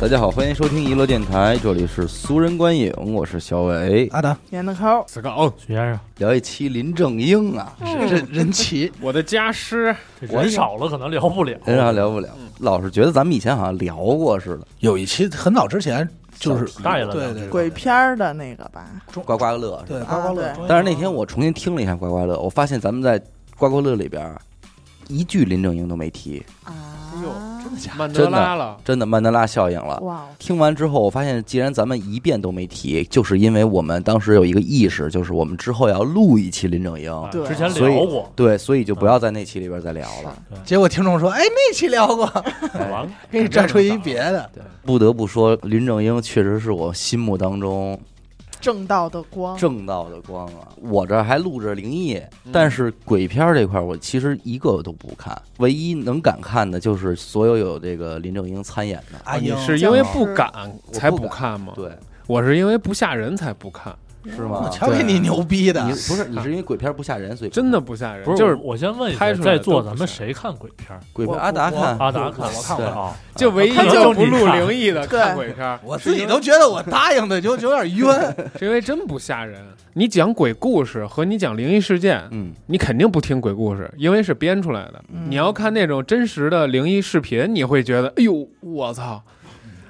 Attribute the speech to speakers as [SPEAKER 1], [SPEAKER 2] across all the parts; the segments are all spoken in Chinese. [SPEAKER 1] 大家好，欢迎收听娱乐电台，这里是俗人观影，我是小伟，
[SPEAKER 2] 阿达，
[SPEAKER 3] 闫德抠，
[SPEAKER 4] 此刻哦，
[SPEAKER 5] 许先生，
[SPEAKER 1] 聊一期林正英啊，
[SPEAKER 3] 嗯
[SPEAKER 2] 任任奇，
[SPEAKER 4] 我的家师
[SPEAKER 5] 这
[SPEAKER 1] 我有
[SPEAKER 5] 人少了可能聊不了。
[SPEAKER 1] 人啥聊不了，
[SPEAKER 2] 嗯
[SPEAKER 1] 老是觉得咱们以前好像聊过似的，
[SPEAKER 2] 有一期很早之前就是
[SPEAKER 5] 小带了
[SPEAKER 2] 对
[SPEAKER 5] 两
[SPEAKER 2] 对对
[SPEAKER 3] 鬼片儿的那个吧，
[SPEAKER 1] 刮刮乐是吧。
[SPEAKER 2] 对刮刮乐
[SPEAKER 3] 啊对。
[SPEAKER 1] 但是那天我重新听了一下刮刮乐，我发现咱们在刮刮乐里边儿一句林正英都没提，
[SPEAKER 3] 啊，
[SPEAKER 4] 哎呦
[SPEAKER 3] 真的假
[SPEAKER 4] 曼德拉了，
[SPEAKER 1] 真的曼德拉效应了。
[SPEAKER 3] 哇，哦
[SPEAKER 1] 听完之后，我发现既然咱们一遍都没提，就是因为我们当时有一个意识，就是我们之后要录一期林正英，
[SPEAKER 5] 啊
[SPEAKER 3] 对
[SPEAKER 5] 之前
[SPEAKER 1] 所以
[SPEAKER 5] 聊过，
[SPEAKER 1] 对，所以就
[SPEAKER 2] 啊
[SPEAKER 1] 不要在那期里边再聊了。
[SPEAKER 2] 结果听众说：“哎，那期聊过，
[SPEAKER 5] 完了
[SPEAKER 2] 给你拽出一别的。
[SPEAKER 1] 不得不说，林正英确实是我心目当中
[SPEAKER 3] 正道的光，
[SPEAKER 1] 正道的光啊！我这还录着灵异，
[SPEAKER 2] 嗯
[SPEAKER 1] 但是鬼片儿这块儿我其实一个都不看，唯一能敢看的就是所有有这个林正英参演的。”
[SPEAKER 2] 阿
[SPEAKER 4] 你
[SPEAKER 2] 英
[SPEAKER 4] 是因为不敢
[SPEAKER 1] 我
[SPEAKER 4] 才
[SPEAKER 1] 不敢
[SPEAKER 4] 看吗？
[SPEAKER 1] 对，
[SPEAKER 2] 哦
[SPEAKER 4] 我是因为不吓人才不看，
[SPEAKER 1] 是吗？
[SPEAKER 2] 瞧给你牛逼的
[SPEAKER 1] 啊你，不是你是因为鬼片儿不吓人，所以不
[SPEAKER 4] 真的
[SPEAKER 1] 看
[SPEAKER 4] 不吓人，
[SPEAKER 5] 不是，
[SPEAKER 4] 就是
[SPEAKER 5] 我先问一
[SPEAKER 4] 拍
[SPEAKER 5] 下，
[SPEAKER 4] 出来
[SPEAKER 5] 在
[SPEAKER 4] 的
[SPEAKER 5] 座
[SPEAKER 4] 都不
[SPEAKER 5] 咱们谁看鬼片儿？
[SPEAKER 1] 鬼片儿
[SPEAKER 2] 我
[SPEAKER 1] 阿达
[SPEAKER 2] 我
[SPEAKER 1] 看
[SPEAKER 5] 阿达看，
[SPEAKER 2] 我
[SPEAKER 5] 我看
[SPEAKER 1] 对
[SPEAKER 5] 过啊，
[SPEAKER 4] 就唯一
[SPEAKER 5] 他就
[SPEAKER 4] 就不
[SPEAKER 5] 你
[SPEAKER 4] 录
[SPEAKER 5] 看
[SPEAKER 4] 灵异的
[SPEAKER 3] 对
[SPEAKER 4] 看鬼片儿，
[SPEAKER 2] 我自己都觉得我答应的就有点 冤。
[SPEAKER 4] 是因为真不吓人。你讲鬼故事和你讲灵异事件，
[SPEAKER 1] 嗯，
[SPEAKER 4] 你肯定不听鬼故事，因为是编出来的。
[SPEAKER 3] 嗯
[SPEAKER 4] 你要看那种真实的灵异视频，你会觉得，哎呦，我操，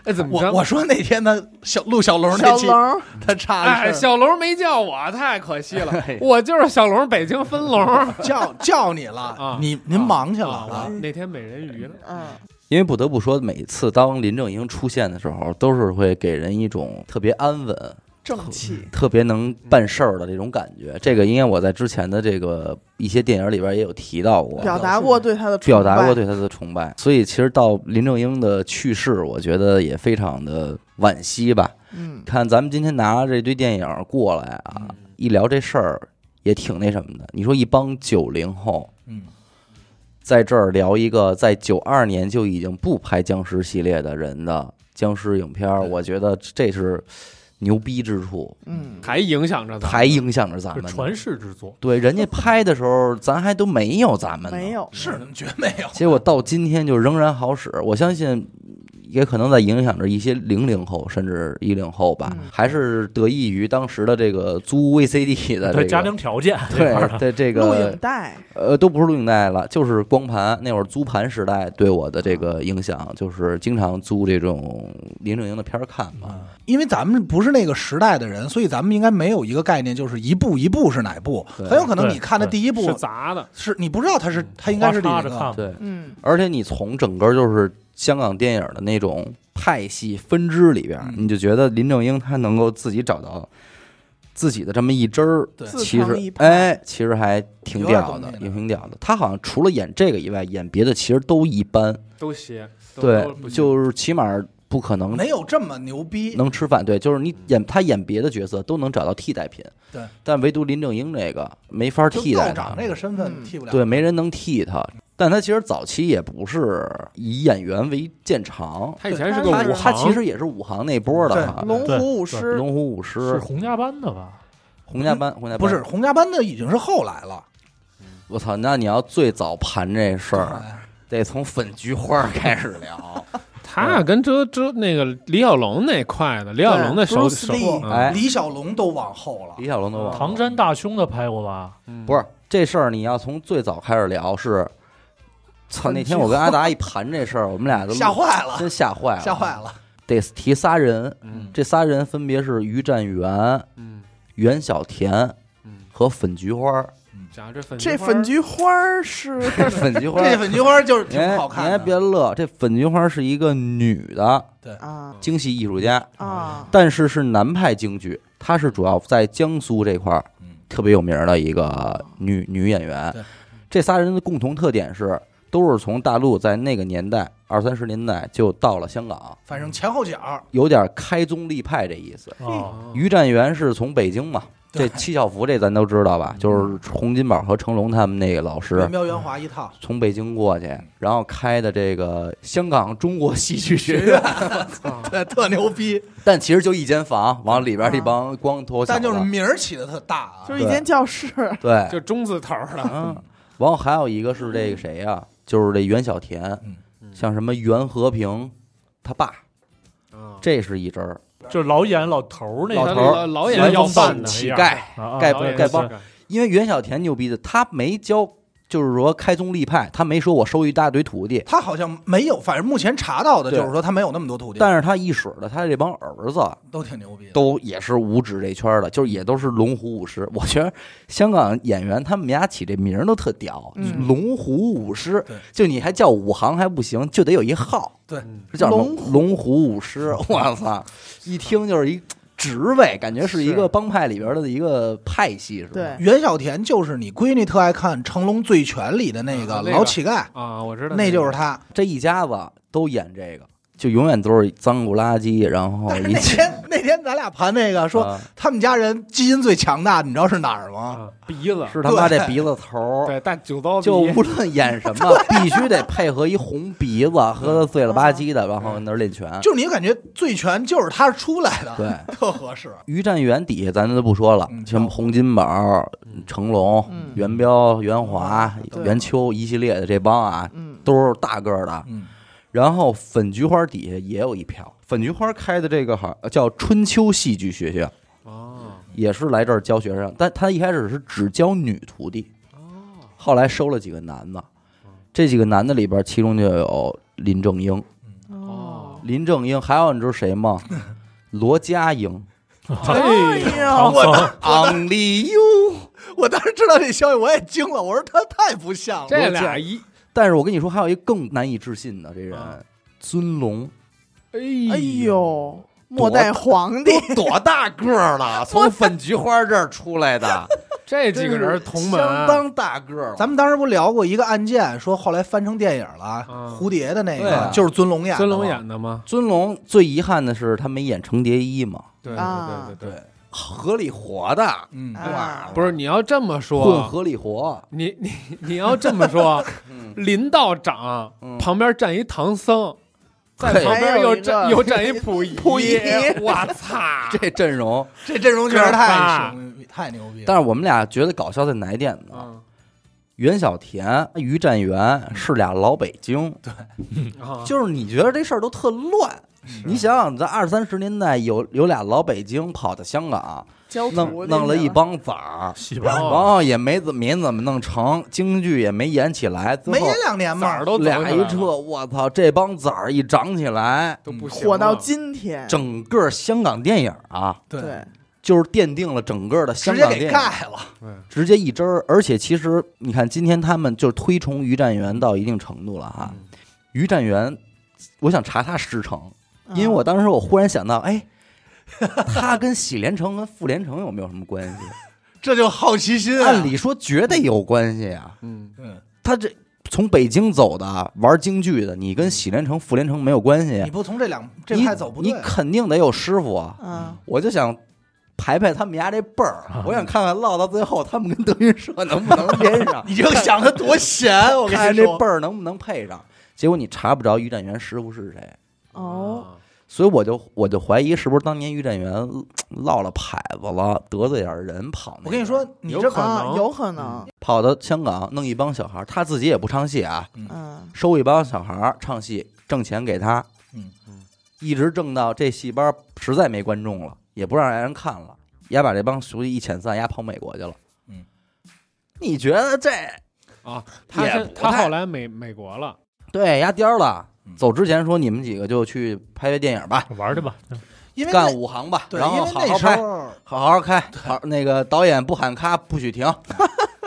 [SPEAKER 4] 哎，怎么
[SPEAKER 2] 我
[SPEAKER 4] 着？
[SPEAKER 2] 我说那天他小陆小龙
[SPEAKER 3] 小
[SPEAKER 2] 那期
[SPEAKER 3] 龙，
[SPEAKER 2] 他插
[SPEAKER 4] 哎，
[SPEAKER 2] 一声
[SPEAKER 4] 小龙没叫我，太可惜了
[SPEAKER 1] 哎，
[SPEAKER 4] 我就是小龙北京分龙。
[SPEAKER 2] 叫叫你了
[SPEAKER 4] 啊，
[SPEAKER 2] 你 您忙去了
[SPEAKER 4] 啊
[SPEAKER 2] 啊
[SPEAKER 4] 我那天美人鱼了，
[SPEAKER 3] 嗯，
[SPEAKER 1] 因为不得不说，每次当林正英出现的时候，都是会给人一种特别安稳、
[SPEAKER 3] 正气，
[SPEAKER 1] 特别能办事儿的这种感觉。这个应该我在之前的这个一些电影里边也有提到过，
[SPEAKER 3] 表达过对他的崇
[SPEAKER 1] 表达
[SPEAKER 3] 拜
[SPEAKER 1] 过对他的崇拜。所以其实到林正英的去世，我觉得也非常的惋惜吧。
[SPEAKER 3] 嗯，
[SPEAKER 1] 看咱们今天拿这堆电影过来啊，一聊这事儿也挺那什么的。你说一帮九零后
[SPEAKER 2] 嗯，
[SPEAKER 1] 在这儿聊一个在九二年就已经不拍僵尸系列的人的僵尸影片儿，我觉得这是牛逼之处，
[SPEAKER 3] 嗯，
[SPEAKER 4] 还影响着他，
[SPEAKER 1] 还影响着咱
[SPEAKER 5] 是
[SPEAKER 1] 们呢。
[SPEAKER 5] 传世之作。
[SPEAKER 1] 对，人家拍的时候，咱还都没有咱们呢
[SPEAKER 3] 没。有，
[SPEAKER 2] 是绝没有。
[SPEAKER 1] 结果到今天就仍然好使，我相信也可能在影响着一些零零后甚至一零后吧，
[SPEAKER 3] 嗯
[SPEAKER 1] 还是得益于当时的这个租 VCD 的这
[SPEAKER 5] 对
[SPEAKER 1] 个
[SPEAKER 5] 家庭条件这块儿
[SPEAKER 1] 对对
[SPEAKER 5] 的，
[SPEAKER 1] 这
[SPEAKER 3] 录影
[SPEAKER 1] 个
[SPEAKER 3] 带，
[SPEAKER 1] 呃都不是录影带了，就是光盘那会儿租盘时代对我的这个影响，就是经常租这种林正英的片儿看嘛。
[SPEAKER 2] 因为咱们不是那个时代的人，所以咱们应该没有一个概念，就是一步一步是哪步。
[SPEAKER 1] 对
[SPEAKER 2] 很有可能你看的第一
[SPEAKER 4] 是
[SPEAKER 2] 步
[SPEAKER 4] 砸的，
[SPEAKER 2] 是你不知道他是他应该是第
[SPEAKER 5] 花
[SPEAKER 2] 一
[SPEAKER 5] 插着
[SPEAKER 2] 个
[SPEAKER 5] 看，
[SPEAKER 1] 对，
[SPEAKER 3] 嗯，
[SPEAKER 1] 而且你从整个就是香港电影的那种派系分支里边，
[SPEAKER 2] 嗯
[SPEAKER 1] 你就觉得林正英他能够自己找到自己的这么一支儿，
[SPEAKER 2] 对
[SPEAKER 3] 自
[SPEAKER 1] 其
[SPEAKER 3] 成
[SPEAKER 1] 实
[SPEAKER 3] 一派，
[SPEAKER 1] 哎，其实还挺屌的
[SPEAKER 2] 有点，东西
[SPEAKER 1] 也
[SPEAKER 2] 呢
[SPEAKER 1] 挺屌的。他好像除了演这个以外，演别的其实都一般，
[SPEAKER 4] 都邪，都
[SPEAKER 1] 对
[SPEAKER 4] 都，不行
[SPEAKER 1] 就是起码不可能
[SPEAKER 2] 没有这么牛逼。
[SPEAKER 1] 能吃饭。对，就是你演他演别的角色都能找到替代品，
[SPEAKER 2] 对，
[SPEAKER 1] 但唯独林正英这个没法
[SPEAKER 2] 就
[SPEAKER 1] 替代
[SPEAKER 2] 道
[SPEAKER 1] 他
[SPEAKER 2] 长。这个身份
[SPEAKER 3] 嗯
[SPEAKER 2] 替不了。
[SPEAKER 1] 对，没人能替他。但他其实早期也不是以演员为见长，
[SPEAKER 4] 他以前是个
[SPEAKER 3] 他
[SPEAKER 4] 武
[SPEAKER 1] 他
[SPEAKER 4] 行，
[SPEAKER 1] 其实也是武行那波的哈，
[SPEAKER 3] 龙
[SPEAKER 5] 对
[SPEAKER 3] 虎舞
[SPEAKER 5] 对
[SPEAKER 3] 狮，
[SPEAKER 1] 啊龙虎舞
[SPEAKER 5] 是
[SPEAKER 1] 狮、
[SPEAKER 5] 洪家班的吧？
[SPEAKER 1] 洪家班、洪家班
[SPEAKER 2] 不是，洪家班的已经是后来了。
[SPEAKER 1] 我操！那你要最早盘这事儿，
[SPEAKER 2] 哎
[SPEAKER 1] 得从粉菊花开始聊。
[SPEAKER 4] 他跟周周那个李小龙那块的，李小龙的手
[SPEAKER 3] Bruce
[SPEAKER 4] 手
[SPEAKER 3] Lee，
[SPEAKER 4] 嗯
[SPEAKER 1] 哎，
[SPEAKER 2] 李小龙都往后了。
[SPEAKER 1] 李小龙都忘了
[SPEAKER 5] 唐山大兄的拍过吧？
[SPEAKER 4] 嗯
[SPEAKER 1] 不是这事儿，你要从最早开始聊是，操！
[SPEAKER 3] 粉菊
[SPEAKER 1] 那天我跟阿达一盘这事儿，我们俩都
[SPEAKER 2] 吓坏了，
[SPEAKER 1] 真吓坏了，
[SPEAKER 2] 吓坏了！
[SPEAKER 1] 得提仨人，
[SPEAKER 4] 嗯
[SPEAKER 1] 这仨人分别是于占元、
[SPEAKER 4] 嗯
[SPEAKER 1] 袁小田
[SPEAKER 4] 嗯，
[SPEAKER 1] 和粉菊花。
[SPEAKER 4] 讲这粉
[SPEAKER 3] 这粉
[SPEAKER 4] 菊
[SPEAKER 3] 菊花儿是，
[SPEAKER 1] 粉菊花，
[SPEAKER 2] 这粉菊花就是
[SPEAKER 1] 你
[SPEAKER 2] 挺
[SPEAKER 1] 还
[SPEAKER 2] 好看
[SPEAKER 1] 你还
[SPEAKER 2] 的。
[SPEAKER 1] 别乐，这粉菊花是一个女的
[SPEAKER 3] 啊
[SPEAKER 1] 京戏艺术家，
[SPEAKER 3] 啊，
[SPEAKER 1] 但是是南派京剧，她是主要在江苏这块儿
[SPEAKER 2] 嗯
[SPEAKER 1] 特别有名的一个女女演员
[SPEAKER 2] 对。
[SPEAKER 1] 这仨人的共同特点是，都是从大陆在那个年代二三十年代就到了香港，
[SPEAKER 2] 反正前后脚，
[SPEAKER 1] 有点开宗立派这意思。
[SPEAKER 5] 啊，
[SPEAKER 1] 于占元是从北京嘛，这
[SPEAKER 2] 嗯对嗯
[SPEAKER 1] 七小福这咱都知道吧，就是洪金宝和成龙他们那个老师
[SPEAKER 2] 元。彪元华一套，
[SPEAKER 1] 从北京过去，然后开的这个香港中国戏剧学院，嗯
[SPEAKER 2] 对， 特牛逼。
[SPEAKER 1] 但其实就一间房，往里边
[SPEAKER 3] 啊
[SPEAKER 1] 一帮光头小
[SPEAKER 2] 但
[SPEAKER 1] 子，
[SPEAKER 2] 就是名儿起的特大啊，
[SPEAKER 3] 就是一间教室，
[SPEAKER 1] 对，
[SPEAKER 4] 就中字头的，
[SPEAKER 1] 嗯，然后还有一个是这个啊谁呀、就是这袁小田
[SPEAKER 2] 嗯，
[SPEAKER 1] 像什么袁和平他爸，
[SPEAKER 4] 啊，
[SPEAKER 1] 这是一支儿，
[SPEAKER 5] 就是老演老头儿那
[SPEAKER 1] 老
[SPEAKER 4] 他
[SPEAKER 1] 头儿
[SPEAKER 4] 老老
[SPEAKER 5] 老
[SPEAKER 4] 演哦要饭的，
[SPEAKER 1] 乞
[SPEAKER 5] 样
[SPEAKER 1] 丐
[SPEAKER 5] 啊
[SPEAKER 1] 丐帮
[SPEAKER 5] 啊老演
[SPEAKER 1] 丐帮
[SPEAKER 5] 乞
[SPEAKER 1] 因为袁小田牛逼的，他没教，就是说开宗立派，他没说我收一大堆徒弟，
[SPEAKER 2] 他好像没有，反正目前查到的
[SPEAKER 1] 对
[SPEAKER 2] 就是说他没有那么多徒弟，
[SPEAKER 1] 但是他一水儿的，他这帮儿子
[SPEAKER 2] 都挺牛逼的。
[SPEAKER 1] 都也是五指这圈儿的，就是也都是龙虎舞狮。我觉得香港演员他们家起这名儿都特屌，
[SPEAKER 3] 嗯
[SPEAKER 1] 龙虎舞狮
[SPEAKER 2] 对，
[SPEAKER 1] 就你还叫武行还不行，就得有一号，
[SPEAKER 4] 嗯
[SPEAKER 1] 这叫龙
[SPEAKER 3] 龙
[SPEAKER 1] 龙虎舞狮。我操，一听就是一职位，感觉是一个
[SPEAKER 4] 是
[SPEAKER 1] 帮派里边的一个派系，是吧？
[SPEAKER 3] 对
[SPEAKER 2] 袁小田就是你闺女特爱看《成龙醉拳》里的那
[SPEAKER 4] 啊
[SPEAKER 2] 个
[SPEAKER 4] 那个
[SPEAKER 2] 老乞丐，
[SPEAKER 4] 啊，我知道，
[SPEAKER 2] 那就是他。
[SPEAKER 1] 这一家子都演这个，就永远都是脏不拉几，然后
[SPEAKER 2] 但是
[SPEAKER 1] 哦一
[SPEAKER 2] 那
[SPEAKER 1] 起
[SPEAKER 2] 天那天咱俩盘那个说
[SPEAKER 1] 啊
[SPEAKER 2] 他们家人基因最强大，你知道是哪儿吗？
[SPEAKER 4] 啊鼻子，
[SPEAKER 1] 是他妈这鼻子头儿，
[SPEAKER 4] 对，大酒糟鼻，
[SPEAKER 1] 就无论演什 么，必须得配合一红鼻子，喝的醉了吧唧的，然
[SPEAKER 3] 嗯
[SPEAKER 1] 后那儿练拳。
[SPEAKER 2] 就是你感觉醉拳就是他出来的，
[SPEAKER 1] 对，
[SPEAKER 2] 特合适。
[SPEAKER 1] 于占元底下咱都不说了
[SPEAKER 2] 嗯，
[SPEAKER 1] 什么洪金宝、成龙
[SPEAKER 3] 嗯、
[SPEAKER 1] 元彪、袁华、
[SPEAKER 3] 对
[SPEAKER 1] 袁秋一系列的这帮啊，
[SPEAKER 3] 嗯，
[SPEAKER 1] 都是大个儿的。
[SPEAKER 2] 嗯，
[SPEAKER 1] 然后粉菊花底下也有一票，粉菊花开的这个好呃叫春秋戏剧学校。
[SPEAKER 4] 啊
[SPEAKER 1] 也是来这儿教学生，但他一开始是只教女徒弟，
[SPEAKER 3] 哦
[SPEAKER 1] 后来收了几个男的。这几个男的里边，其中就有林正英。
[SPEAKER 4] 哦
[SPEAKER 3] 哦，
[SPEAKER 1] 林正英还有你知道谁 吗？罗家 英。
[SPEAKER 3] 哎
[SPEAKER 5] 唐
[SPEAKER 3] 呀，
[SPEAKER 5] 僧
[SPEAKER 1] Only you。
[SPEAKER 2] 我当时知道这消息我也惊了，我说他太不像了。
[SPEAKER 4] 这俩一，
[SPEAKER 1] 但是我跟你说，还有一个更难以置信的这人
[SPEAKER 4] 啊，
[SPEAKER 1] 尊龙，
[SPEAKER 4] 哎
[SPEAKER 3] 哎呦，末代皇帝，
[SPEAKER 1] 都多大个儿 了？从粉菊花这儿出来的，
[SPEAKER 4] 这几个人同门
[SPEAKER 1] 相
[SPEAKER 4] 啊，
[SPEAKER 1] 当大个儿了。
[SPEAKER 2] 咱们当时不聊过一个案件，说后来翻成电影了，
[SPEAKER 4] 嗯
[SPEAKER 2] 蝴蝶的那
[SPEAKER 1] 对
[SPEAKER 2] 个、
[SPEAKER 1] 啊
[SPEAKER 2] 就是尊龙演的嘛，
[SPEAKER 4] 尊龙演的吗？
[SPEAKER 1] 尊龙最遗憾的是，他没演程蝶衣嘛，
[SPEAKER 4] 对
[SPEAKER 3] 啊
[SPEAKER 4] 对对对对，
[SPEAKER 1] 合理活的，
[SPEAKER 2] 嗯，
[SPEAKER 3] 啊
[SPEAKER 4] 不是你要这么说，
[SPEAKER 1] 混合理活。
[SPEAKER 4] 你你你要这么说，林道长
[SPEAKER 1] 嗯
[SPEAKER 4] 旁边站一唐僧，在
[SPEAKER 1] 嘿
[SPEAKER 4] 旁边又站
[SPEAKER 3] 还有一个
[SPEAKER 4] 又站一溥仪，
[SPEAKER 1] 溥仪
[SPEAKER 4] 我操！
[SPEAKER 1] 这阵容。
[SPEAKER 2] 这阵容确实太雄太牛逼了。
[SPEAKER 1] 但是我们俩觉得搞笑在哪一点呢？
[SPEAKER 4] 嗯
[SPEAKER 1] 袁小田、于占元是俩老北京，
[SPEAKER 4] 啊
[SPEAKER 1] 就是你觉得这事儿都特乱。
[SPEAKER 2] 嗯
[SPEAKER 1] 你想想，在二三十年代有有俩老北京跑到香港，
[SPEAKER 3] 教徒
[SPEAKER 1] 弄
[SPEAKER 3] 那
[SPEAKER 1] 弄了
[SPEAKER 3] 个
[SPEAKER 1] 一帮崽儿，
[SPEAKER 5] 西
[SPEAKER 1] 然
[SPEAKER 5] 包
[SPEAKER 1] 后也没怎没怎么弄成，京剧也没演起来，最
[SPEAKER 2] 没
[SPEAKER 1] 后
[SPEAKER 2] 演两年
[SPEAKER 4] 哪
[SPEAKER 2] 嘛
[SPEAKER 4] 儿，都走起来
[SPEAKER 1] 俩
[SPEAKER 4] 了
[SPEAKER 1] 一撤，我操，这帮崽儿一长起来，
[SPEAKER 4] 都不行了
[SPEAKER 3] 火嗯到今天，
[SPEAKER 1] 整个香港电影啊，
[SPEAKER 2] 对，
[SPEAKER 3] 对，
[SPEAKER 1] 就是奠定了整个的
[SPEAKER 2] 直
[SPEAKER 1] 香
[SPEAKER 2] 接
[SPEAKER 1] 港
[SPEAKER 2] 给
[SPEAKER 1] 电影。
[SPEAKER 2] 盖了。
[SPEAKER 1] 直接一针儿。而且其实你看，今天他们就是推崇于占元到一定程度了哈。
[SPEAKER 4] 嗯
[SPEAKER 1] 于占元，我想查他师承，
[SPEAKER 3] 嗯
[SPEAKER 1] 因为我当时我忽然想到，哎，他跟喜连城跟傅连城有没有什么关系？
[SPEAKER 2] 这就好奇心、啊，
[SPEAKER 1] 按理说绝对有关系啊。
[SPEAKER 4] 嗯，
[SPEAKER 2] 嗯，
[SPEAKER 1] 他这从北京走的，玩京剧的，你跟喜连城、傅连城没有关
[SPEAKER 2] 你
[SPEAKER 1] 系，
[SPEAKER 2] 不从这两这
[SPEAKER 1] 你
[SPEAKER 2] 派走不
[SPEAKER 1] 你
[SPEAKER 2] 对，啊
[SPEAKER 1] 肯定得有师傅啊。
[SPEAKER 3] 嗯，
[SPEAKER 1] 我就想。排排他们家这辈儿，
[SPEAKER 2] 啊
[SPEAKER 1] 我想看看唠到最后，他们跟德云社能不能连上？
[SPEAKER 2] 你就想他多闲， 我
[SPEAKER 1] 看
[SPEAKER 2] 跟你
[SPEAKER 1] 这辈
[SPEAKER 2] 说，
[SPEAKER 1] 儿能不能配上。结果你查不着于占元师傅是谁，嗯
[SPEAKER 3] 哦，
[SPEAKER 4] 啊
[SPEAKER 1] 所以我就我就怀疑是不是当年于占元呃落了牌子了，得罪点人跑那边。
[SPEAKER 2] 我跟你说，你
[SPEAKER 4] 有
[SPEAKER 2] 这
[SPEAKER 4] 可能
[SPEAKER 3] 啊，有可能，
[SPEAKER 1] 跑到香港弄一帮小孩儿，他自己也不唱戏啊，
[SPEAKER 3] 嗯，
[SPEAKER 1] 收一帮小孩儿唱戏，挣钱给他，
[SPEAKER 2] 嗯
[SPEAKER 4] 嗯，
[SPEAKER 1] 一直挣到这戏班儿实在没观众了，也不让人看了，丫把这帮徒弟一遣散，丫跑美国去了。
[SPEAKER 2] 嗯，
[SPEAKER 1] 你觉得这
[SPEAKER 4] 啊，他
[SPEAKER 1] 也
[SPEAKER 4] 是
[SPEAKER 1] 不
[SPEAKER 4] 他
[SPEAKER 1] 太
[SPEAKER 4] 后来美美国了，
[SPEAKER 1] 对丫颠儿了
[SPEAKER 2] 嗯？
[SPEAKER 1] 走之前说你们几个就去拍个电影吧，
[SPEAKER 5] 玩去吧，
[SPEAKER 2] 因为
[SPEAKER 1] 干
[SPEAKER 2] 那
[SPEAKER 1] 五行吧，
[SPEAKER 2] 对，
[SPEAKER 1] 然后
[SPEAKER 2] 因为
[SPEAKER 1] 好
[SPEAKER 2] 那
[SPEAKER 1] 好
[SPEAKER 2] 时
[SPEAKER 1] 拍，
[SPEAKER 2] 候
[SPEAKER 1] 好好开，好那个导演不喊咔，不许 停，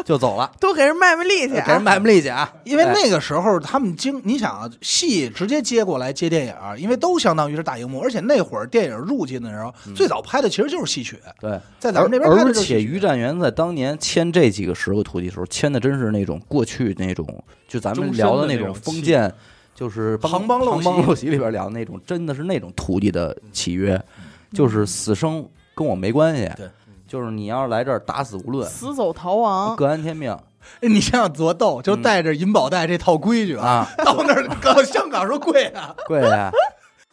[SPEAKER 1] 就走了，
[SPEAKER 3] 多给人卖卖力气
[SPEAKER 1] 给
[SPEAKER 3] 啊，
[SPEAKER 1] 人卖卖力气啊！
[SPEAKER 2] 因为
[SPEAKER 1] 哎
[SPEAKER 2] 那个时候他们经，你想啊，戏直接接过来接电影，因为都相当于是大荧幕，而且那会儿电影入进的时候，最早拍的其实就是戏曲，
[SPEAKER 1] 对，
[SPEAKER 2] 在咱
[SPEAKER 1] 而
[SPEAKER 2] 们这边拍
[SPEAKER 1] 嗯而
[SPEAKER 2] 的就是戏
[SPEAKER 1] 且
[SPEAKER 2] 曲
[SPEAKER 1] 于占元在当年签这几个十个徒弟的时候，签的真是那种过去那种，就咱们
[SPEAKER 4] 终身
[SPEAKER 1] 聊
[SPEAKER 4] 的
[SPEAKER 1] 那
[SPEAKER 4] 那种
[SPEAKER 1] 封
[SPEAKER 4] 契
[SPEAKER 1] 建，就是帮
[SPEAKER 2] 行帮陋习
[SPEAKER 1] 帮陋习里边聊的那种，真的是那种徒弟的契约，就是死生跟我没关系，
[SPEAKER 2] 对，
[SPEAKER 1] 就是你要是来这儿打死无论，
[SPEAKER 3] 死走逃亡，
[SPEAKER 1] 各安天命
[SPEAKER 2] 哎你想想多逗，就带着银保带这套规矩啊，
[SPEAKER 1] 嗯啊。
[SPEAKER 2] 到那儿到香港说贵 啊，
[SPEAKER 1] 贵呀，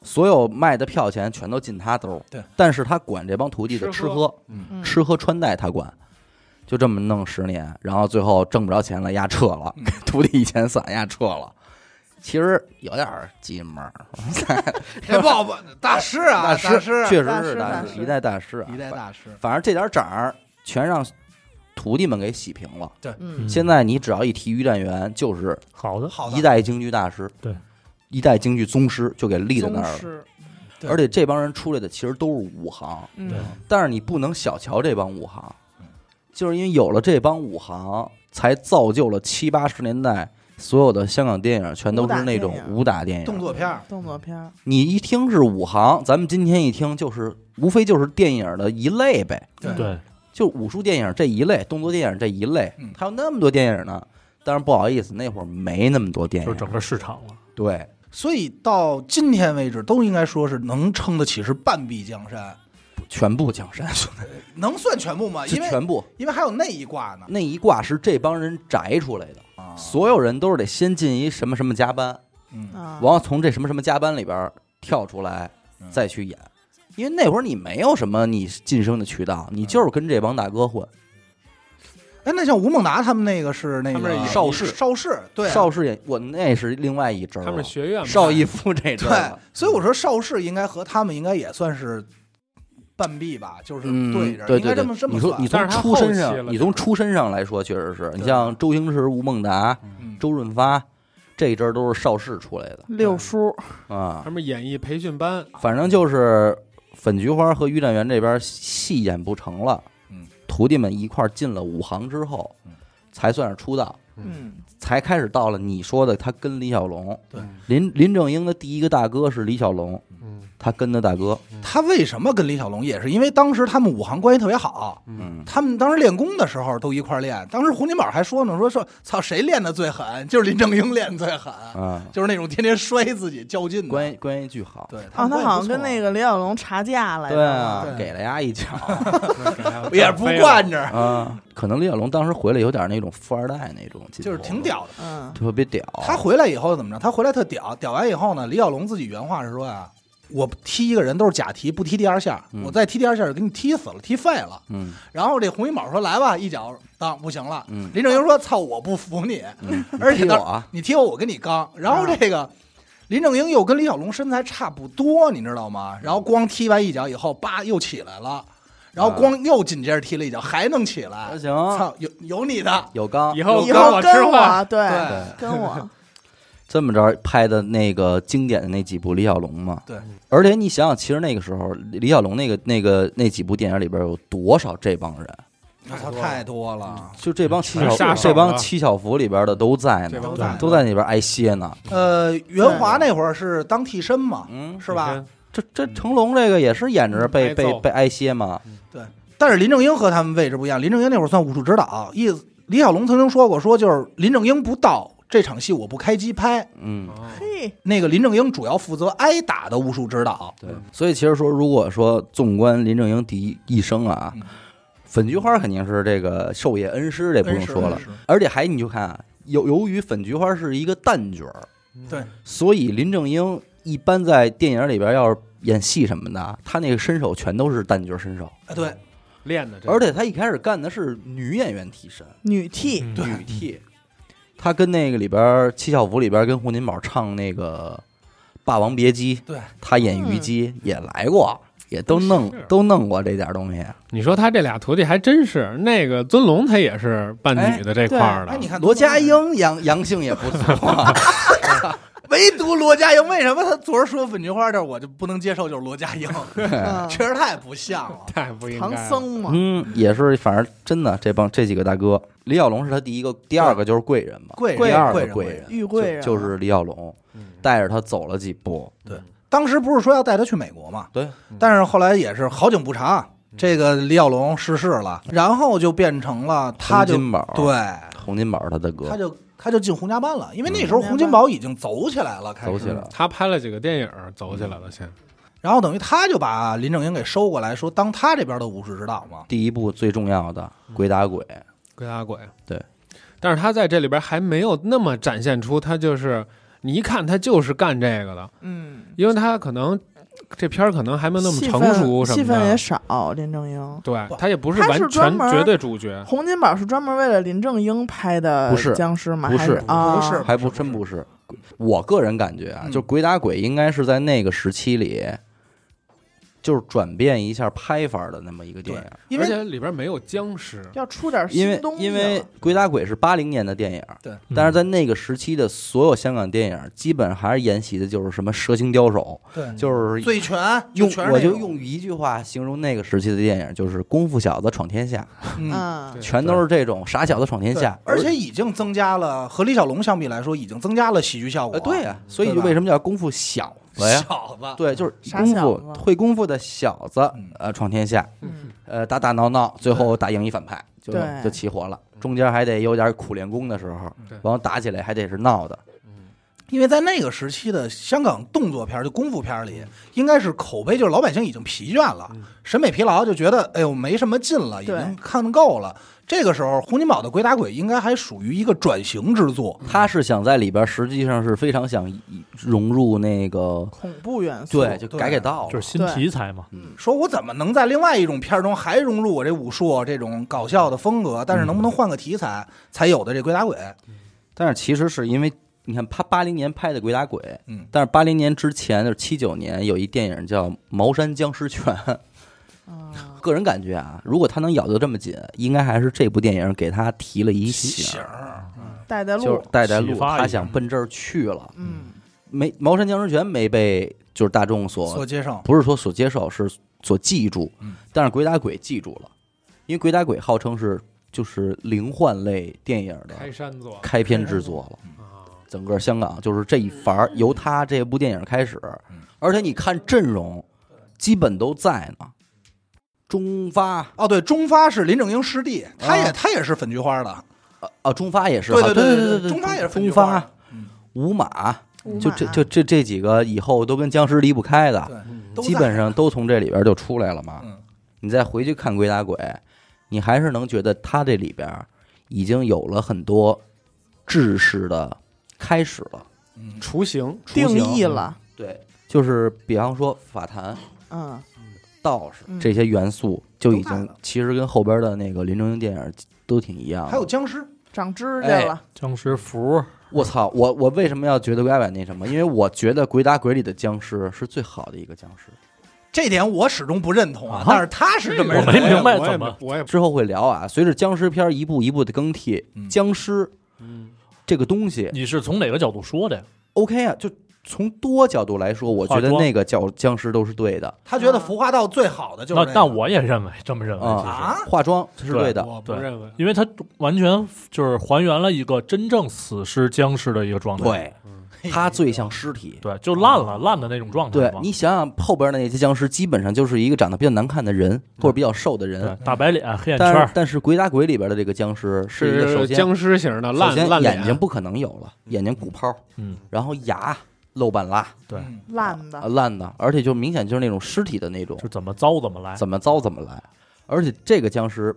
[SPEAKER 1] 所有卖的票钱全都进他兜。
[SPEAKER 2] 对，
[SPEAKER 1] 但是他管这帮徒弟的吃
[SPEAKER 4] 吃
[SPEAKER 1] 喝
[SPEAKER 4] 喝、
[SPEAKER 3] 嗯
[SPEAKER 1] 吃喝穿戴他管，就这 么弄十年，然后最后挣不着钱了，压撤了，徒弟一遣散，压撤了。其实有点儿鸡门儿，
[SPEAKER 2] 哎，不不，大师啊，
[SPEAKER 1] 师
[SPEAKER 2] 大师，嗯
[SPEAKER 1] 确实
[SPEAKER 3] 大
[SPEAKER 1] 是
[SPEAKER 3] 师
[SPEAKER 1] 大
[SPEAKER 3] 大
[SPEAKER 1] 师，
[SPEAKER 3] 师
[SPEAKER 1] 一代大师啊，
[SPEAKER 2] 一代大师，
[SPEAKER 1] 反正这点涨儿全让徒弟们给洗平了。
[SPEAKER 3] 嗯，
[SPEAKER 1] 现在你只要一提于占元，就是
[SPEAKER 5] 好的，
[SPEAKER 2] 好的，
[SPEAKER 1] 一代京剧大师，
[SPEAKER 5] 对，
[SPEAKER 1] 一代京剧宗师就给立在那
[SPEAKER 3] 宗
[SPEAKER 1] 儿了。
[SPEAKER 3] 师，
[SPEAKER 2] 对
[SPEAKER 1] 而且这帮人出来的其实都是武行，
[SPEAKER 3] 嗯
[SPEAKER 5] 对，
[SPEAKER 1] 但是你不能小瞧这帮武行
[SPEAKER 2] 嗯，
[SPEAKER 1] 就是因为有了这帮武行，才造就了七八十年代所有的香港电影全都是那种
[SPEAKER 3] 武打电影
[SPEAKER 1] 武打电
[SPEAKER 2] 动
[SPEAKER 1] 影。
[SPEAKER 2] 作片儿，
[SPEAKER 3] 动作片儿，
[SPEAKER 1] 你一听是武行，咱们今天一听就是无非就是电影的一类呗。
[SPEAKER 2] 对
[SPEAKER 5] 对，
[SPEAKER 1] 就武术电影这一类，动作电影这一类
[SPEAKER 2] 嗯，
[SPEAKER 1] 还有那么多电影呢。但是不好意思，那会儿没那么多电
[SPEAKER 5] 就
[SPEAKER 1] 影。
[SPEAKER 5] 整个市场了。
[SPEAKER 1] 对，
[SPEAKER 2] 所以到今天为止，都应该说是能称得起是半壁江山，
[SPEAKER 1] 全部江山，
[SPEAKER 2] 能算全部吗？
[SPEAKER 1] 是
[SPEAKER 2] 啊因为
[SPEAKER 1] 全部
[SPEAKER 2] 因为还有那一挂呢，
[SPEAKER 1] 那一挂是这帮人摘出来的。
[SPEAKER 2] 啊
[SPEAKER 1] 所有人都是得先进一什么什么加班，
[SPEAKER 2] 嗯，
[SPEAKER 3] 啊，
[SPEAKER 1] 然后从这什么什么加班里边儿跳出来
[SPEAKER 2] 嗯，
[SPEAKER 1] 再去演。因为那会儿你没有什么你晋升的渠道，
[SPEAKER 2] 嗯
[SPEAKER 1] 你就是跟这帮大哥混。
[SPEAKER 2] 哎，那像吴孟达他们那个是那
[SPEAKER 4] 他们
[SPEAKER 2] 个
[SPEAKER 4] 是演绎
[SPEAKER 1] 邵氏
[SPEAKER 2] 邵氏，对，啊
[SPEAKER 1] 邵氏演我那是另外一支儿
[SPEAKER 4] 他们
[SPEAKER 1] 了
[SPEAKER 4] 是，学院嘛
[SPEAKER 1] 邵逸夫这支儿
[SPEAKER 2] 对
[SPEAKER 1] 了，
[SPEAKER 2] 所以我说邵氏应该和他们应该也算是半壁吧，就是
[SPEAKER 1] 嗯，
[SPEAKER 2] 对着，
[SPEAKER 1] 对
[SPEAKER 2] 应
[SPEAKER 1] 对
[SPEAKER 2] 该这
[SPEAKER 1] 对
[SPEAKER 2] 么这么
[SPEAKER 1] 你说
[SPEAKER 2] 算
[SPEAKER 1] 你
[SPEAKER 4] 但
[SPEAKER 1] 从
[SPEAKER 4] 是他
[SPEAKER 1] 出身
[SPEAKER 4] 后期
[SPEAKER 1] 上，
[SPEAKER 4] 了
[SPEAKER 1] 你从出身上来说，确实是你
[SPEAKER 2] 对
[SPEAKER 1] 像周星驰、吴孟达、
[SPEAKER 2] 嗯
[SPEAKER 1] 周润发这一阵儿都是邵氏出来的
[SPEAKER 3] 六叔，
[SPEAKER 1] 啊
[SPEAKER 4] 他，们演艺培训班，
[SPEAKER 1] 反正就是粉菊花和于占元这边戏演不成了，
[SPEAKER 2] 嗯，
[SPEAKER 1] 徒弟们一块儿进了武行之后
[SPEAKER 2] 嗯，
[SPEAKER 1] 才算是出道，
[SPEAKER 3] 嗯，
[SPEAKER 1] 才开始到了你说的他跟李小龙，
[SPEAKER 2] 对
[SPEAKER 1] 林林正英的第一个大哥是李小龙，
[SPEAKER 4] 嗯，
[SPEAKER 1] 他跟的大哥，
[SPEAKER 2] 他为什么跟李小龙也是因为当时他们武行关系特别好，
[SPEAKER 1] 嗯，
[SPEAKER 2] 他们当时练功的时候都一块儿练。当时洪金宝还说呢，说说操谁练的最狠，就是林正英练最狠，
[SPEAKER 1] 啊，
[SPEAKER 2] 就是那种天天摔自己较劲的。
[SPEAKER 1] 关系哦关系巨好，
[SPEAKER 2] 对，
[SPEAKER 3] 啊，
[SPEAKER 2] 们
[SPEAKER 3] 他好像
[SPEAKER 2] 关系
[SPEAKER 3] 跟
[SPEAKER 2] 不错
[SPEAKER 3] 那个李小龙查架来
[SPEAKER 1] 对
[SPEAKER 3] 着，
[SPEAKER 1] 啊
[SPEAKER 2] 对，
[SPEAKER 1] 给了丫一脚。
[SPEAKER 2] 也是不惯着，
[SPEAKER 1] 啊，可能李小龙当时回来有点那种富二代那种劲头，
[SPEAKER 2] 就是挺屌的。
[SPEAKER 3] 嗯，
[SPEAKER 1] 特别屌。
[SPEAKER 2] 他回来以后怎么着？他回来特屌，屌完以后呢，李小龙自己原话是说啊，我踢一个人都是假踢，不踢第二下，
[SPEAKER 1] 嗯
[SPEAKER 2] 我再踢第二下就给你踢死了，踢废了。
[SPEAKER 1] 嗯，
[SPEAKER 2] 然后这洪金宝说来吧，一脚当不行了。
[SPEAKER 1] 嗯
[SPEAKER 2] 林正英说操，我不服你，
[SPEAKER 1] 嗯
[SPEAKER 2] 而且
[SPEAKER 1] 你踢
[SPEAKER 2] 当
[SPEAKER 1] 我啊，
[SPEAKER 2] 你踢我，我跟你刚。然后这个、林正英又跟李小龙身材差不多，你知道吗？然后光踢完一脚以后，叭又起来了，然后光又紧接着踢了一脚，还能起来
[SPEAKER 1] 不。行，
[SPEAKER 2] 操，有有你的，
[SPEAKER 1] 啊有刚
[SPEAKER 4] 以后
[SPEAKER 3] 以
[SPEAKER 4] 跟
[SPEAKER 3] 后
[SPEAKER 4] 我吃
[SPEAKER 3] 跟
[SPEAKER 4] 饭，
[SPEAKER 3] 我，对
[SPEAKER 2] 对，
[SPEAKER 3] 跟我，
[SPEAKER 1] 这么着拍的那个经典的那几部李小龙嘛。
[SPEAKER 2] 对，
[SPEAKER 1] 而且你想想，其实那个时候李小龙那个那个那几部电影里边有多少这帮人？
[SPEAKER 2] 我操，太多了。
[SPEAKER 1] 就这帮七
[SPEAKER 4] 全
[SPEAKER 1] 小
[SPEAKER 4] 是下手
[SPEAKER 1] 这帮
[SPEAKER 4] 了
[SPEAKER 1] 七小福里边的都在
[SPEAKER 4] 这
[SPEAKER 1] 呢，
[SPEAKER 4] 帮
[SPEAKER 2] 都
[SPEAKER 4] 大
[SPEAKER 2] 在
[SPEAKER 4] 哥
[SPEAKER 1] 都在那边挨歇呢。
[SPEAKER 2] 呃，袁华那会儿是当替身嘛，
[SPEAKER 1] 嗯，
[SPEAKER 2] 啊是吧？？
[SPEAKER 1] 这这成龙这个也是演着被
[SPEAKER 4] 挨
[SPEAKER 1] 被
[SPEAKER 4] 揍
[SPEAKER 1] 被挨歇嘛。
[SPEAKER 2] 但是林正英和他们位置不一样，林正英那会儿算武术指导，意思李小龙曾经说过，说就是林正英不到这场戏我不开机拍，
[SPEAKER 4] 哦
[SPEAKER 1] 嗯，
[SPEAKER 3] 嘿，
[SPEAKER 2] 那个林正英主要负责挨打的武术指导，
[SPEAKER 1] 对。所以其实说，如果说纵观林正英第一一生啊
[SPEAKER 2] 嗯，
[SPEAKER 1] 粉菊花肯定是这个授业恩师，这不用说了
[SPEAKER 2] 真。是，
[SPEAKER 1] 而且还你就看啊，由由于粉菊花是一个旦角儿，
[SPEAKER 2] 对，
[SPEAKER 1] 所以林正英一般在电影里边要是演戏什么的，他那个身手全都是旦角身手，
[SPEAKER 2] 啊对，
[SPEAKER 4] 练的这个，
[SPEAKER 1] 而且他一开始干的是女演员替身，
[SPEAKER 3] 女 替，
[SPEAKER 5] 嗯
[SPEAKER 1] 女替。他跟那个里边儿《七小福》里边儿跟洪金宝唱那个《霸王别姬》，
[SPEAKER 2] 对嗯
[SPEAKER 1] 他演虞姬也来过，也都弄
[SPEAKER 4] 是
[SPEAKER 1] 都弄过这点儿东西。
[SPEAKER 4] 你说他这俩徒弟还真是，那个尊龙他也是扮女的这块儿的，
[SPEAKER 2] 哎，你看
[SPEAKER 1] 罗家， 英阳阳性也不错，
[SPEAKER 2] 唯独罗家英，为什么他昨儿说粉菊花这儿我就不能接受，就是罗家 英，
[SPEAKER 3] 嗯
[SPEAKER 2] 确实太不像了。
[SPEAKER 4] 太不应该
[SPEAKER 3] 唐
[SPEAKER 4] 了。
[SPEAKER 3] 僧嘛，
[SPEAKER 1] 嗯，也是，反正真的这帮这几个大哥，李小龙是他第一个，第二个就是贵人嘛，
[SPEAKER 2] 贵人
[SPEAKER 1] 第二个
[SPEAKER 2] 贵啊
[SPEAKER 1] 人
[SPEAKER 2] 人
[SPEAKER 3] 玉贵人
[SPEAKER 1] 就就是李小龙
[SPEAKER 4] 嗯
[SPEAKER 1] 带着他走了几步，
[SPEAKER 2] 当时不是说要带他去美国吗？
[SPEAKER 1] 对，
[SPEAKER 2] 但是后来也是好景不长，这个李小龙逝世了，然后就变成了他就
[SPEAKER 1] 洪金宝，，
[SPEAKER 2] 对，
[SPEAKER 1] 洪金宝是他的
[SPEAKER 2] 他
[SPEAKER 1] 哥，
[SPEAKER 2] 就他就进洪家班了，因为那时候
[SPEAKER 3] 嗯
[SPEAKER 2] 洪金宝已经走起来了，开始
[SPEAKER 1] 走起来了
[SPEAKER 4] 他拍了几嗯个电影儿走起来了，先
[SPEAKER 2] 然后等于他就把林正英给收过来，说当他这边的武术指导嘛。
[SPEAKER 1] 第一部最重要的
[SPEAKER 2] 嗯
[SPEAKER 1] 鬼打鬼，
[SPEAKER 4] 鬼打鬼。
[SPEAKER 1] 对，
[SPEAKER 4] 但是他在这里边还没有那么展现出他就是，你一看他就是干这个的，
[SPEAKER 3] 嗯，
[SPEAKER 4] 因为他可能这片儿可能还没有那么
[SPEAKER 3] 戏
[SPEAKER 4] 成
[SPEAKER 3] 份
[SPEAKER 4] 熟什
[SPEAKER 3] 戏
[SPEAKER 4] 么
[SPEAKER 3] 份也
[SPEAKER 4] 的，
[SPEAKER 3] 少。林正英，
[SPEAKER 4] 对他也不是
[SPEAKER 3] 他
[SPEAKER 4] 完
[SPEAKER 3] 是专
[SPEAKER 4] 全
[SPEAKER 3] 门
[SPEAKER 4] 绝对主角，
[SPEAKER 3] 洪金宝是专门为了林正英拍的
[SPEAKER 1] 不是
[SPEAKER 3] 僵尸吗？
[SPEAKER 1] 不
[SPEAKER 3] 还
[SPEAKER 1] 是
[SPEAKER 3] 啊？
[SPEAKER 2] 不是
[SPEAKER 1] 还不真不是。我个人感觉啊，
[SPEAKER 2] 嗯
[SPEAKER 1] 就鬼打鬼应该是在那个时期里，就是转变一下拍法的那么一个电影。
[SPEAKER 2] 因
[SPEAKER 4] 而
[SPEAKER 2] 为
[SPEAKER 4] 且里边没有僵尸，
[SPEAKER 3] 要出点
[SPEAKER 1] 因
[SPEAKER 3] 新
[SPEAKER 1] 为
[SPEAKER 3] 东西了。啊
[SPEAKER 1] 因为鬼打鬼是八零年的电影，
[SPEAKER 2] 对，
[SPEAKER 1] 但是在那个时期的所有香港电影，基本还是沿袭的就是什么蛇形刁手，
[SPEAKER 2] 对
[SPEAKER 1] 就是
[SPEAKER 2] 醉拳
[SPEAKER 1] 用
[SPEAKER 2] 全是
[SPEAKER 1] 我
[SPEAKER 2] 那种
[SPEAKER 1] 就用一句话形容那个时期的电影，就是功夫小子闯天下，
[SPEAKER 2] 嗯，
[SPEAKER 3] 嗯
[SPEAKER 4] 对，
[SPEAKER 1] 全都是这种傻小子闯天
[SPEAKER 2] 对
[SPEAKER 1] 下，
[SPEAKER 2] 而且已经增加了和李小龙相比来说，已经增加了喜剧效果。
[SPEAKER 1] 呃对呀，所以
[SPEAKER 2] 对
[SPEAKER 1] 就
[SPEAKER 2] 吧
[SPEAKER 1] 为什么叫功夫 小子呀？
[SPEAKER 2] 啊小子，
[SPEAKER 1] 对，就是
[SPEAKER 3] 傻
[SPEAKER 1] 功
[SPEAKER 3] 小
[SPEAKER 1] 夫
[SPEAKER 3] 子
[SPEAKER 1] 会功夫的小子
[SPEAKER 2] 嗯，
[SPEAKER 1] 呃，闯天下，
[SPEAKER 3] 嗯
[SPEAKER 1] 呃，打打闹闹，最后打赢一反派，就
[SPEAKER 3] 对
[SPEAKER 1] 就齐活了。中间还得有点苦练功的时候
[SPEAKER 4] 嗯对，
[SPEAKER 1] 然后打起来还得是闹的，
[SPEAKER 2] 因为在那个时期的香港动作片儿，就功夫片儿里，应该是口碑就是老百姓已经疲倦了
[SPEAKER 4] 嗯，
[SPEAKER 2] 审美疲劳，就觉得哎呦没什么劲了，已
[SPEAKER 3] 对
[SPEAKER 2] 经看够了。这个时候，洪金宝的《鬼打鬼》应该还属于一个转型之作，
[SPEAKER 1] 他是想在里边，实际上是非常想以融入那个，
[SPEAKER 3] 恐怖元素。
[SPEAKER 1] 对，就改改道，
[SPEAKER 5] 就是新
[SPEAKER 3] 对
[SPEAKER 5] 题材嘛，
[SPEAKER 2] 说我怎么能在另外一种片儿中还融入我这武术这种搞笑的风格？但是能不能换个题材，才有的这《鬼打鬼》？
[SPEAKER 1] 但是其实是因为你看，他八零年拍的《鬼打鬼》，
[SPEAKER 2] 嗯
[SPEAKER 1] 但是八零年之前就是七九年有一电影叫《茅山僵尸拳》，
[SPEAKER 3] 嗯，
[SPEAKER 1] 个人感觉啊，如果他能咬得这么紧，应该还是这部电影给他提了一
[SPEAKER 2] 行
[SPEAKER 1] 醒，
[SPEAKER 2] 儿，
[SPEAKER 3] 带带
[SPEAKER 1] 就
[SPEAKER 3] 路
[SPEAKER 1] 是。带带路，
[SPEAKER 5] 启发一下
[SPEAKER 1] 他想奔这儿去了。
[SPEAKER 3] 嗯，
[SPEAKER 1] 没《茅山僵尸拳》没被就是大众所
[SPEAKER 2] 所接受。
[SPEAKER 1] 不是说所接受，是所记住
[SPEAKER 2] 嗯。
[SPEAKER 1] 但是《鬼打鬼》记住了，因为《鬼打鬼》号称是就是灵幻类电影的
[SPEAKER 4] 开山作
[SPEAKER 1] 开篇之作了。
[SPEAKER 2] 嗯
[SPEAKER 3] 哦
[SPEAKER 4] 啊，
[SPEAKER 1] 整个香港就是这一伐儿，由他这部电影开始
[SPEAKER 2] 嗯，
[SPEAKER 1] 而且你看阵容，基本都在呢。中发
[SPEAKER 2] 哦，对，中发是林正英师弟，他也
[SPEAKER 1] 啊
[SPEAKER 2] 他也是粉菊花的，
[SPEAKER 1] 呃啊，中发也是，
[SPEAKER 2] 对
[SPEAKER 1] 好对
[SPEAKER 2] 对对
[SPEAKER 1] 对，
[SPEAKER 2] 中发也是粉
[SPEAKER 1] 中
[SPEAKER 2] 菊花嗯
[SPEAKER 1] 发
[SPEAKER 2] 的，
[SPEAKER 1] 五马，
[SPEAKER 3] 五
[SPEAKER 1] 就
[SPEAKER 3] 马
[SPEAKER 1] 这就这这几个以后都跟僵尸离不开的，
[SPEAKER 2] 对，
[SPEAKER 4] 嗯
[SPEAKER 2] 都在
[SPEAKER 1] 基本上都从这里边就出来了嘛。
[SPEAKER 2] 嗯
[SPEAKER 1] 你再回去看《鬼打鬼》，你还是能觉得他这里边已经有了很多制式的开始了。
[SPEAKER 2] 嗯
[SPEAKER 4] 雏形
[SPEAKER 3] 定义
[SPEAKER 1] 雏形
[SPEAKER 3] 了。
[SPEAKER 1] 对，就是比方说法坛、
[SPEAKER 3] 嗯，
[SPEAKER 1] 道士
[SPEAKER 3] 嗯
[SPEAKER 1] 这些元素，就已
[SPEAKER 2] 都在
[SPEAKER 1] 经
[SPEAKER 2] 了
[SPEAKER 1] 其实跟后边的那个林正英电影都挺一样的。
[SPEAKER 2] 还有僵尸，
[SPEAKER 3] 长指
[SPEAKER 1] 哎
[SPEAKER 3] 甲了。
[SPEAKER 5] 僵尸服，
[SPEAKER 1] 我操，我我为什么要觉得鬼打鬼那什么？因为我觉得《鬼打鬼》里的僵尸是最好的一个僵尸。
[SPEAKER 2] 这点我始终不认同啊
[SPEAKER 5] 啊，
[SPEAKER 2] 但是他是这么
[SPEAKER 5] 我
[SPEAKER 2] 认
[SPEAKER 5] 没
[SPEAKER 2] 为
[SPEAKER 5] 明白
[SPEAKER 4] 我也
[SPEAKER 5] 怎么
[SPEAKER 4] 我也
[SPEAKER 1] 之后会聊啊，随着僵尸片一步一步的更替，
[SPEAKER 2] 嗯
[SPEAKER 1] 僵尸
[SPEAKER 4] 嗯
[SPEAKER 1] 这个东西
[SPEAKER 5] 你是从哪个角度说的呀？
[SPEAKER 1] OK 啊，就从多角度来说，我觉得
[SPEAKER 5] 化妆
[SPEAKER 1] 那个叫僵尸都是对的
[SPEAKER 2] 他觉得服化道最好的就是
[SPEAKER 5] 那
[SPEAKER 2] 这个
[SPEAKER 5] 那我也认为这么认为，其实
[SPEAKER 1] 啊，化妆是对的。
[SPEAKER 4] 我不
[SPEAKER 5] 对
[SPEAKER 4] 认为，
[SPEAKER 5] 因为它完全就是还原了一个真正死尸僵尸的一个状态，
[SPEAKER 1] 对，
[SPEAKER 2] 嘿
[SPEAKER 1] 它最像尸体。
[SPEAKER 5] 对，就烂了烂的那种状态
[SPEAKER 1] 对
[SPEAKER 5] 嘛
[SPEAKER 1] 你想想，后边的那些僵尸基本上就是一个长得比较难看的人，或者比较瘦的
[SPEAKER 5] 嗯对
[SPEAKER 1] 人。
[SPEAKER 5] 大白脸、黑眼圈
[SPEAKER 1] 但是
[SPEAKER 5] 儿，
[SPEAKER 1] 但是《鬼打鬼》里边的这个僵尸是一个首
[SPEAKER 4] 是
[SPEAKER 1] 先
[SPEAKER 4] 僵尸型的
[SPEAKER 1] 首
[SPEAKER 4] 烂
[SPEAKER 1] 先
[SPEAKER 4] 烂脸
[SPEAKER 1] 眼睛不可能有了，眼睛鼓泡，
[SPEAKER 5] 嗯，
[SPEAKER 1] 然后牙露半拉
[SPEAKER 5] 对，
[SPEAKER 2] 嗯
[SPEAKER 3] 烂
[SPEAKER 1] 啊
[SPEAKER 3] 的，
[SPEAKER 1] 烂的，而且就明显就是那种尸体的那种
[SPEAKER 5] 就，怎么糟怎么来，
[SPEAKER 1] 怎么糟怎么来。而且这个僵尸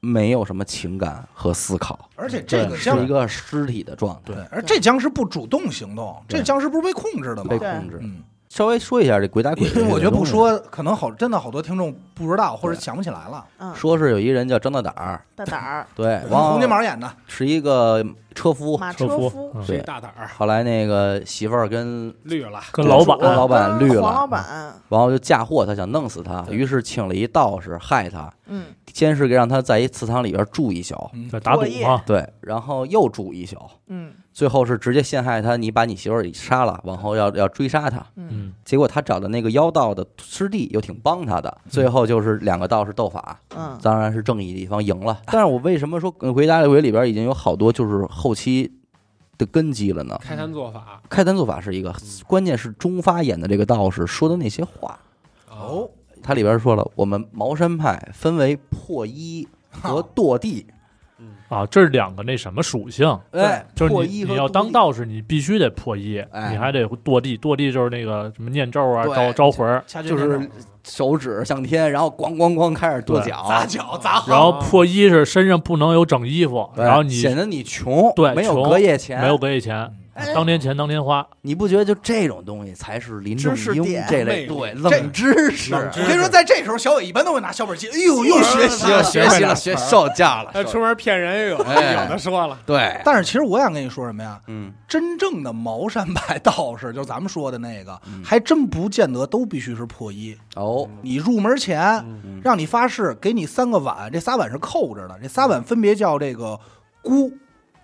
[SPEAKER 1] 没有什么情感和思考，
[SPEAKER 2] 而且这个
[SPEAKER 1] 对
[SPEAKER 2] 僵
[SPEAKER 1] 是一个尸体的状态，
[SPEAKER 5] 对
[SPEAKER 2] 对，而这僵尸不主动行动，
[SPEAKER 1] 对
[SPEAKER 2] 这僵尸不是被控制的吗
[SPEAKER 1] 被？控制。
[SPEAKER 2] 嗯，
[SPEAKER 1] 稍微说一下这鬼打鬼
[SPEAKER 2] 因
[SPEAKER 1] 的这个东
[SPEAKER 2] 为
[SPEAKER 1] 西，
[SPEAKER 2] 我觉得不说，可能好真的好多听众不知道或者想不起来了。
[SPEAKER 3] 嗯，
[SPEAKER 1] 说是有一人叫张大胆儿，
[SPEAKER 3] 大胆儿，
[SPEAKER 1] 对，王
[SPEAKER 2] 洪金宝演的，
[SPEAKER 1] 是一个车夫，
[SPEAKER 3] 马
[SPEAKER 5] 车
[SPEAKER 3] 夫，
[SPEAKER 5] 夫，嗯
[SPEAKER 4] 谁
[SPEAKER 1] 对。
[SPEAKER 4] 大胆儿
[SPEAKER 1] 后来那个媳妇儿跟
[SPEAKER 4] 绿了，
[SPEAKER 5] 跟老板
[SPEAKER 1] 跟老板
[SPEAKER 3] 跟
[SPEAKER 1] 绿
[SPEAKER 3] 嗯
[SPEAKER 1] 了
[SPEAKER 3] 黄
[SPEAKER 1] 嗯
[SPEAKER 3] 老，板，
[SPEAKER 1] 然后就嫁祸他，想弄死他，
[SPEAKER 2] 对
[SPEAKER 1] 于是请了一道士害他，
[SPEAKER 3] 嗯，
[SPEAKER 1] 先是给让他在一祠堂里边住一宿，
[SPEAKER 2] 嗯
[SPEAKER 5] 对打赌
[SPEAKER 3] 过夜
[SPEAKER 5] 嘛，
[SPEAKER 1] 对，然后又住一宿，
[SPEAKER 3] 嗯
[SPEAKER 1] 最后是直接陷害他，你把你媳妇儿给杀了，往后要要追杀他。
[SPEAKER 3] 嗯
[SPEAKER 5] 嗯，
[SPEAKER 1] 结果他找的那个妖道的师弟又挺帮他的，最后就是两个道士斗法，
[SPEAKER 3] 嗯，
[SPEAKER 1] 当然是正义的一方赢了。但是我为什么说《回答的鬼》里边已经有好多就是后期的根基了呢？
[SPEAKER 4] 开山做法
[SPEAKER 1] 开坛做法是一个，关键是中发演的这个道士说的那些话，嗯
[SPEAKER 4] 啊
[SPEAKER 2] 哦，
[SPEAKER 1] 他里边说了，我们茅山派分为破衣和堕地，
[SPEAKER 5] 啊，这是两个那什么属性，
[SPEAKER 1] 哎，
[SPEAKER 5] 就是
[SPEAKER 1] 破
[SPEAKER 5] 你
[SPEAKER 1] 衣和
[SPEAKER 5] 你要
[SPEAKER 1] 堕
[SPEAKER 5] 当
[SPEAKER 1] 地，
[SPEAKER 5] 道士，你必须得破衣，
[SPEAKER 1] 哎
[SPEAKER 5] 你还得堕地，堕地就是那个什么念咒啊，
[SPEAKER 1] 对
[SPEAKER 5] 招招魂儿，
[SPEAKER 2] 下去
[SPEAKER 1] 就是手指向天，然后咣咣咣开始跺
[SPEAKER 5] 对
[SPEAKER 1] 脚，
[SPEAKER 2] 砸脚砸好，
[SPEAKER 5] 然后破衣是身上不能有整衣服，
[SPEAKER 1] 对
[SPEAKER 5] 然后你
[SPEAKER 1] 显得你穷，嗯
[SPEAKER 5] 对
[SPEAKER 1] 没有
[SPEAKER 5] 穷
[SPEAKER 1] 隔夜钱，
[SPEAKER 5] 没有给以前，
[SPEAKER 3] 哎
[SPEAKER 5] 当天钱当天花，
[SPEAKER 1] 你不觉得就这种东西才是林正
[SPEAKER 3] 知识
[SPEAKER 1] 英
[SPEAKER 3] 点
[SPEAKER 1] 这类
[SPEAKER 4] 魅
[SPEAKER 1] 对
[SPEAKER 4] 力
[SPEAKER 1] 冷知识？
[SPEAKER 5] 冷知
[SPEAKER 2] 我跟你说，在这时候，小伟一般都会拿小本记，哎呦，又学习
[SPEAKER 1] 了，
[SPEAKER 2] 了。
[SPEAKER 1] 学习了，学哎受教了
[SPEAKER 4] 那出门骗人也有，有
[SPEAKER 1] 哎
[SPEAKER 4] 的说了，
[SPEAKER 1] 对，
[SPEAKER 2] 但是其实我想跟你说什么呀？
[SPEAKER 1] 嗯，
[SPEAKER 2] 真正的茅山派道士，就是咱们说的那个
[SPEAKER 1] 嗯，
[SPEAKER 2] 还真不见得都必须是破衣。
[SPEAKER 1] 哦，
[SPEAKER 2] 你入门前
[SPEAKER 1] 嗯
[SPEAKER 2] 让你发誓，给你三个碗，这仨碗是扣着的，这仨碗分别叫这个孤、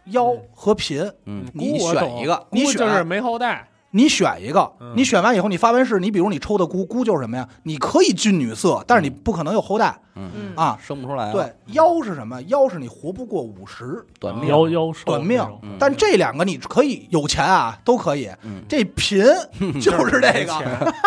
[SPEAKER 2] 腰和贫。
[SPEAKER 1] 嗯，
[SPEAKER 2] 你
[SPEAKER 4] 姑我懂
[SPEAKER 1] 选一个
[SPEAKER 4] 姑
[SPEAKER 2] 你选
[SPEAKER 4] 就是没后代，
[SPEAKER 2] 你选一个
[SPEAKER 4] 嗯，
[SPEAKER 2] 你选完以后，你发完誓，你比如你抽的孤孤就是什么呀？你可以进女色，但是你不可能有后代
[SPEAKER 1] 嗯，
[SPEAKER 3] 嗯，
[SPEAKER 2] 啊。
[SPEAKER 1] 生不出来，
[SPEAKER 2] 对，，腰是什么？腰是你活不过五十，
[SPEAKER 1] 哎短命，
[SPEAKER 5] 夭夭寿
[SPEAKER 2] 短命
[SPEAKER 5] 那种。
[SPEAKER 1] 嗯
[SPEAKER 2] 但这两个你可以有钱啊，都可以。
[SPEAKER 1] 嗯，
[SPEAKER 2] 这贫就是这个，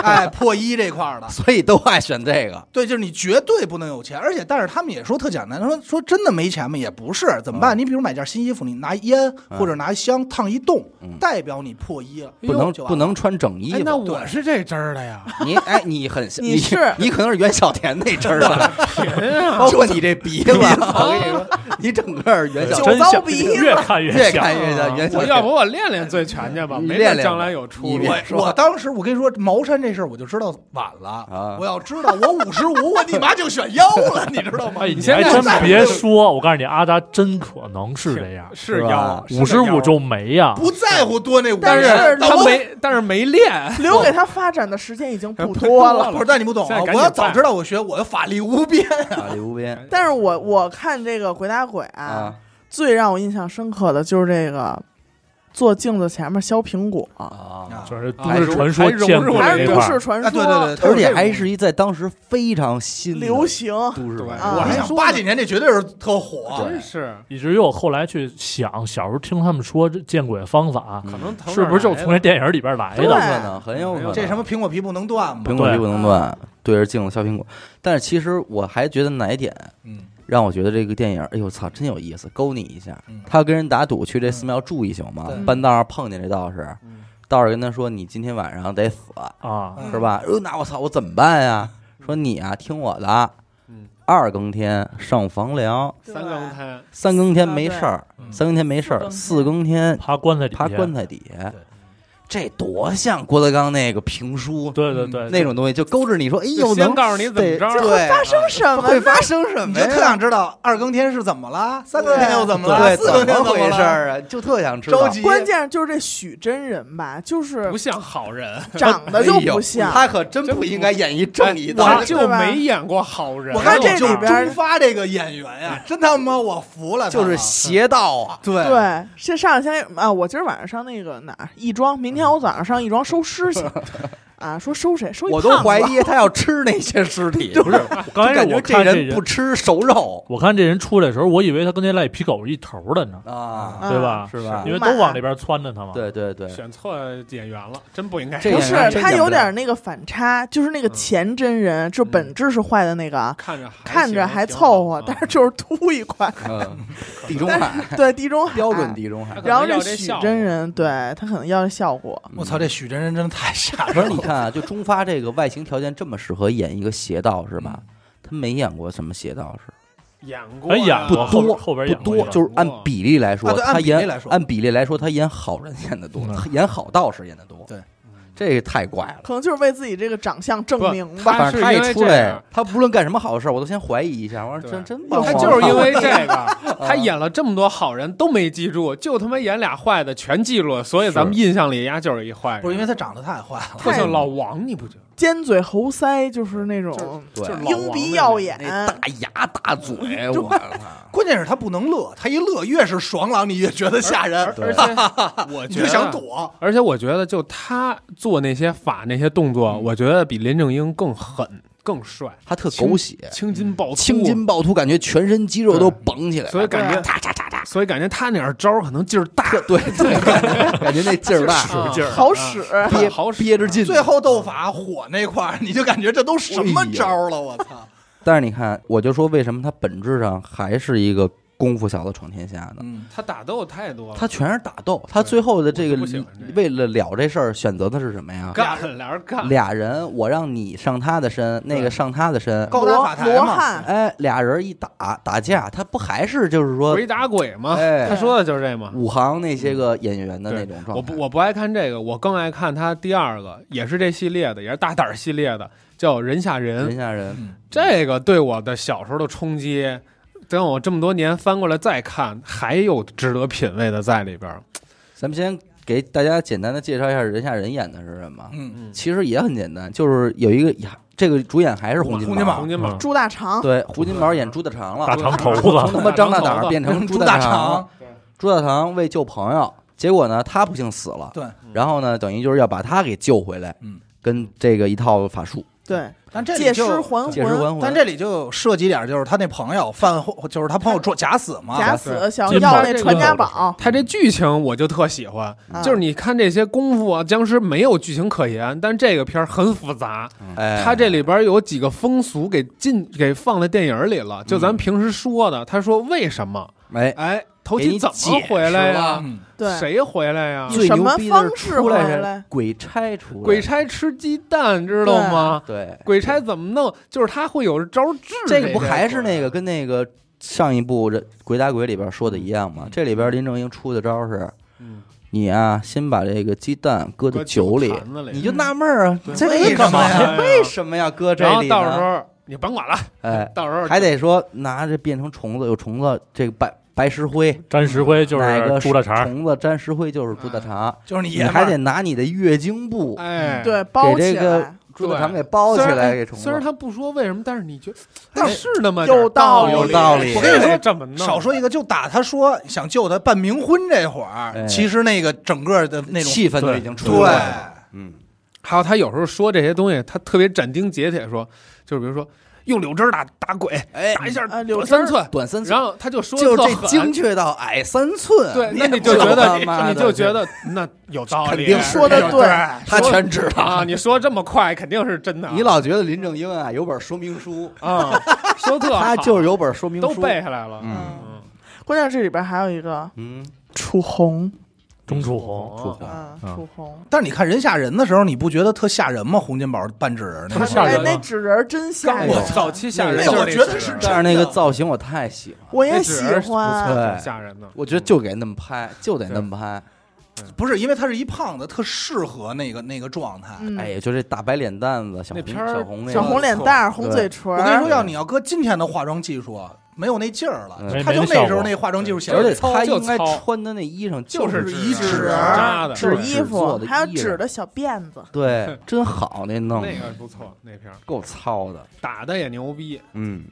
[SPEAKER 2] 哎，破衣这块儿的，
[SPEAKER 1] 所以都爱选这个，
[SPEAKER 2] 对，就是你绝对不能有钱。而且，但是他们也说特简单，他说说真的没钱吗？也不是，怎么办？你比如买件新衣服，你拿烟
[SPEAKER 1] 嗯
[SPEAKER 2] 或者拿香烫一冻
[SPEAKER 1] 嗯，
[SPEAKER 2] 代表你破衣了，
[SPEAKER 3] 哎
[SPEAKER 1] 不能
[SPEAKER 2] 就完
[SPEAKER 1] 不
[SPEAKER 2] 了。
[SPEAKER 1] 能穿整 衣
[SPEAKER 4] 哎，那
[SPEAKER 1] 服。
[SPEAKER 4] 我是这汁儿的呀，
[SPEAKER 1] 你哎，你 很像
[SPEAKER 3] 你是
[SPEAKER 1] 你可能是袁小田那阵儿 的，
[SPEAKER 4] 人啊，
[SPEAKER 1] 包括你这鼻子，啊我跟你
[SPEAKER 3] 哦
[SPEAKER 1] 说，你整个儿袁小
[SPEAKER 3] 酒
[SPEAKER 5] 真
[SPEAKER 3] 糟
[SPEAKER 5] 像，
[SPEAKER 3] 鼻子
[SPEAKER 5] 越看越
[SPEAKER 1] 越
[SPEAKER 5] 像。
[SPEAKER 1] 看越像袁小
[SPEAKER 4] 啊我
[SPEAKER 1] 田。
[SPEAKER 4] 要不我练练醉拳去吧，
[SPEAKER 1] 你
[SPEAKER 4] 没
[SPEAKER 1] 练
[SPEAKER 4] 准
[SPEAKER 1] 练
[SPEAKER 4] 将
[SPEAKER 1] 吧
[SPEAKER 4] 来有出
[SPEAKER 1] 你
[SPEAKER 4] 路。
[SPEAKER 1] 别说
[SPEAKER 2] 我当时我跟你说茅山这事儿，我就知道晚了。
[SPEAKER 1] 啊
[SPEAKER 2] 我要知道我五十五，我你妈就选腰了，你知道吗？
[SPEAKER 5] 哎，你
[SPEAKER 4] 现
[SPEAKER 5] 还
[SPEAKER 4] 在
[SPEAKER 5] 真
[SPEAKER 4] 在
[SPEAKER 5] 别说，我告诉你，阿达真可能是这样，
[SPEAKER 1] 是
[SPEAKER 4] 是
[SPEAKER 1] 吧
[SPEAKER 4] 腰，
[SPEAKER 5] 五十五就没呀。
[SPEAKER 2] 不在乎多那五十，
[SPEAKER 3] 但
[SPEAKER 4] 但
[SPEAKER 3] 是
[SPEAKER 4] 是
[SPEAKER 3] 但
[SPEAKER 4] 他没，但是没练，
[SPEAKER 3] 留给他发展的时间已经不
[SPEAKER 4] 多
[SPEAKER 3] 多了。
[SPEAKER 2] 不是，但你不懂
[SPEAKER 4] 现
[SPEAKER 2] 啊！
[SPEAKER 4] 在赶
[SPEAKER 2] 我
[SPEAKER 4] 紧
[SPEAKER 2] 要早
[SPEAKER 4] 办
[SPEAKER 2] 知道我学，我法力无边。
[SPEAKER 1] 啊，李无边
[SPEAKER 3] 但是我我看这个鬼打鬼啊，
[SPEAKER 1] 啊
[SPEAKER 3] 最让我印象深刻的就是这个坐镜子前面削苹果，
[SPEAKER 1] 啊，
[SPEAKER 5] 就是都
[SPEAKER 1] 还
[SPEAKER 5] 市
[SPEAKER 1] 融
[SPEAKER 5] 传说
[SPEAKER 4] 还融
[SPEAKER 5] 建
[SPEAKER 4] 入
[SPEAKER 5] 构
[SPEAKER 4] 了
[SPEAKER 3] 还
[SPEAKER 5] 这
[SPEAKER 3] 是
[SPEAKER 5] 一
[SPEAKER 4] 这
[SPEAKER 3] 都
[SPEAKER 5] 块
[SPEAKER 3] 市
[SPEAKER 5] 儿，
[SPEAKER 3] 传
[SPEAKER 2] 啊，
[SPEAKER 3] 说，
[SPEAKER 2] 对对对，他
[SPEAKER 1] 而
[SPEAKER 2] 有这
[SPEAKER 1] 且
[SPEAKER 2] 种
[SPEAKER 1] 还是一在当时非常新的
[SPEAKER 3] 流行。
[SPEAKER 1] 都市
[SPEAKER 4] 对，
[SPEAKER 1] 传
[SPEAKER 3] 啊
[SPEAKER 1] 说
[SPEAKER 2] 我还想八几年这绝对是特火
[SPEAKER 1] 对，
[SPEAKER 4] 真是
[SPEAKER 5] 以至于我后来去想，小时候听他们说这见鬼方法
[SPEAKER 1] 嗯
[SPEAKER 4] 可能
[SPEAKER 5] 是不是就从这电影里边来
[SPEAKER 1] 有
[SPEAKER 3] 对
[SPEAKER 5] 的？
[SPEAKER 1] 可能，很有可能。
[SPEAKER 2] 这什么苹果皮不能断嘛
[SPEAKER 1] 苹？果皮
[SPEAKER 5] 对
[SPEAKER 1] 不能断，对着镜子削苹果。但是其实我还觉得哪一点
[SPEAKER 2] 嗯，
[SPEAKER 1] 让我觉得这个电影，哎呦操，真有意思，勾你一下
[SPEAKER 2] 嗯。
[SPEAKER 1] 他跟人打赌去这寺庙住一宿嘛，
[SPEAKER 2] 对
[SPEAKER 1] 半道上碰见这道士
[SPEAKER 4] 嗯，
[SPEAKER 1] 道士跟他说：“你今天晚上得死，
[SPEAKER 5] 啊，
[SPEAKER 2] 嗯
[SPEAKER 1] 是吧？”哎呦，那我操，我怎么办呀？说你啊，听我的
[SPEAKER 4] 嗯，
[SPEAKER 1] 二更天上房梁，
[SPEAKER 4] 三更天，
[SPEAKER 1] 三更天没事儿
[SPEAKER 2] 对，嗯
[SPEAKER 1] 三更天没事儿，四
[SPEAKER 3] 四
[SPEAKER 1] 更天
[SPEAKER 5] 爬棺材底下，
[SPEAKER 1] 爬棺材底下
[SPEAKER 2] 对，
[SPEAKER 1] 这多像郭德纲那个评书
[SPEAKER 5] 对对对，
[SPEAKER 1] 嗯那种东西，就勾着你说：“哎
[SPEAKER 4] 就
[SPEAKER 1] 呦，能
[SPEAKER 4] 先告诉你怎么
[SPEAKER 1] 对
[SPEAKER 4] 着，
[SPEAKER 1] 对，
[SPEAKER 3] 发生什 么
[SPEAKER 1] 会
[SPEAKER 3] 呢？
[SPEAKER 1] 发生什
[SPEAKER 2] 你
[SPEAKER 1] 么
[SPEAKER 2] 就
[SPEAKER 1] 呀？
[SPEAKER 2] 特想知道二更天是怎么了，三更天又怎么了，
[SPEAKER 1] 对，
[SPEAKER 2] 四更
[SPEAKER 1] 怎
[SPEAKER 2] 天
[SPEAKER 1] 么
[SPEAKER 2] 怎
[SPEAKER 1] 回
[SPEAKER 2] 么了
[SPEAKER 1] 事？儿啊？就特想知道。
[SPEAKER 2] 着急
[SPEAKER 3] 关键就是这许真人吧，就是
[SPEAKER 4] 不像好 人，
[SPEAKER 3] 长得就不像。
[SPEAKER 1] 哎他可真不应该演一正义
[SPEAKER 4] 哎
[SPEAKER 1] 道
[SPEAKER 4] 我
[SPEAKER 1] 士。
[SPEAKER 4] 就没演过好人。
[SPEAKER 2] 我
[SPEAKER 3] 看
[SPEAKER 2] 看
[SPEAKER 3] 这
[SPEAKER 2] 这
[SPEAKER 3] 里
[SPEAKER 2] 就
[SPEAKER 3] 边
[SPEAKER 2] 中发这个演员呀， 真他妈我服了他，
[SPEAKER 1] 就是邪道啊！
[SPEAKER 2] 对
[SPEAKER 3] 对，这上两天啊，我今儿晚上上那个哪儿亦庄，明天我早上上亦庄收尸去啊，说收谁？收一
[SPEAKER 1] 我都
[SPEAKER 3] 胖子
[SPEAKER 1] 怀疑他要吃那些尸体，不是？
[SPEAKER 5] 我刚开始
[SPEAKER 1] 觉
[SPEAKER 5] 我看
[SPEAKER 1] 这
[SPEAKER 5] 这
[SPEAKER 1] 人不吃熟肉
[SPEAKER 5] 我看这人出来的时候，我以为他跟那赖皮狗是一头的呢，
[SPEAKER 1] 啊，
[SPEAKER 3] 啊
[SPEAKER 5] 对吧？
[SPEAKER 1] 是吧
[SPEAKER 5] 因？为都往那边窜着他嘛。
[SPEAKER 1] 对对对，
[SPEAKER 4] 选错演员了，真不应该。
[SPEAKER 1] 这
[SPEAKER 3] 不
[SPEAKER 1] 演
[SPEAKER 3] 是
[SPEAKER 1] 员真
[SPEAKER 3] 他
[SPEAKER 1] 演
[SPEAKER 3] 有
[SPEAKER 1] 不
[SPEAKER 3] 点
[SPEAKER 1] 了嗯
[SPEAKER 3] 那个反差，就是那个
[SPEAKER 4] 嗯
[SPEAKER 3] 前真人，就本质是坏的那个啊，
[SPEAKER 4] 看着还
[SPEAKER 3] 看着
[SPEAKER 4] 行
[SPEAKER 3] 还
[SPEAKER 4] 挺好
[SPEAKER 3] 凑合
[SPEAKER 4] 嗯，
[SPEAKER 3] 但是就是秃一 块，
[SPEAKER 1] 嗯，地中海
[SPEAKER 3] 对地中海
[SPEAKER 1] 标准。地中海
[SPEAKER 4] 啊可。能
[SPEAKER 3] 然后
[SPEAKER 4] 要这
[SPEAKER 3] 许
[SPEAKER 4] 效果嗯
[SPEAKER 3] 真人，对他可能要这效果，
[SPEAKER 2] 我操，这许真人真的太吓
[SPEAKER 1] 可是
[SPEAKER 2] 人
[SPEAKER 1] 你
[SPEAKER 2] 了。
[SPEAKER 1] 看啊，就中发这个外形条件这么适合演一个邪道是吧？他没演过什么邪道士，
[SPEAKER 4] 演过
[SPEAKER 5] 哎，
[SPEAKER 4] 呀，
[SPEAKER 5] 演过后
[SPEAKER 1] 不多
[SPEAKER 5] 后边
[SPEAKER 1] 不
[SPEAKER 5] 演过一
[SPEAKER 1] 多，
[SPEAKER 5] 个
[SPEAKER 1] 就是按比例来说，
[SPEAKER 2] 啊对 按
[SPEAKER 1] 他
[SPEAKER 2] 比例
[SPEAKER 1] 演
[SPEAKER 2] 来说
[SPEAKER 1] 按比例来说，他演好人演的多，
[SPEAKER 5] 嗯
[SPEAKER 1] 演好道士演的多。
[SPEAKER 2] 对
[SPEAKER 4] 嗯
[SPEAKER 1] 这个太怪了。
[SPEAKER 3] 可能就是为自己这个长相证明
[SPEAKER 4] 不
[SPEAKER 3] 吧。
[SPEAKER 1] 反正他
[SPEAKER 4] 是因
[SPEAKER 1] 一
[SPEAKER 4] 为
[SPEAKER 1] 出
[SPEAKER 4] 这
[SPEAKER 1] 来
[SPEAKER 4] 样，
[SPEAKER 1] 他无论干什么好事儿，我都先怀疑一下。我说
[SPEAKER 4] 对
[SPEAKER 1] 真真
[SPEAKER 3] 他
[SPEAKER 1] 棒，
[SPEAKER 4] 他
[SPEAKER 3] 好
[SPEAKER 4] 就是因为
[SPEAKER 1] 这
[SPEAKER 4] 这个，他演了这么多好人都没记住，就他妈演俩坏的全记住了，所以咱们印象里丫就是一坏人。
[SPEAKER 2] 不是因为他长得太坏了，
[SPEAKER 4] 特像老王，你不觉得？
[SPEAKER 3] 尖嘴猴腮，就是那种
[SPEAKER 1] 对
[SPEAKER 4] 就是老
[SPEAKER 3] 嗯鹰鼻耀眼，
[SPEAKER 1] 那大牙大
[SPEAKER 2] 嗯
[SPEAKER 1] 嘴，我操！
[SPEAKER 2] 关键是他不能乐，他一乐越是爽朗，你越觉得吓人，
[SPEAKER 4] 而且我
[SPEAKER 2] 你
[SPEAKER 4] 觉
[SPEAKER 2] 就
[SPEAKER 4] 得
[SPEAKER 2] 想。躲。
[SPEAKER 4] 而且我觉得，就他做那些法那些动作，我觉得比林正英更狠、更帅，
[SPEAKER 1] 他特狗血，
[SPEAKER 4] 青筋暴突，
[SPEAKER 1] 青筋暴突，感觉全身肌肉都绷起来了，
[SPEAKER 4] 所以感觉
[SPEAKER 1] 嚓嚓嚓嚓，
[SPEAKER 4] 所以感觉他那点招儿可能劲儿大，
[SPEAKER 1] 特对对，感觉感觉那劲儿大，嗯
[SPEAKER 4] 使劲儿，
[SPEAKER 3] 好使。
[SPEAKER 1] 憋
[SPEAKER 4] 好使
[SPEAKER 1] 憋着劲。
[SPEAKER 2] 最后斗法火那块儿，你就感觉这都什么招了，我操！
[SPEAKER 1] 但是你看，我就说为什么他本质上还是一个功夫小子闯天下呢？
[SPEAKER 2] 嗯，
[SPEAKER 4] 他打斗太多了，
[SPEAKER 1] 他全是打斗，他最后的这个
[SPEAKER 4] 我就不喜欢这个
[SPEAKER 1] 为了了这事儿选择的是什么呀？
[SPEAKER 4] 干俩人干，
[SPEAKER 1] 俩人，我让你上他的身，那个上他的身，
[SPEAKER 2] 高达
[SPEAKER 3] 罗
[SPEAKER 2] 法台
[SPEAKER 3] 罗
[SPEAKER 2] 嘛
[SPEAKER 3] 汉，
[SPEAKER 1] 哎，俩人一打打架，他不还是就是说
[SPEAKER 4] 鬼打鬼嘛。
[SPEAKER 1] 哎
[SPEAKER 4] 他说的就是这嘛。
[SPEAKER 1] 武行那些个演员的那种状态？
[SPEAKER 4] 我不我不爱看这个，我更爱看他第二个，也是这系列的，也是大胆儿系列的，叫《人吓人》
[SPEAKER 1] 人。吓人，
[SPEAKER 2] 嗯
[SPEAKER 4] 这个对我的小时候的冲击，等我这么多年翻过来再看，还有值得品味的在里边儿。
[SPEAKER 1] 咱们先给大家简单的介绍一下人吓人演的是什么。
[SPEAKER 2] 嗯，
[SPEAKER 4] 嗯，
[SPEAKER 1] 其实也很简单，就是有一个呀这个主演还是洪金
[SPEAKER 2] 洪金宝
[SPEAKER 4] 红金宝
[SPEAKER 5] 嗯
[SPEAKER 3] 猪大肠，
[SPEAKER 1] 对，胡金宝演猪大肠
[SPEAKER 5] 大
[SPEAKER 1] 了，
[SPEAKER 5] 长头
[SPEAKER 1] 从
[SPEAKER 5] 子，
[SPEAKER 1] 他妈张大胆儿变成
[SPEAKER 2] 猪
[SPEAKER 1] 大
[SPEAKER 2] 大肠，
[SPEAKER 1] 猪大肠为救朋友，结果呢他不幸死了，
[SPEAKER 2] 对，
[SPEAKER 1] 然后呢等于就是要把他给救回来，
[SPEAKER 2] 嗯，
[SPEAKER 1] 跟这个一套法术
[SPEAKER 3] 对，
[SPEAKER 2] 但这
[SPEAKER 3] 借
[SPEAKER 2] 里
[SPEAKER 3] 尸
[SPEAKER 2] 就
[SPEAKER 3] 还
[SPEAKER 1] 借尸
[SPEAKER 3] 魂，
[SPEAKER 1] 还魂，
[SPEAKER 2] 但这里就涉及点，就是他那朋友犯，就是他朋友假死嘛，
[SPEAKER 1] 啊
[SPEAKER 3] 假死
[SPEAKER 4] 对
[SPEAKER 3] 想
[SPEAKER 5] 金
[SPEAKER 3] 要
[SPEAKER 5] 宝
[SPEAKER 3] 那
[SPEAKER 5] 这
[SPEAKER 3] 传
[SPEAKER 5] 个
[SPEAKER 3] 家宝，
[SPEAKER 4] 他这剧情我就特喜欢，
[SPEAKER 1] 嗯
[SPEAKER 3] 啊
[SPEAKER 4] 就是你看这些功夫啊、僵尸没有剧情可言，但这个片儿很复杂，
[SPEAKER 1] 哎，
[SPEAKER 4] 它这里边有几个风俗给进给放在电影里
[SPEAKER 1] 嗯
[SPEAKER 4] 了，就咱平时说的，他说为什么？
[SPEAKER 1] 哎
[SPEAKER 4] 哎，头
[SPEAKER 1] 给
[SPEAKER 4] 七
[SPEAKER 1] 你
[SPEAKER 4] 怎么
[SPEAKER 1] 解释
[SPEAKER 4] 回来呀、
[SPEAKER 1] 了
[SPEAKER 2] 嗯，
[SPEAKER 3] 对，
[SPEAKER 4] 谁回来呀、
[SPEAKER 3] 你
[SPEAKER 1] 最
[SPEAKER 3] 什
[SPEAKER 1] 牛
[SPEAKER 3] 么
[SPEAKER 1] 逼
[SPEAKER 3] 方
[SPEAKER 1] 的是
[SPEAKER 3] 式
[SPEAKER 1] 出
[SPEAKER 3] 回
[SPEAKER 1] 来哎
[SPEAKER 3] 来
[SPEAKER 1] 是鬼差出来，
[SPEAKER 4] 鬼差吃鸡蛋，知道吗？
[SPEAKER 1] 对，
[SPEAKER 4] 鬼差怎么弄？就是他会有招治。
[SPEAKER 1] 这个不还是那个跟那个上一部这《鬼打鬼》里边说的一样吗？这里边林正英出的招是，
[SPEAKER 4] 嗯
[SPEAKER 1] 你啊，先把这个鸡蛋搁
[SPEAKER 4] 搁
[SPEAKER 1] 在酒里，
[SPEAKER 4] 坛子里
[SPEAKER 1] 你就纳闷儿啊，
[SPEAKER 4] 对
[SPEAKER 1] 这什
[SPEAKER 2] 为什么
[SPEAKER 1] 呀？
[SPEAKER 4] 呀
[SPEAKER 1] 为什么要搁这
[SPEAKER 4] 然后
[SPEAKER 1] 里
[SPEAKER 4] 到时
[SPEAKER 1] 呢？
[SPEAKER 4] 候你甭管了，
[SPEAKER 1] 哎，
[SPEAKER 4] 到时候
[SPEAKER 1] 还得说拿着变成虫子，有虫子这个白白石灰，
[SPEAKER 5] 沾石灰就
[SPEAKER 1] 哪个
[SPEAKER 5] 是猪大肠，啊
[SPEAKER 1] 虫子沾石灰就是猪大肠，
[SPEAKER 2] 就是你
[SPEAKER 1] 你
[SPEAKER 2] 爷们儿
[SPEAKER 1] 还得拿你的月经布
[SPEAKER 4] 哎，
[SPEAKER 3] 对包
[SPEAKER 1] 给
[SPEAKER 3] 起
[SPEAKER 1] 这个
[SPEAKER 3] 来，
[SPEAKER 1] 猪大肠给包起
[SPEAKER 4] 虽然
[SPEAKER 1] 来
[SPEAKER 4] 哎
[SPEAKER 1] 给虫
[SPEAKER 4] 虽然
[SPEAKER 1] 子。
[SPEAKER 4] 他不说为什么，但是你觉得
[SPEAKER 2] 但
[SPEAKER 4] 哎
[SPEAKER 2] 是
[SPEAKER 4] 是那么
[SPEAKER 3] 有道
[SPEAKER 4] 理，
[SPEAKER 3] 理
[SPEAKER 1] 有道理哎
[SPEAKER 4] 我跟你
[SPEAKER 2] 是
[SPEAKER 4] 说哎这么弄，
[SPEAKER 2] 少说一个，就打他说想救他办冥婚这会儿，
[SPEAKER 1] 哎
[SPEAKER 2] 其实那个整个的那种
[SPEAKER 1] 气氛都
[SPEAKER 5] 对
[SPEAKER 1] 已经出
[SPEAKER 2] 对
[SPEAKER 1] 来了，嗯，
[SPEAKER 4] 还有他有时候说这些东西，他特别斩钉截铁说，就是比如说用柳枝儿打打鬼，
[SPEAKER 1] 哎，
[SPEAKER 4] 打一下
[SPEAKER 3] 啊柳
[SPEAKER 4] 短
[SPEAKER 3] 枝儿
[SPEAKER 4] 三寸，
[SPEAKER 1] 短三寸
[SPEAKER 4] 然后他就说
[SPEAKER 1] 就
[SPEAKER 4] 得特
[SPEAKER 1] 这
[SPEAKER 4] 狠
[SPEAKER 1] 精确到矮三寸，
[SPEAKER 4] 对，那你
[SPEAKER 1] 就
[SPEAKER 4] 就觉
[SPEAKER 1] 他妈
[SPEAKER 4] 得
[SPEAKER 1] 的
[SPEAKER 4] 你就觉得那有道
[SPEAKER 1] 肯
[SPEAKER 4] 理，
[SPEAKER 1] 定
[SPEAKER 3] 说
[SPEAKER 1] 的
[SPEAKER 3] 的对，
[SPEAKER 1] 他全知道。
[SPEAKER 4] 啊！你说这么快，肯定是真的啊。
[SPEAKER 1] 你老觉得林正英啊有本说明书，
[SPEAKER 4] 啊，说特
[SPEAKER 1] 他
[SPEAKER 4] 好
[SPEAKER 1] 就是有本说明
[SPEAKER 4] 都
[SPEAKER 1] 书，
[SPEAKER 4] 背下来了。
[SPEAKER 1] 嗯
[SPEAKER 4] 嗯，
[SPEAKER 3] 关键这里边还有一个
[SPEAKER 1] 嗯，
[SPEAKER 3] 楚红，
[SPEAKER 5] 钟楚红，
[SPEAKER 1] 出红
[SPEAKER 3] 啊，
[SPEAKER 5] 啊
[SPEAKER 3] 楚红，
[SPEAKER 2] 但是你看人吓人的时候，你不觉得特吓人吗？洪金宝扮纸人那
[SPEAKER 4] 他
[SPEAKER 2] 个
[SPEAKER 4] 吓
[SPEAKER 2] 时候，
[SPEAKER 4] 人
[SPEAKER 3] 哎
[SPEAKER 4] 吗，
[SPEAKER 3] 那纸人儿真吓
[SPEAKER 4] 刚哎
[SPEAKER 3] 人
[SPEAKER 4] 我
[SPEAKER 3] 啊，
[SPEAKER 4] 早期吓人
[SPEAKER 1] 那
[SPEAKER 4] 就是
[SPEAKER 1] 我
[SPEAKER 4] 那
[SPEAKER 2] 觉得
[SPEAKER 4] 纸
[SPEAKER 2] 是
[SPEAKER 4] 人
[SPEAKER 2] 真
[SPEAKER 1] 但是那个造型我太喜欢，
[SPEAKER 3] 我也
[SPEAKER 4] 那纸
[SPEAKER 3] 喜
[SPEAKER 4] 人是不
[SPEAKER 1] 错
[SPEAKER 3] 欢
[SPEAKER 1] 的，
[SPEAKER 4] 挺吓人的。
[SPEAKER 1] 我觉得就给那么拍，就得那么拍。
[SPEAKER 2] 不是因为他是一胖子，特适合那个那个状态。
[SPEAKER 3] 嗯
[SPEAKER 1] 哎，呀，就这大白脸蛋子，小
[SPEAKER 4] 那
[SPEAKER 1] 红
[SPEAKER 4] 片儿
[SPEAKER 1] 小红那
[SPEAKER 3] 小
[SPEAKER 1] 个
[SPEAKER 3] 红脸蛋儿、红嘴唇
[SPEAKER 2] 我跟你说，
[SPEAKER 3] 儿，
[SPEAKER 2] 要你要搁今天的化妆技术，没有那劲儿了
[SPEAKER 1] 嗯。
[SPEAKER 2] 他就那
[SPEAKER 5] 没那
[SPEAKER 2] 时
[SPEAKER 5] 效
[SPEAKER 2] 候
[SPEAKER 5] 果
[SPEAKER 2] 那化妆技术显
[SPEAKER 1] 而且
[SPEAKER 2] 得
[SPEAKER 1] 他
[SPEAKER 4] 就
[SPEAKER 1] 应该
[SPEAKER 4] 糙
[SPEAKER 1] 穿的那衣裳
[SPEAKER 4] 就是
[SPEAKER 1] 是
[SPEAKER 2] 一
[SPEAKER 4] 纸
[SPEAKER 2] 纸
[SPEAKER 4] 人
[SPEAKER 2] 人
[SPEAKER 4] 儿
[SPEAKER 2] 儿
[SPEAKER 4] 扎的，
[SPEAKER 1] 是
[SPEAKER 3] 纸衣
[SPEAKER 1] 做
[SPEAKER 3] 服
[SPEAKER 1] 的
[SPEAKER 3] 还有
[SPEAKER 1] 衣
[SPEAKER 3] 纸
[SPEAKER 1] 裳
[SPEAKER 3] 的小辫子，
[SPEAKER 1] 对，真好那弄的
[SPEAKER 4] 那个不错，那片儿
[SPEAKER 1] 够糙的，
[SPEAKER 4] 打的也牛逼。
[SPEAKER 1] 嗯，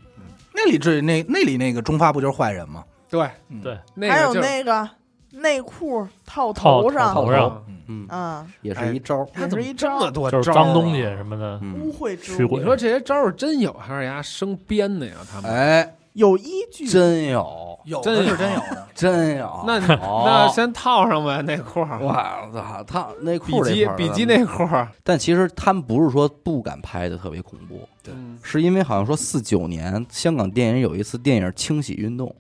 [SPEAKER 2] 那里这那那里那个中发不就是坏人吗？
[SPEAKER 4] 对
[SPEAKER 2] 嗯
[SPEAKER 5] 对
[SPEAKER 4] 那
[SPEAKER 3] 还有
[SPEAKER 4] 就是
[SPEAKER 3] 那个内裤套
[SPEAKER 5] 套
[SPEAKER 3] 头上
[SPEAKER 5] 套头上
[SPEAKER 4] 嗯
[SPEAKER 1] 嗯，
[SPEAKER 3] 啊，
[SPEAKER 1] 也
[SPEAKER 4] 哎
[SPEAKER 1] 是一招儿，
[SPEAKER 4] 他
[SPEAKER 3] 也
[SPEAKER 4] 怎
[SPEAKER 3] 是
[SPEAKER 4] 么
[SPEAKER 3] 一
[SPEAKER 4] 这
[SPEAKER 3] 招
[SPEAKER 4] 么多
[SPEAKER 5] 就是
[SPEAKER 4] 招
[SPEAKER 5] 脏
[SPEAKER 4] 啊
[SPEAKER 5] 东西什么的，
[SPEAKER 1] 嗯
[SPEAKER 3] 污，秽之
[SPEAKER 5] 驱
[SPEAKER 3] 物
[SPEAKER 5] 鬼
[SPEAKER 4] 你说这些招儿真有，还是人家生编的呀？他们
[SPEAKER 1] 哎，
[SPEAKER 3] 有依据，
[SPEAKER 1] 真有，
[SPEAKER 2] 有
[SPEAKER 4] 真
[SPEAKER 2] 的啊
[SPEAKER 4] 有
[SPEAKER 2] 是真有的。
[SPEAKER 1] 真有，
[SPEAKER 4] 那你
[SPEAKER 1] 哦
[SPEAKER 4] 那先套上呗内裤儿，
[SPEAKER 1] 我操，他内
[SPEAKER 4] 比
[SPEAKER 1] 裤这
[SPEAKER 4] 基
[SPEAKER 1] 块儿
[SPEAKER 4] 比
[SPEAKER 1] 咱
[SPEAKER 4] 基
[SPEAKER 1] 们
[SPEAKER 4] 内裤儿，
[SPEAKER 1] 但其实他们不是说不敢拍的特别恐怖，
[SPEAKER 2] 对
[SPEAKER 4] 嗯
[SPEAKER 1] 是因为好像说四九年香港电影有一次电影清洗运动，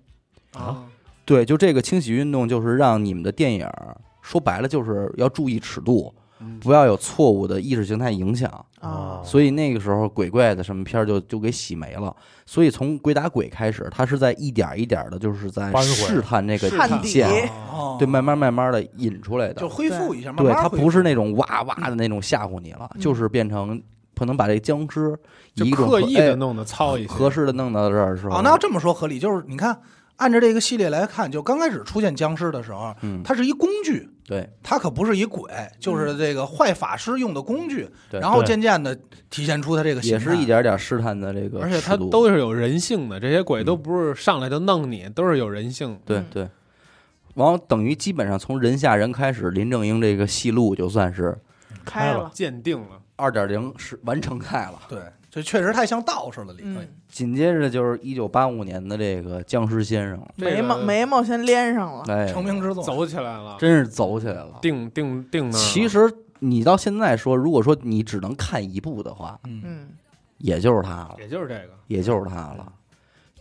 [SPEAKER 4] 啊，
[SPEAKER 1] 对，就这个清洗运动就是让你们的电影儿说白了就是要注意尺度，
[SPEAKER 4] 嗯哦
[SPEAKER 1] 不要有错误的意识形态影响。
[SPEAKER 3] 啊，
[SPEAKER 1] 所以那个时候鬼怪的什么片儿就就给洗没了。所以从鬼打鬼开始，他是在一点儿一点儿的，就是在
[SPEAKER 5] 搬回
[SPEAKER 1] 试探这个
[SPEAKER 4] 试探
[SPEAKER 1] 底
[SPEAKER 3] 底
[SPEAKER 1] 线，
[SPEAKER 4] 啊
[SPEAKER 1] 嗯
[SPEAKER 2] 哦
[SPEAKER 1] 对，慢慢慢慢的引出来的，
[SPEAKER 2] 就恢复一下，慢
[SPEAKER 1] 对，
[SPEAKER 2] 慢
[SPEAKER 1] 它
[SPEAKER 2] 恢复
[SPEAKER 1] 不是那种哇哇的那种吓唬你了，
[SPEAKER 3] 嗯
[SPEAKER 1] 就是变成可能把这僵尸
[SPEAKER 4] 就
[SPEAKER 1] 以一种
[SPEAKER 4] 刻
[SPEAKER 1] 合
[SPEAKER 4] 意
[SPEAKER 1] 哎
[SPEAKER 4] 的弄的糙一些，
[SPEAKER 1] 合适的弄到这儿的时候，
[SPEAKER 2] 哦，那要这么说合理，就是你看，按照这个系列来看，就刚开始出现僵尸的时候，
[SPEAKER 1] 嗯，
[SPEAKER 2] 它是一工具，
[SPEAKER 1] 对
[SPEAKER 2] 它可不是一鬼，就是这个坏法师用的工具。
[SPEAKER 1] 对
[SPEAKER 2] 然后
[SPEAKER 5] 对
[SPEAKER 2] 渐渐的体现出它这个
[SPEAKER 1] 也
[SPEAKER 2] 形态
[SPEAKER 1] 是一点点试探的这个
[SPEAKER 4] 而且它
[SPEAKER 1] 尺度，嗯
[SPEAKER 4] 都是有人性的，这些鬼都不是上来就弄你，都是有人性。
[SPEAKER 1] 对
[SPEAKER 3] 嗯
[SPEAKER 1] 对。然后等于基本上从人吓人开始，林正英这个戏路就算是
[SPEAKER 3] 开了，
[SPEAKER 4] 鉴定了，
[SPEAKER 1] 二点零是完成态了。
[SPEAKER 2] 对，这确实太像道士了里头。
[SPEAKER 3] 嗯，
[SPEAKER 1] 紧接着就是一九八五年的这个《僵尸先生
[SPEAKER 4] 这个
[SPEAKER 3] 眉毛眉毛先连上了》，，
[SPEAKER 1] 哎，
[SPEAKER 2] 成名之作，
[SPEAKER 4] 走起来了，
[SPEAKER 1] 真是走起来了。
[SPEAKER 4] 定定定那儿了。
[SPEAKER 1] 其实你到现在说，如果说你只能看一部的话，
[SPEAKER 2] 嗯，
[SPEAKER 3] 嗯，
[SPEAKER 1] 也就是他了。
[SPEAKER 4] 也就是这个，
[SPEAKER 1] 也就是他了。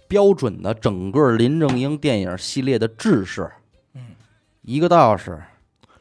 [SPEAKER 1] 标准的整个林正英电影系列的制式，
[SPEAKER 2] 嗯，
[SPEAKER 1] 一个道士，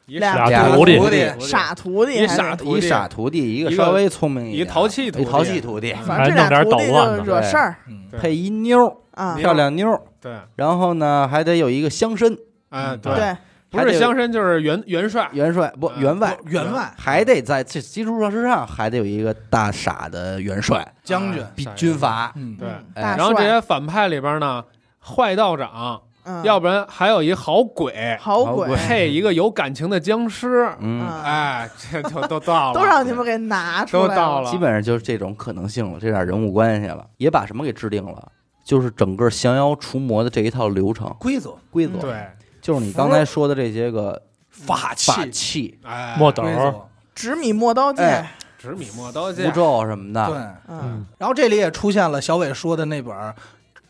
[SPEAKER 4] 一
[SPEAKER 3] 俩
[SPEAKER 4] 傻
[SPEAKER 1] 俩
[SPEAKER 5] 徒弟
[SPEAKER 2] 徒弟
[SPEAKER 3] 傻徒弟
[SPEAKER 4] 一
[SPEAKER 3] 还 是，
[SPEAKER 4] 傻徒
[SPEAKER 1] 哎一
[SPEAKER 4] 弟，
[SPEAKER 1] 傻徒弟，一个
[SPEAKER 4] 一个
[SPEAKER 1] 稍微聪明
[SPEAKER 4] 一
[SPEAKER 1] 点啊
[SPEAKER 4] 个淘气徒
[SPEAKER 1] 一
[SPEAKER 4] 弟，嗯
[SPEAKER 1] 淘气徒弟，
[SPEAKER 3] 反正这
[SPEAKER 5] 还弄点
[SPEAKER 3] 俩
[SPEAKER 5] 儿
[SPEAKER 3] 徒弟
[SPEAKER 5] 捣乱的
[SPEAKER 3] 就惹
[SPEAKER 1] 对
[SPEAKER 3] 事儿
[SPEAKER 2] 嗯，
[SPEAKER 4] 对
[SPEAKER 1] 配一妞儿，
[SPEAKER 3] 啊
[SPEAKER 4] 你。
[SPEAKER 1] 漂亮妞儿，
[SPEAKER 4] 对，
[SPEAKER 1] 然后呢还得有一个乡绅
[SPEAKER 4] 哎，
[SPEAKER 5] 对
[SPEAKER 3] 对，
[SPEAKER 1] 嗯
[SPEAKER 4] 不
[SPEAKER 1] 还得
[SPEAKER 4] 是香绅就是元元帅，
[SPEAKER 1] 元帅不
[SPEAKER 4] 嗯
[SPEAKER 1] 员外，
[SPEAKER 2] 员外
[SPEAKER 1] 还得在这基础上之上还得有一个大傻的元帅，
[SPEAKER 2] 将军
[SPEAKER 4] 哎，
[SPEAKER 1] 比
[SPEAKER 4] 傻元
[SPEAKER 1] 军
[SPEAKER 4] 帅
[SPEAKER 1] 阀，
[SPEAKER 2] 嗯，
[SPEAKER 4] 对
[SPEAKER 3] 嗯
[SPEAKER 1] 哎
[SPEAKER 3] 大
[SPEAKER 4] 然后这
[SPEAKER 3] 帅
[SPEAKER 4] 些反派里边呢，坏道长，
[SPEAKER 3] 嗯
[SPEAKER 4] 要不然还有一好鬼，
[SPEAKER 3] 好
[SPEAKER 1] 好
[SPEAKER 3] 鬼
[SPEAKER 1] 鬼
[SPEAKER 4] 配一个有感情的僵尸，
[SPEAKER 1] 嗯，
[SPEAKER 3] 啊，
[SPEAKER 4] 哎，这就都到了，
[SPEAKER 3] 都让你们给拿出
[SPEAKER 4] 都
[SPEAKER 3] 来
[SPEAKER 4] 到
[SPEAKER 3] 了。
[SPEAKER 4] 了，
[SPEAKER 1] 基本上就是这种可能性了，这点人物关系了，也把什么给制定了。就是整个降妖除魔的这一套流程
[SPEAKER 2] 规则
[SPEAKER 1] 规则，
[SPEAKER 4] 嗯对，
[SPEAKER 1] 就是你刚才说的这些个
[SPEAKER 2] 法器
[SPEAKER 1] 法器、
[SPEAKER 4] 哎，
[SPEAKER 5] 墨斗
[SPEAKER 2] 规则，
[SPEAKER 3] 纸米磨刀剑
[SPEAKER 1] 哎，
[SPEAKER 4] 纸米磨刀
[SPEAKER 1] 符
[SPEAKER 4] 剑，
[SPEAKER 1] 咒什么的，
[SPEAKER 2] 对，
[SPEAKER 3] 嗯，
[SPEAKER 2] 然后这里也出现了小伟说的那本《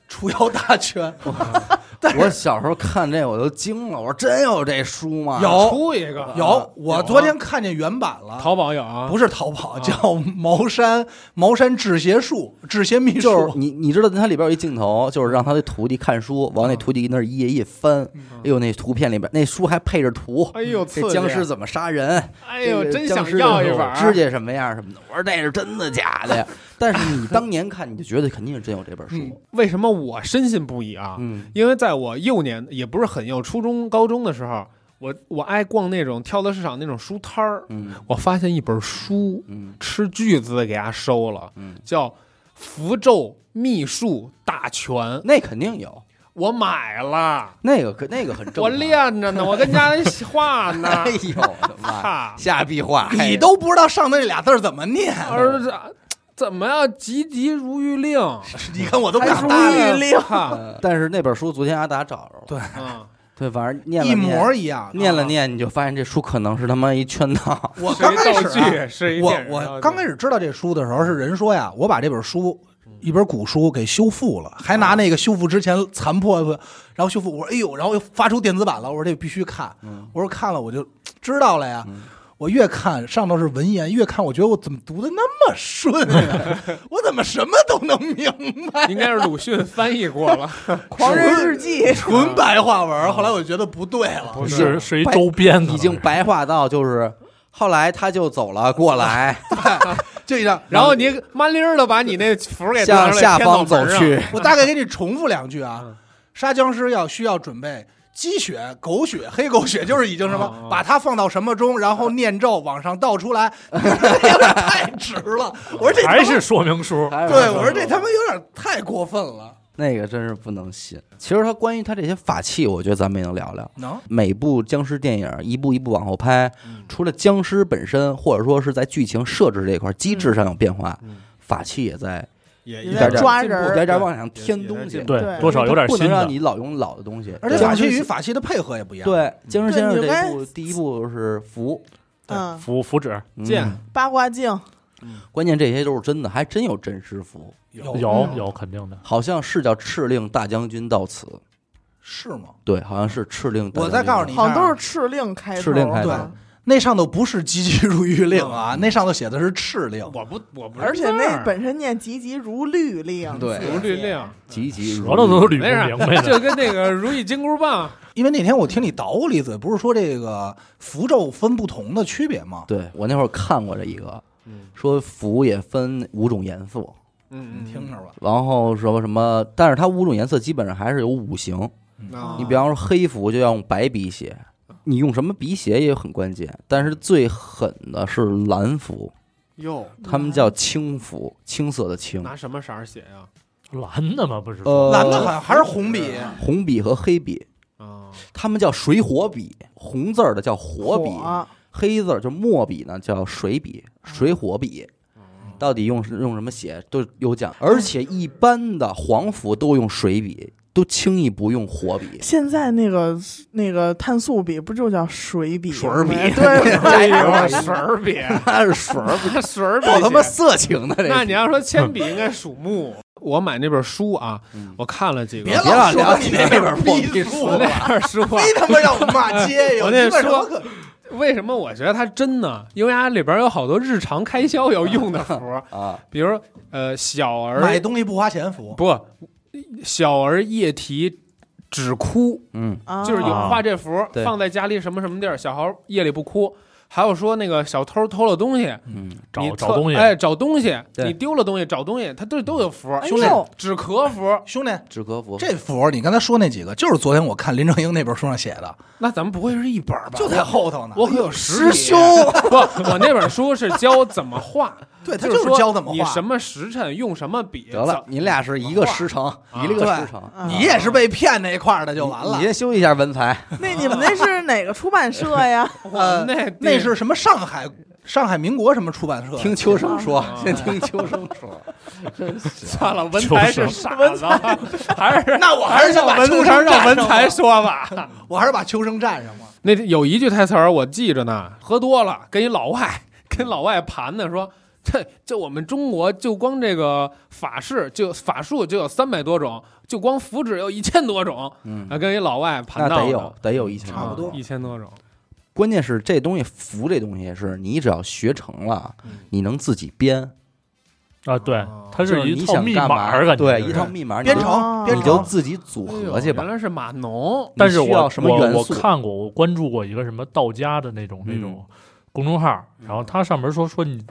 [SPEAKER 2] 除妖大全》，但
[SPEAKER 1] 我
[SPEAKER 2] 是
[SPEAKER 1] 小时候看这我都惊了，我说真有这书吗？
[SPEAKER 2] 有
[SPEAKER 4] 出一
[SPEAKER 1] 嗯
[SPEAKER 4] 个
[SPEAKER 2] 有，我昨天
[SPEAKER 4] 啊
[SPEAKER 2] 看见原版了。
[SPEAKER 4] 淘宝有啊，
[SPEAKER 2] 不是淘宝，
[SPEAKER 4] 啊
[SPEAKER 2] 叫茅山茅山制邪术、制邪秘
[SPEAKER 1] 就是
[SPEAKER 2] 术。
[SPEAKER 1] 你你知道它里边有一镜头，就是让他的徒弟看书，往
[SPEAKER 4] 嗯
[SPEAKER 1] 那徒弟那儿一页一页翻，哎呦那图片里边那书还配着图，
[SPEAKER 4] 哎呦，刺
[SPEAKER 1] 这
[SPEAKER 4] 激
[SPEAKER 1] 僵尸，怎么杀人？
[SPEAKER 4] 哎呦，
[SPEAKER 1] 这个
[SPEAKER 4] 真
[SPEAKER 1] 僵
[SPEAKER 4] 想
[SPEAKER 1] 尸
[SPEAKER 4] 要
[SPEAKER 1] 的
[SPEAKER 4] 一
[SPEAKER 1] 时候
[SPEAKER 4] 本儿，啊
[SPEAKER 1] 指甲什么样什么的。我说这是真的假的呀？但是你当年看你就觉得肯定是真有这本书，
[SPEAKER 4] 为什么我深信不疑啊？
[SPEAKER 1] 嗯
[SPEAKER 4] 因为在我幼年，也不是很幼，初中、高中的时候，我我爱逛那种跳蚤市场那种书摊儿，
[SPEAKER 1] 嗯
[SPEAKER 4] 我发现一本书，
[SPEAKER 1] 嗯
[SPEAKER 4] 斥巨资给它收了，
[SPEAKER 1] 嗯，
[SPEAKER 4] 叫《符咒秘术大全》，
[SPEAKER 1] 那肯定有，
[SPEAKER 4] 我买了，
[SPEAKER 1] 那个可那个很正常。
[SPEAKER 4] 我练着呢，我跟 家里画呢。
[SPEAKER 1] 哎呦我的 妈！
[SPEAKER 4] 哈，
[SPEAKER 1] 下壁画，
[SPEAKER 2] 你都不知道上头这俩字儿怎么念，
[SPEAKER 4] 儿子，怎么样？急急如律令，
[SPEAKER 2] 你看我都不
[SPEAKER 3] 还
[SPEAKER 2] 敢
[SPEAKER 3] 如
[SPEAKER 2] 搭理。
[SPEAKER 3] 律令，
[SPEAKER 4] 哈，
[SPEAKER 1] 呃但是那本书昨天阿达找着了，
[SPEAKER 2] 对
[SPEAKER 4] 嗯，
[SPEAKER 1] 对，反正念了
[SPEAKER 2] 一
[SPEAKER 1] 念
[SPEAKER 2] 模一样。啊
[SPEAKER 1] 念
[SPEAKER 4] 啊
[SPEAKER 1] 了念，你就发现这书可能是他妈一圈套。
[SPEAKER 2] 我
[SPEAKER 4] 是
[SPEAKER 2] 刚
[SPEAKER 4] 一
[SPEAKER 2] 开
[SPEAKER 4] 道
[SPEAKER 2] 始啊、
[SPEAKER 4] 具是一
[SPEAKER 2] 我
[SPEAKER 4] 电影道
[SPEAKER 2] 我
[SPEAKER 4] 具
[SPEAKER 2] 刚开始知道这书的时候，是人说呀，我把这本书
[SPEAKER 4] 嗯
[SPEAKER 2] 一本古书给修复了，还
[SPEAKER 4] 啊
[SPEAKER 2] 拿那个修复之前残破的，然后修复，我说哎呦，然后又发出电子版了，我说这必须看，
[SPEAKER 4] 嗯
[SPEAKER 2] 我说看了我就知道了呀。我越看上头是文言，越看我觉得我怎么读的那么顺 呀、我怎么什么都能明白？
[SPEAKER 4] 应该是鲁迅翻译过了，
[SPEAKER 3] 狂人日记，
[SPEAKER 2] 纯白话文，后来我觉得不对了，
[SPEAKER 4] 不
[SPEAKER 5] 是是一
[SPEAKER 1] 白
[SPEAKER 5] 周边可能是，
[SPEAKER 1] 已经白话到就是，后来他就走了过来，
[SPEAKER 2] 就这样。
[SPEAKER 4] 然后你麻溜儿的把你那符给
[SPEAKER 1] 向下方走
[SPEAKER 4] 走
[SPEAKER 1] 去。
[SPEAKER 2] 我大概给你重复两句啊
[SPEAKER 4] 嗯：
[SPEAKER 2] 杀僵尸要需要准备鸡血、狗血、黑狗血，就是已经什
[SPEAKER 4] 哦
[SPEAKER 2] 么
[SPEAKER 4] 哦，
[SPEAKER 2] 把它放到什么中，然后念咒往上倒出来，有点太直了。我说这他妈
[SPEAKER 5] 还是说明书，
[SPEAKER 2] 对，我说这他妈有点太过分了。
[SPEAKER 1] 那个真是不能信。其实他关于他这些法器，我觉得咱们也能聊聊。
[SPEAKER 2] 能，
[SPEAKER 1] 每部僵尸电影一步一步往后拍，
[SPEAKER 5] 嗯
[SPEAKER 1] 除了僵尸本身，或者说是在剧情设置这块机制上有变化，
[SPEAKER 4] 嗯
[SPEAKER 1] 法器也在
[SPEAKER 4] 也
[SPEAKER 3] 有
[SPEAKER 1] 一点
[SPEAKER 3] 点
[SPEAKER 1] 点
[SPEAKER 3] 抓
[SPEAKER 4] 进步
[SPEAKER 1] 一
[SPEAKER 3] 人，
[SPEAKER 1] 点点往上添东西。
[SPEAKER 4] 也
[SPEAKER 5] 对
[SPEAKER 3] 对
[SPEAKER 5] 多少有点
[SPEAKER 1] 不
[SPEAKER 5] 新
[SPEAKER 1] 能让
[SPEAKER 5] 的。
[SPEAKER 1] 你老用老的东西，
[SPEAKER 2] 而且
[SPEAKER 1] 僵
[SPEAKER 2] 法器
[SPEAKER 1] 尸
[SPEAKER 2] 与法器的配合也不一样。，
[SPEAKER 1] 对僵尸先
[SPEAKER 3] 对
[SPEAKER 1] 生
[SPEAKER 3] 你该
[SPEAKER 1] 这部第一部是符，
[SPEAKER 3] 嗯，
[SPEAKER 5] 符符纸
[SPEAKER 1] 嗯
[SPEAKER 4] 剑
[SPEAKER 3] 八卦镜，
[SPEAKER 1] 关键这些都是真的，还真有真实符，
[SPEAKER 2] 有
[SPEAKER 5] 有
[SPEAKER 3] 嗯
[SPEAKER 5] 有肯定的，
[SPEAKER 1] 好像是叫敕令大将军到此，
[SPEAKER 2] 是吗？
[SPEAKER 1] 对，好像是敕令大将军。
[SPEAKER 2] 我再告诉你
[SPEAKER 3] 好像都是敕令开头，
[SPEAKER 1] 敕令开头
[SPEAKER 3] 吧
[SPEAKER 2] 那上头不是“急急如律令”啊，那上头写的是“敕令
[SPEAKER 4] 我不我不是字儿，
[SPEAKER 3] 而且那本身念急急如律令，
[SPEAKER 1] 对
[SPEAKER 4] 不律令，
[SPEAKER 1] 急急如
[SPEAKER 5] 舌头都捋
[SPEAKER 4] 没事
[SPEAKER 5] 不明白
[SPEAKER 4] 儿， 就
[SPEAKER 5] 了。
[SPEAKER 4] 跟那个如意金箍棒，”。
[SPEAKER 2] 因为那天我听你捣鼓了一嘴，不是说这个符咒分不同的区别吗？
[SPEAKER 1] 对我那会儿看过这一个，
[SPEAKER 4] 嗯
[SPEAKER 1] 说符也分五种颜色，
[SPEAKER 4] 嗯
[SPEAKER 2] 你听着吧。
[SPEAKER 1] 然后什么什么，但是它五种颜色基本上还是有五行。
[SPEAKER 4] 啊
[SPEAKER 1] 你比方说黑符就要用白笔写，你用什么笔写也很关键。但是最狠的是蓝符，
[SPEAKER 4] 哟，
[SPEAKER 1] 他们叫青符，青色的青。
[SPEAKER 4] 拿什么色儿写呀？
[SPEAKER 5] 蓝的嘛，不是说
[SPEAKER 1] 呃，
[SPEAKER 2] 蓝的好像还是红笔，
[SPEAKER 1] 红笔和黑笔，
[SPEAKER 4] 啊，
[SPEAKER 1] 他们叫水火笔，红字儿的叫火笔，
[SPEAKER 3] 火
[SPEAKER 1] 黑字儿就墨笔呢叫水笔，
[SPEAKER 2] 嗯
[SPEAKER 1] 水火笔。到底用用什么写都有讲，
[SPEAKER 2] 嗯
[SPEAKER 1] 而且一般的黄符都用水笔，都轻易不用火 笔。
[SPEAKER 3] 现在那个那个碳素笔不就叫水笔吗？
[SPEAKER 1] 水笔
[SPEAKER 3] 对吧，
[SPEAKER 4] 哎呦，水儿笔，
[SPEAKER 1] 那是啊水儿笔，
[SPEAKER 4] 水儿笔
[SPEAKER 1] 够他妈
[SPEAKER 4] 写。
[SPEAKER 1] 色情的这。
[SPEAKER 4] 那你要说铅笔应该属木，我买那本书啊，我看了几个，
[SPEAKER 2] 别
[SPEAKER 1] 别老
[SPEAKER 2] 老
[SPEAKER 1] 聊
[SPEAKER 2] 说
[SPEAKER 1] 你
[SPEAKER 2] 你
[SPEAKER 1] 那
[SPEAKER 2] 那
[SPEAKER 1] 本
[SPEAKER 2] 本
[SPEAKER 1] 破
[SPEAKER 2] 破
[SPEAKER 1] 逼
[SPEAKER 2] 逼
[SPEAKER 1] 书
[SPEAKER 2] 书
[SPEAKER 4] 我
[SPEAKER 1] 了
[SPEAKER 2] 了，
[SPEAKER 4] 那本书啊
[SPEAKER 2] 非，他妈让我骂街呀！
[SPEAKER 4] 我那
[SPEAKER 2] 基本上
[SPEAKER 4] 说
[SPEAKER 2] 可
[SPEAKER 4] 为什么我觉得它真呢？因为它里边有好多日常 开销要用的符，
[SPEAKER 1] 啊，
[SPEAKER 4] 比如呃小儿
[SPEAKER 2] 买东西不花钱服，
[SPEAKER 4] 不小儿夜啼只哭，
[SPEAKER 1] 嗯，
[SPEAKER 3] 啊
[SPEAKER 4] 就是有画这幅儿，
[SPEAKER 1] 对
[SPEAKER 4] 放在家里什么什么地儿，小孩儿夜里不哭。还有说那个小偷偷了东西，
[SPEAKER 1] 嗯，
[SPEAKER 4] 你
[SPEAKER 5] 找
[SPEAKER 4] 特
[SPEAKER 5] 找东西，
[SPEAKER 4] 哎，找东西，
[SPEAKER 1] 对
[SPEAKER 4] 你丢了东西，找东西，他这都有符儿，
[SPEAKER 3] 哎
[SPEAKER 4] 兄弟
[SPEAKER 3] 呦，
[SPEAKER 4] 止咳符。
[SPEAKER 2] 兄弟，
[SPEAKER 1] 纸壳服，
[SPEAKER 2] 这符儿你刚才说那几个，就是昨天我看林正英那本书上写的，
[SPEAKER 4] 那咱们不会是一本儿吧？
[SPEAKER 2] 就在后头呢。
[SPEAKER 4] 我可有
[SPEAKER 2] 师
[SPEAKER 4] 十几
[SPEAKER 2] 兄，
[SPEAKER 4] 不，我那本书是教怎么画，
[SPEAKER 2] 对他
[SPEAKER 4] 就
[SPEAKER 2] 就是
[SPEAKER 4] 说
[SPEAKER 2] 教怎么
[SPEAKER 4] 你
[SPEAKER 2] 画
[SPEAKER 4] 什。么时辰用什么笔。
[SPEAKER 1] 得了，
[SPEAKER 4] 怎，
[SPEAKER 1] 你俩是一个师承，
[SPEAKER 4] 啊
[SPEAKER 1] 一个师承，
[SPEAKER 3] 啊
[SPEAKER 2] 你也是被骗那一块儿的 就完
[SPEAKER 1] 你
[SPEAKER 2] 了
[SPEAKER 1] 你。先修一下文采，
[SPEAKER 3] 那你们那是哪个出版社呀？
[SPEAKER 4] 我们呃那地
[SPEAKER 2] 呃那是什么上海上海民国什么出版社？
[SPEAKER 1] 听秋生说
[SPEAKER 4] 啊，
[SPEAKER 1] 先听秋生 说，
[SPEAKER 4] 算了，文才是傻子，还是
[SPEAKER 2] 那我还是想
[SPEAKER 4] 让
[SPEAKER 2] 把
[SPEAKER 4] 文
[SPEAKER 2] 秋
[SPEAKER 4] 还是
[SPEAKER 2] 生
[SPEAKER 4] 让
[SPEAKER 2] 占
[SPEAKER 4] 文
[SPEAKER 2] 上
[SPEAKER 4] 才
[SPEAKER 2] 吧
[SPEAKER 4] 说吧。
[SPEAKER 2] 我还是把秋生占上吧。
[SPEAKER 4] 那有一句台词儿我记着呢，喝多了跟一老外跟老外盘呢说。这这我们中国就光这个法式就法术就有三百多种，就光符纸有一千多种，
[SPEAKER 1] 嗯，
[SPEAKER 4] 啊，跟一老外盘
[SPEAKER 1] 那
[SPEAKER 4] 到
[SPEAKER 1] 得
[SPEAKER 4] 的
[SPEAKER 1] 有得有一千，
[SPEAKER 2] 差不多
[SPEAKER 4] 一千多种，
[SPEAKER 1] 关键是这东西符，这东西是你只要学成了
[SPEAKER 4] 嗯，
[SPEAKER 1] 你能自己编，
[SPEAKER 5] 啊，对
[SPEAKER 4] 哦，
[SPEAKER 5] 它
[SPEAKER 1] 就是你
[SPEAKER 5] 一套
[SPEAKER 1] 想
[SPEAKER 5] 密
[SPEAKER 1] 干
[SPEAKER 5] 码
[SPEAKER 1] 嘛
[SPEAKER 5] 儿，感觉
[SPEAKER 1] 对，
[SPEAKER 5] 就是
[SPEAKER 1] 一套密码，你
[SPEAKER 2] 编
[SPEAKER 1] 就
[SPEAKER 2] 程，
[SPEAKER 3] 啊
[SPEAKER 2] 编
[SPEAKER 1] 你就
[SPEAKER 2] 程，
[SPEAKER 1] 自己组合去
[SPEAKER 4] 哎呦
[SPEAKER 1] 吧
[SPEAKER 4] 原。来是码农，
[SPEAKER 5] 但是
[SPEAKER 1] 你需
[SPEAKER 5] 我
[SPEAKER 1] 要什么
[SPEAKER 5] 我
[SPEAKER 1] 元
[SPEAKER 5] 我
[SPEAKER 1] 素
[SPEAKER 5] 看过，我关注过一个什么道家的那种那种公众号，然后它上面说说你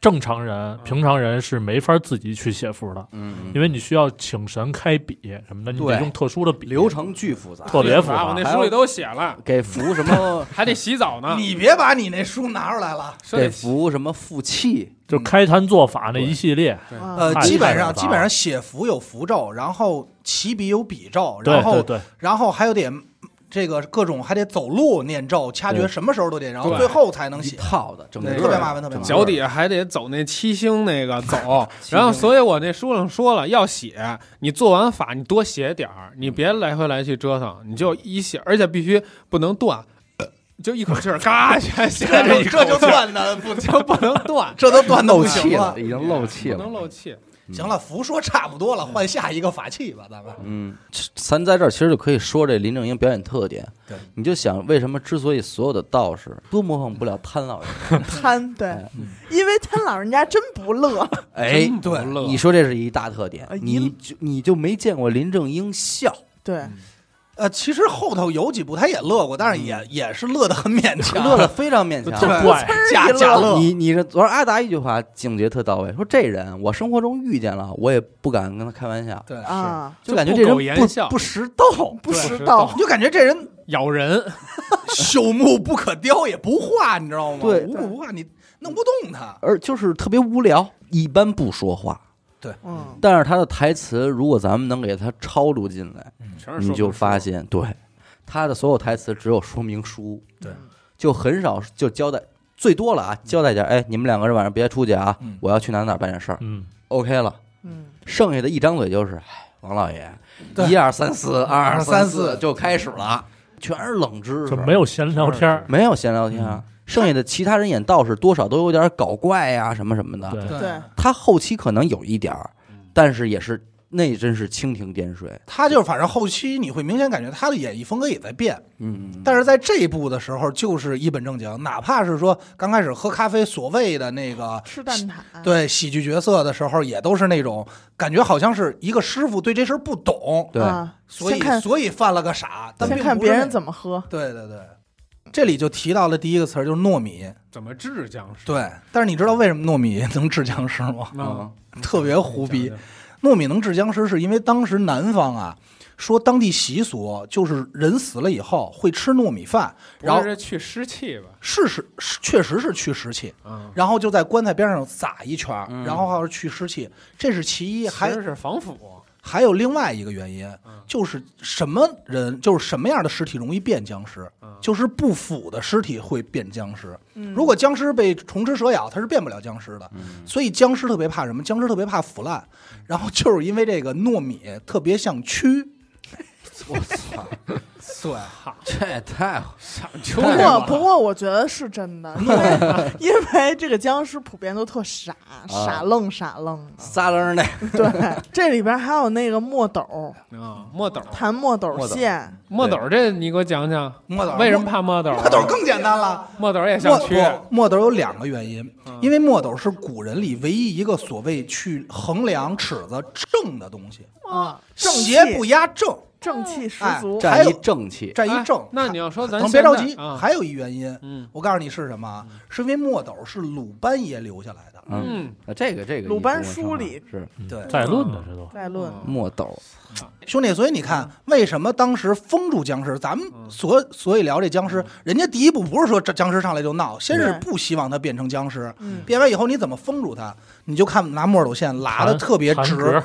[SPEAKER 5] 正常人、平常人是没法自己去写符的，
[SPEAKER 1] 嗯，
[SPEAKER 5] 因为你需要请神开笔什么的，你
[SPEAKER 1] 对
[SPEAKER 5] 得用特殊的笔，
[SPEAKER 1] 流程巨复杂，
[SPEAKER 5] 特别复
[SPEAKER 4] 啊
[SPEAKER 5] 杂
[SPEAKER 4] 我。那书里都写了，
[SPEAKER 1] 给符什 么
[SPEAKER 4] 还得洗澡呢。
[SPEAKER 2] 你别把你那书拿出来了。
[SPEAKER 4] 说
[SPEAKER 1] 给
[SPEAKER 4] 得
[SPEAKER 1] 符什么负气，
[SPEAKER 5] 就开坛做法那一系列，
[SPEAKER 3] 啊
[SPEAKER 2] 呃，
[SPEAKER 5] 太
[SPEAKER 2] 基本
[SPEAKER 5] 太
[SPEAKER 2] 上
[SPEAKER 5] 复杂
[SPEAKER 2] 基本上
[SPEAKER 5] 了
[SPEAKER 2] 写符有符咒，然后起笔有笔咒，
[SPEAKER 5] 对
[SPEAKER 2] 然
[SPEAKER 5] 对
[SPEAKER 2] 后
[SPEAKER 5] 对，
[SPEAKER 2] 然后还有点这个各种还得走路念咒掐诀，
[SPEAKER 1] 对
[SPEAKER 2] 什么时候都得，然后
[SPEAKER 4] 对
[SPEAKER 2] 最后才能
[SPEAKER 1] 一
[SPEAKER 2] 写。
[SPEAKER 1] 套的，整个
[SPEAKER 4] 对特别
[SPEAKER 2] 麻烦特别麻烦
[SPEAKER 1] 整个，
[SPEAKER 4] 脚底下还得走那七星那个走
[SPEAKER 1] 星
[SPEAKER 4] 然后所以我那书上说了，要写你做完法你多写点儿，你别来回来去折腾，你就一写，而且必须不能断，就一口气儿嘎全写这一口
[SPEAKER 2] 这就断的不，，
[SPEAKER 4] 就不能断
[SPEAKER 2] 这都断的
[SPEAKER 1] 漏
[SPEAKER 2] 不
[SPEAKER 1] 气
[SPEAKER 2] 行
[SPEAKER 1] 了，
[SPEAKER 2] 了。啊
[SPEAKER 1] 已经漏气
[SPEAKER 4] 不
[SPEAKER 1] 了
[SPEAKER 4] 能。漏气。
[SPEAKER 2] 行了，符说差不多了，换下一个法器吧，咱们。
[SPEAKER 1] 嗯，咱在这儿其实就可以说这林正英表演特点。
[SPEAKER 2] 对，
[SPEAKER 1] 你就想为什么之所以所有的道士都模仿不了潘老爷？
[SPEAKER 3] 贪对，因为贪老人家真不乐，
[SPEAKER 1] 哎，
[SPEAKER 4] 真不
[SPEAKER 2] 对
[SPEAKER 4] 乐
[SPEAKER 1] 你说这是一大特点
[SPEAKER 3] 哎，
[SPEAKER 1] 你
[SPEAKER 3] 一
[SPEAKER 1] 就你就没见过林正英 笑，
[SPEAKER 3] 对，
[SPEAKER 2] 呃，其实后头有几部他也乐过，但是也也是乐得很勉强，
[SPEAKER 1] 嗯乐得非常勉
[SPEAKER 2] 对
[SPEAKER 1] 强。
[SPEAKER 5] 这怪
[SPEAKER 2] 假假乐。
[SPEAKER 1] 你你这昨儿阿达一句话警觉特到位，说这人我生活中遇见了，我也不敢跟他开玩笑，
[SPEAKER 2] 对，
[SPEAKER 3] 啊，
[SPEAKER 1] 就感觉
[SPEAKER 4] 不
[SPEAKER 1] 这人
[SPEAKER 4] 苟言
[SPEAKER 1] 不
[SPEAKER 4] 笑
[SPEAKER 1] 不识 逗，
[SPEAKER 3] 不
[SPEAKER 4] 对是
[SPEAKER 3] 识道
[SPEAKER 4] 道
[SPEAKER 2] 你就感觉这人
[SPEAKER 4] 咬人，
[SPEAKER 2] 朽木不可雕也不化，你知道吗？
[SPEAKER 1] 对
[SPEAKER 2] 无不化，你弄不动他。
[SPEAKER 1] 而就是特别无聊，一般不说话。
[SPEAKER 3] 嗯，
[SPEAKER 1] 但是他的台词，如果咱们能给他抄录进来，
[SPEAKER 4] 全是
[SPEAKER 1] 你
[SPEAKER 4] 说
[SPEAKER 1] 就
[SPEAKER 4] 不出
[SPEAKER 1] 发现，对他的所有台词只有说明书，
[SPEAKER 2] 对，
[SPEAKER 1] 就很少就交代，最多了啊，交代一下，哎，你们两个人晚上别出去啊，
[SPEAKER 2] 嗯
[SPEAKER 1] 我要去哪哪办点事儿
[SPEAKER 5] 嗯，
[SPEAKER 1] ，OK 了。
[SPEAKER 3] 嗯，
[SPEAKER 1] 剩下的一张嘴就是，哎，王老爷，
[SPEAKER 2] 对
[SPEAKER 1] 一二三四，二二
[SPEAKER 2] 三
[SPEAKER 1] 四
[SPEAKER 2] 四
[SPEAKER 1] 就开始了，全是冷知识，
[SPEAKER 5] 就没有嗯闲聊天儿，
[SPEAKER 1] 没有闲聊天啊。剩下的其他人演道士，多少都有点搞怪呀、什么什么的。
[SPEAKER 5] 对，
[SPEAKER 3] 对，
[SPEAKER 1] 他后期可能有一点儿，但是也是那真是蜻蜓点水。
[SPEAKER 2] 他就是反正后期你会明显感觉他的演绎风格也在变，
[SPEAKER 1] 嗯，
[SPEAKER 2] 但是在这一步的时候就是一本正经，哪怕是说刚开始喝咖啡所谓的那个
[SPEAKER 3] 吃蛋挞，，
[SPEAKER 2] 对喜剧角色的时候，也都是那种感觉好像是一个师傅对这事儿不懂，
[SPEAKER 1] 对，
[SPEAKER 3] 啊，
[SPEAKER 2] 所以
[SPEAKER 3] 先看
[SPEAKER 2] 所以犯了个傻，但
[SPEAKER 3] 先
[SPEAKER 2] 并
[SPEAKER 3] 看
[SPEAKER 2] 不是
[SPEAKER 3] 别人
[SPEAKER 2] 那
[SPEAKER 3] 怎么喝，
[SPEAKER 2] 对对对。这里就提到了第一个词儿，就是糯米。
[SPEAKER 4] 怎么治僵尸？
[SPEAKER 2] 对，但是你知道为什么糯米 能治僵尸吗？
[SPEAKER 4] 啊，
[SPEAKER 2] 特别胡逼
[SPEAKER 4] 讲。
[SPEAKER 2] 糯米能治僵尸，是因为当时南方啊，说当地习俗就是人死了以后会吃糯米饭，然
[SPEAKER 4] 然后
[SPEAKER 2] 后
[SPEAKER 4] 是去湿气吧，
[SPEAKER 2] 是是是确实是去湿气，
[SPEAKER 4] 啊，
[SPEAKER 2] 然后就在棺材边上撒一圈儿，
[SPEAKER 1] 嗯
[SPEAKER 2] 然后还是去湿气，这是其一，还
[SPEAKER 4] 其实是防腐，
[SPEAKER 2] 还有另外一个原因，就是什么人就是什么样的尸体容易变僵尸，
[SPEAKER 4] 嗯
[SPEAKER 2] 就是不腐的尸体会变僵尸。
[SPEAKER 3] 嗯
[SPEAKER 2] 如果僵尸被虫吃蛇咬，它是变不了僵尸的。
[SPEAKER 1] 嗯
[SPEAKER 2] 所以僵尸特别怕什么？僵尸特别怕腐烂，然后就是因为这个糯米特别像蛆，
[SPEAKER 1] 我操，
[SPEAKER 2] 对，
[SPEAKER 1] 这也太
[SPEAKER 4] 不
[SPEAKER 3] 不过不过，我觉得是真的，因 为因为这个僵尸普遍都特傻，
[SPEAKER 1] 啊
[SPEAKER 3] 傻愣傻愣的。
[SPEAKER 1] 撒楞的，
[SPEAKER 3] 对，这里边还有那个墨斗，
[SPEAKER 4] 啊，墨斗，
[SPEAKER 3] 弹墨斗
[SPEAKER 1] 墨斗
[SPEAKER 3] 线，
[SPEAKER 4] 墨斗这你给我讲讲，
[SPEAKER 2] 墨斗
[SPEAKER 4] 为什么怕墨斗啊？
[SPEAKER 2] 墨斗更简单了。
[SPEAKER 4] 墨斗也想嗯
[SPEAKER 2] 墨
[SPEAKER 4] 去，
[SPEAKER 2] 不墨斗有两个原因，因为墨斗是古人里唯一一个所谓去衡量尺子正的东西，
[SPEAKER 3] 啊，
[SPEAKER 2] 正
[SPEAKER 3] 正
[SPEAKER 2] 邪不
[SPEAKER 3] 气
[SPEAKER 2] 压正，
[SPEAKER 3] 正气十
[SPEAKER 2] 哎
[SPEAKER 3] 足，
[SPEAKER 1] 占一正气，
[SPEAKER 2] 这
[SPEAKER 4] 哎
[SPEAKER 2] 一正。
[SPEAKER 4] 那你要说咱
[SPEAKER 2] 咱别
[SPEAKER 4] 现在
[SPEAKER 2] 着急，
[SPEAKER 4] 啊
[SPEAKER 2] 还有一原因，
[SPEAKER 4] 嗯
[SPEAKER 2] 我告诉你是什么啊，是因为墨斗是鲁班爷留下来的。
[SPEAKER 1] 嗯，
[SPEAKER 4] 嗯，
[SPEAKER 1] 啊这个这个
[SPEAKER 3] 鲁
[SPEAKER 1] 一
[SPEAKER 3] 班
[SPEAKER 1] 跟我
[SPEAKER 3] 书
[SPEAKER 1] 说法
[SPEAKER 3] 里
[SPEAKER 1] 是
[SPEAKER 2] 对
[SPEAKER 5] 再嗯论的这都
[SPEAKER 3] 再论
[SPEAKER 4] 嗯
[SPEAKER 1] 墨斗，
[SPEAKER 2] 兄弟，所以你看，为什么当时封住僵尸？咱们
[SPEAKER 4] 嗯
[SPEAKER 2] 所所以聊这僵尸，人家第一步不是说这僵尸上来就闹，先是
[SPEAKER 3] 对
[SPEAKER 2] 不希望他变成僵尸，
[SPEAKER 3] 嗯
[SPEAKER 2] 变完以后你怎么封住他？你就看拿墨斗线拉的
[SPEAKER 5] 弹
[SPEAKER 2] 特别
[SPEAKER 5] 弹
[SPEAKER 2] 直
[SPEAKER 5] 格，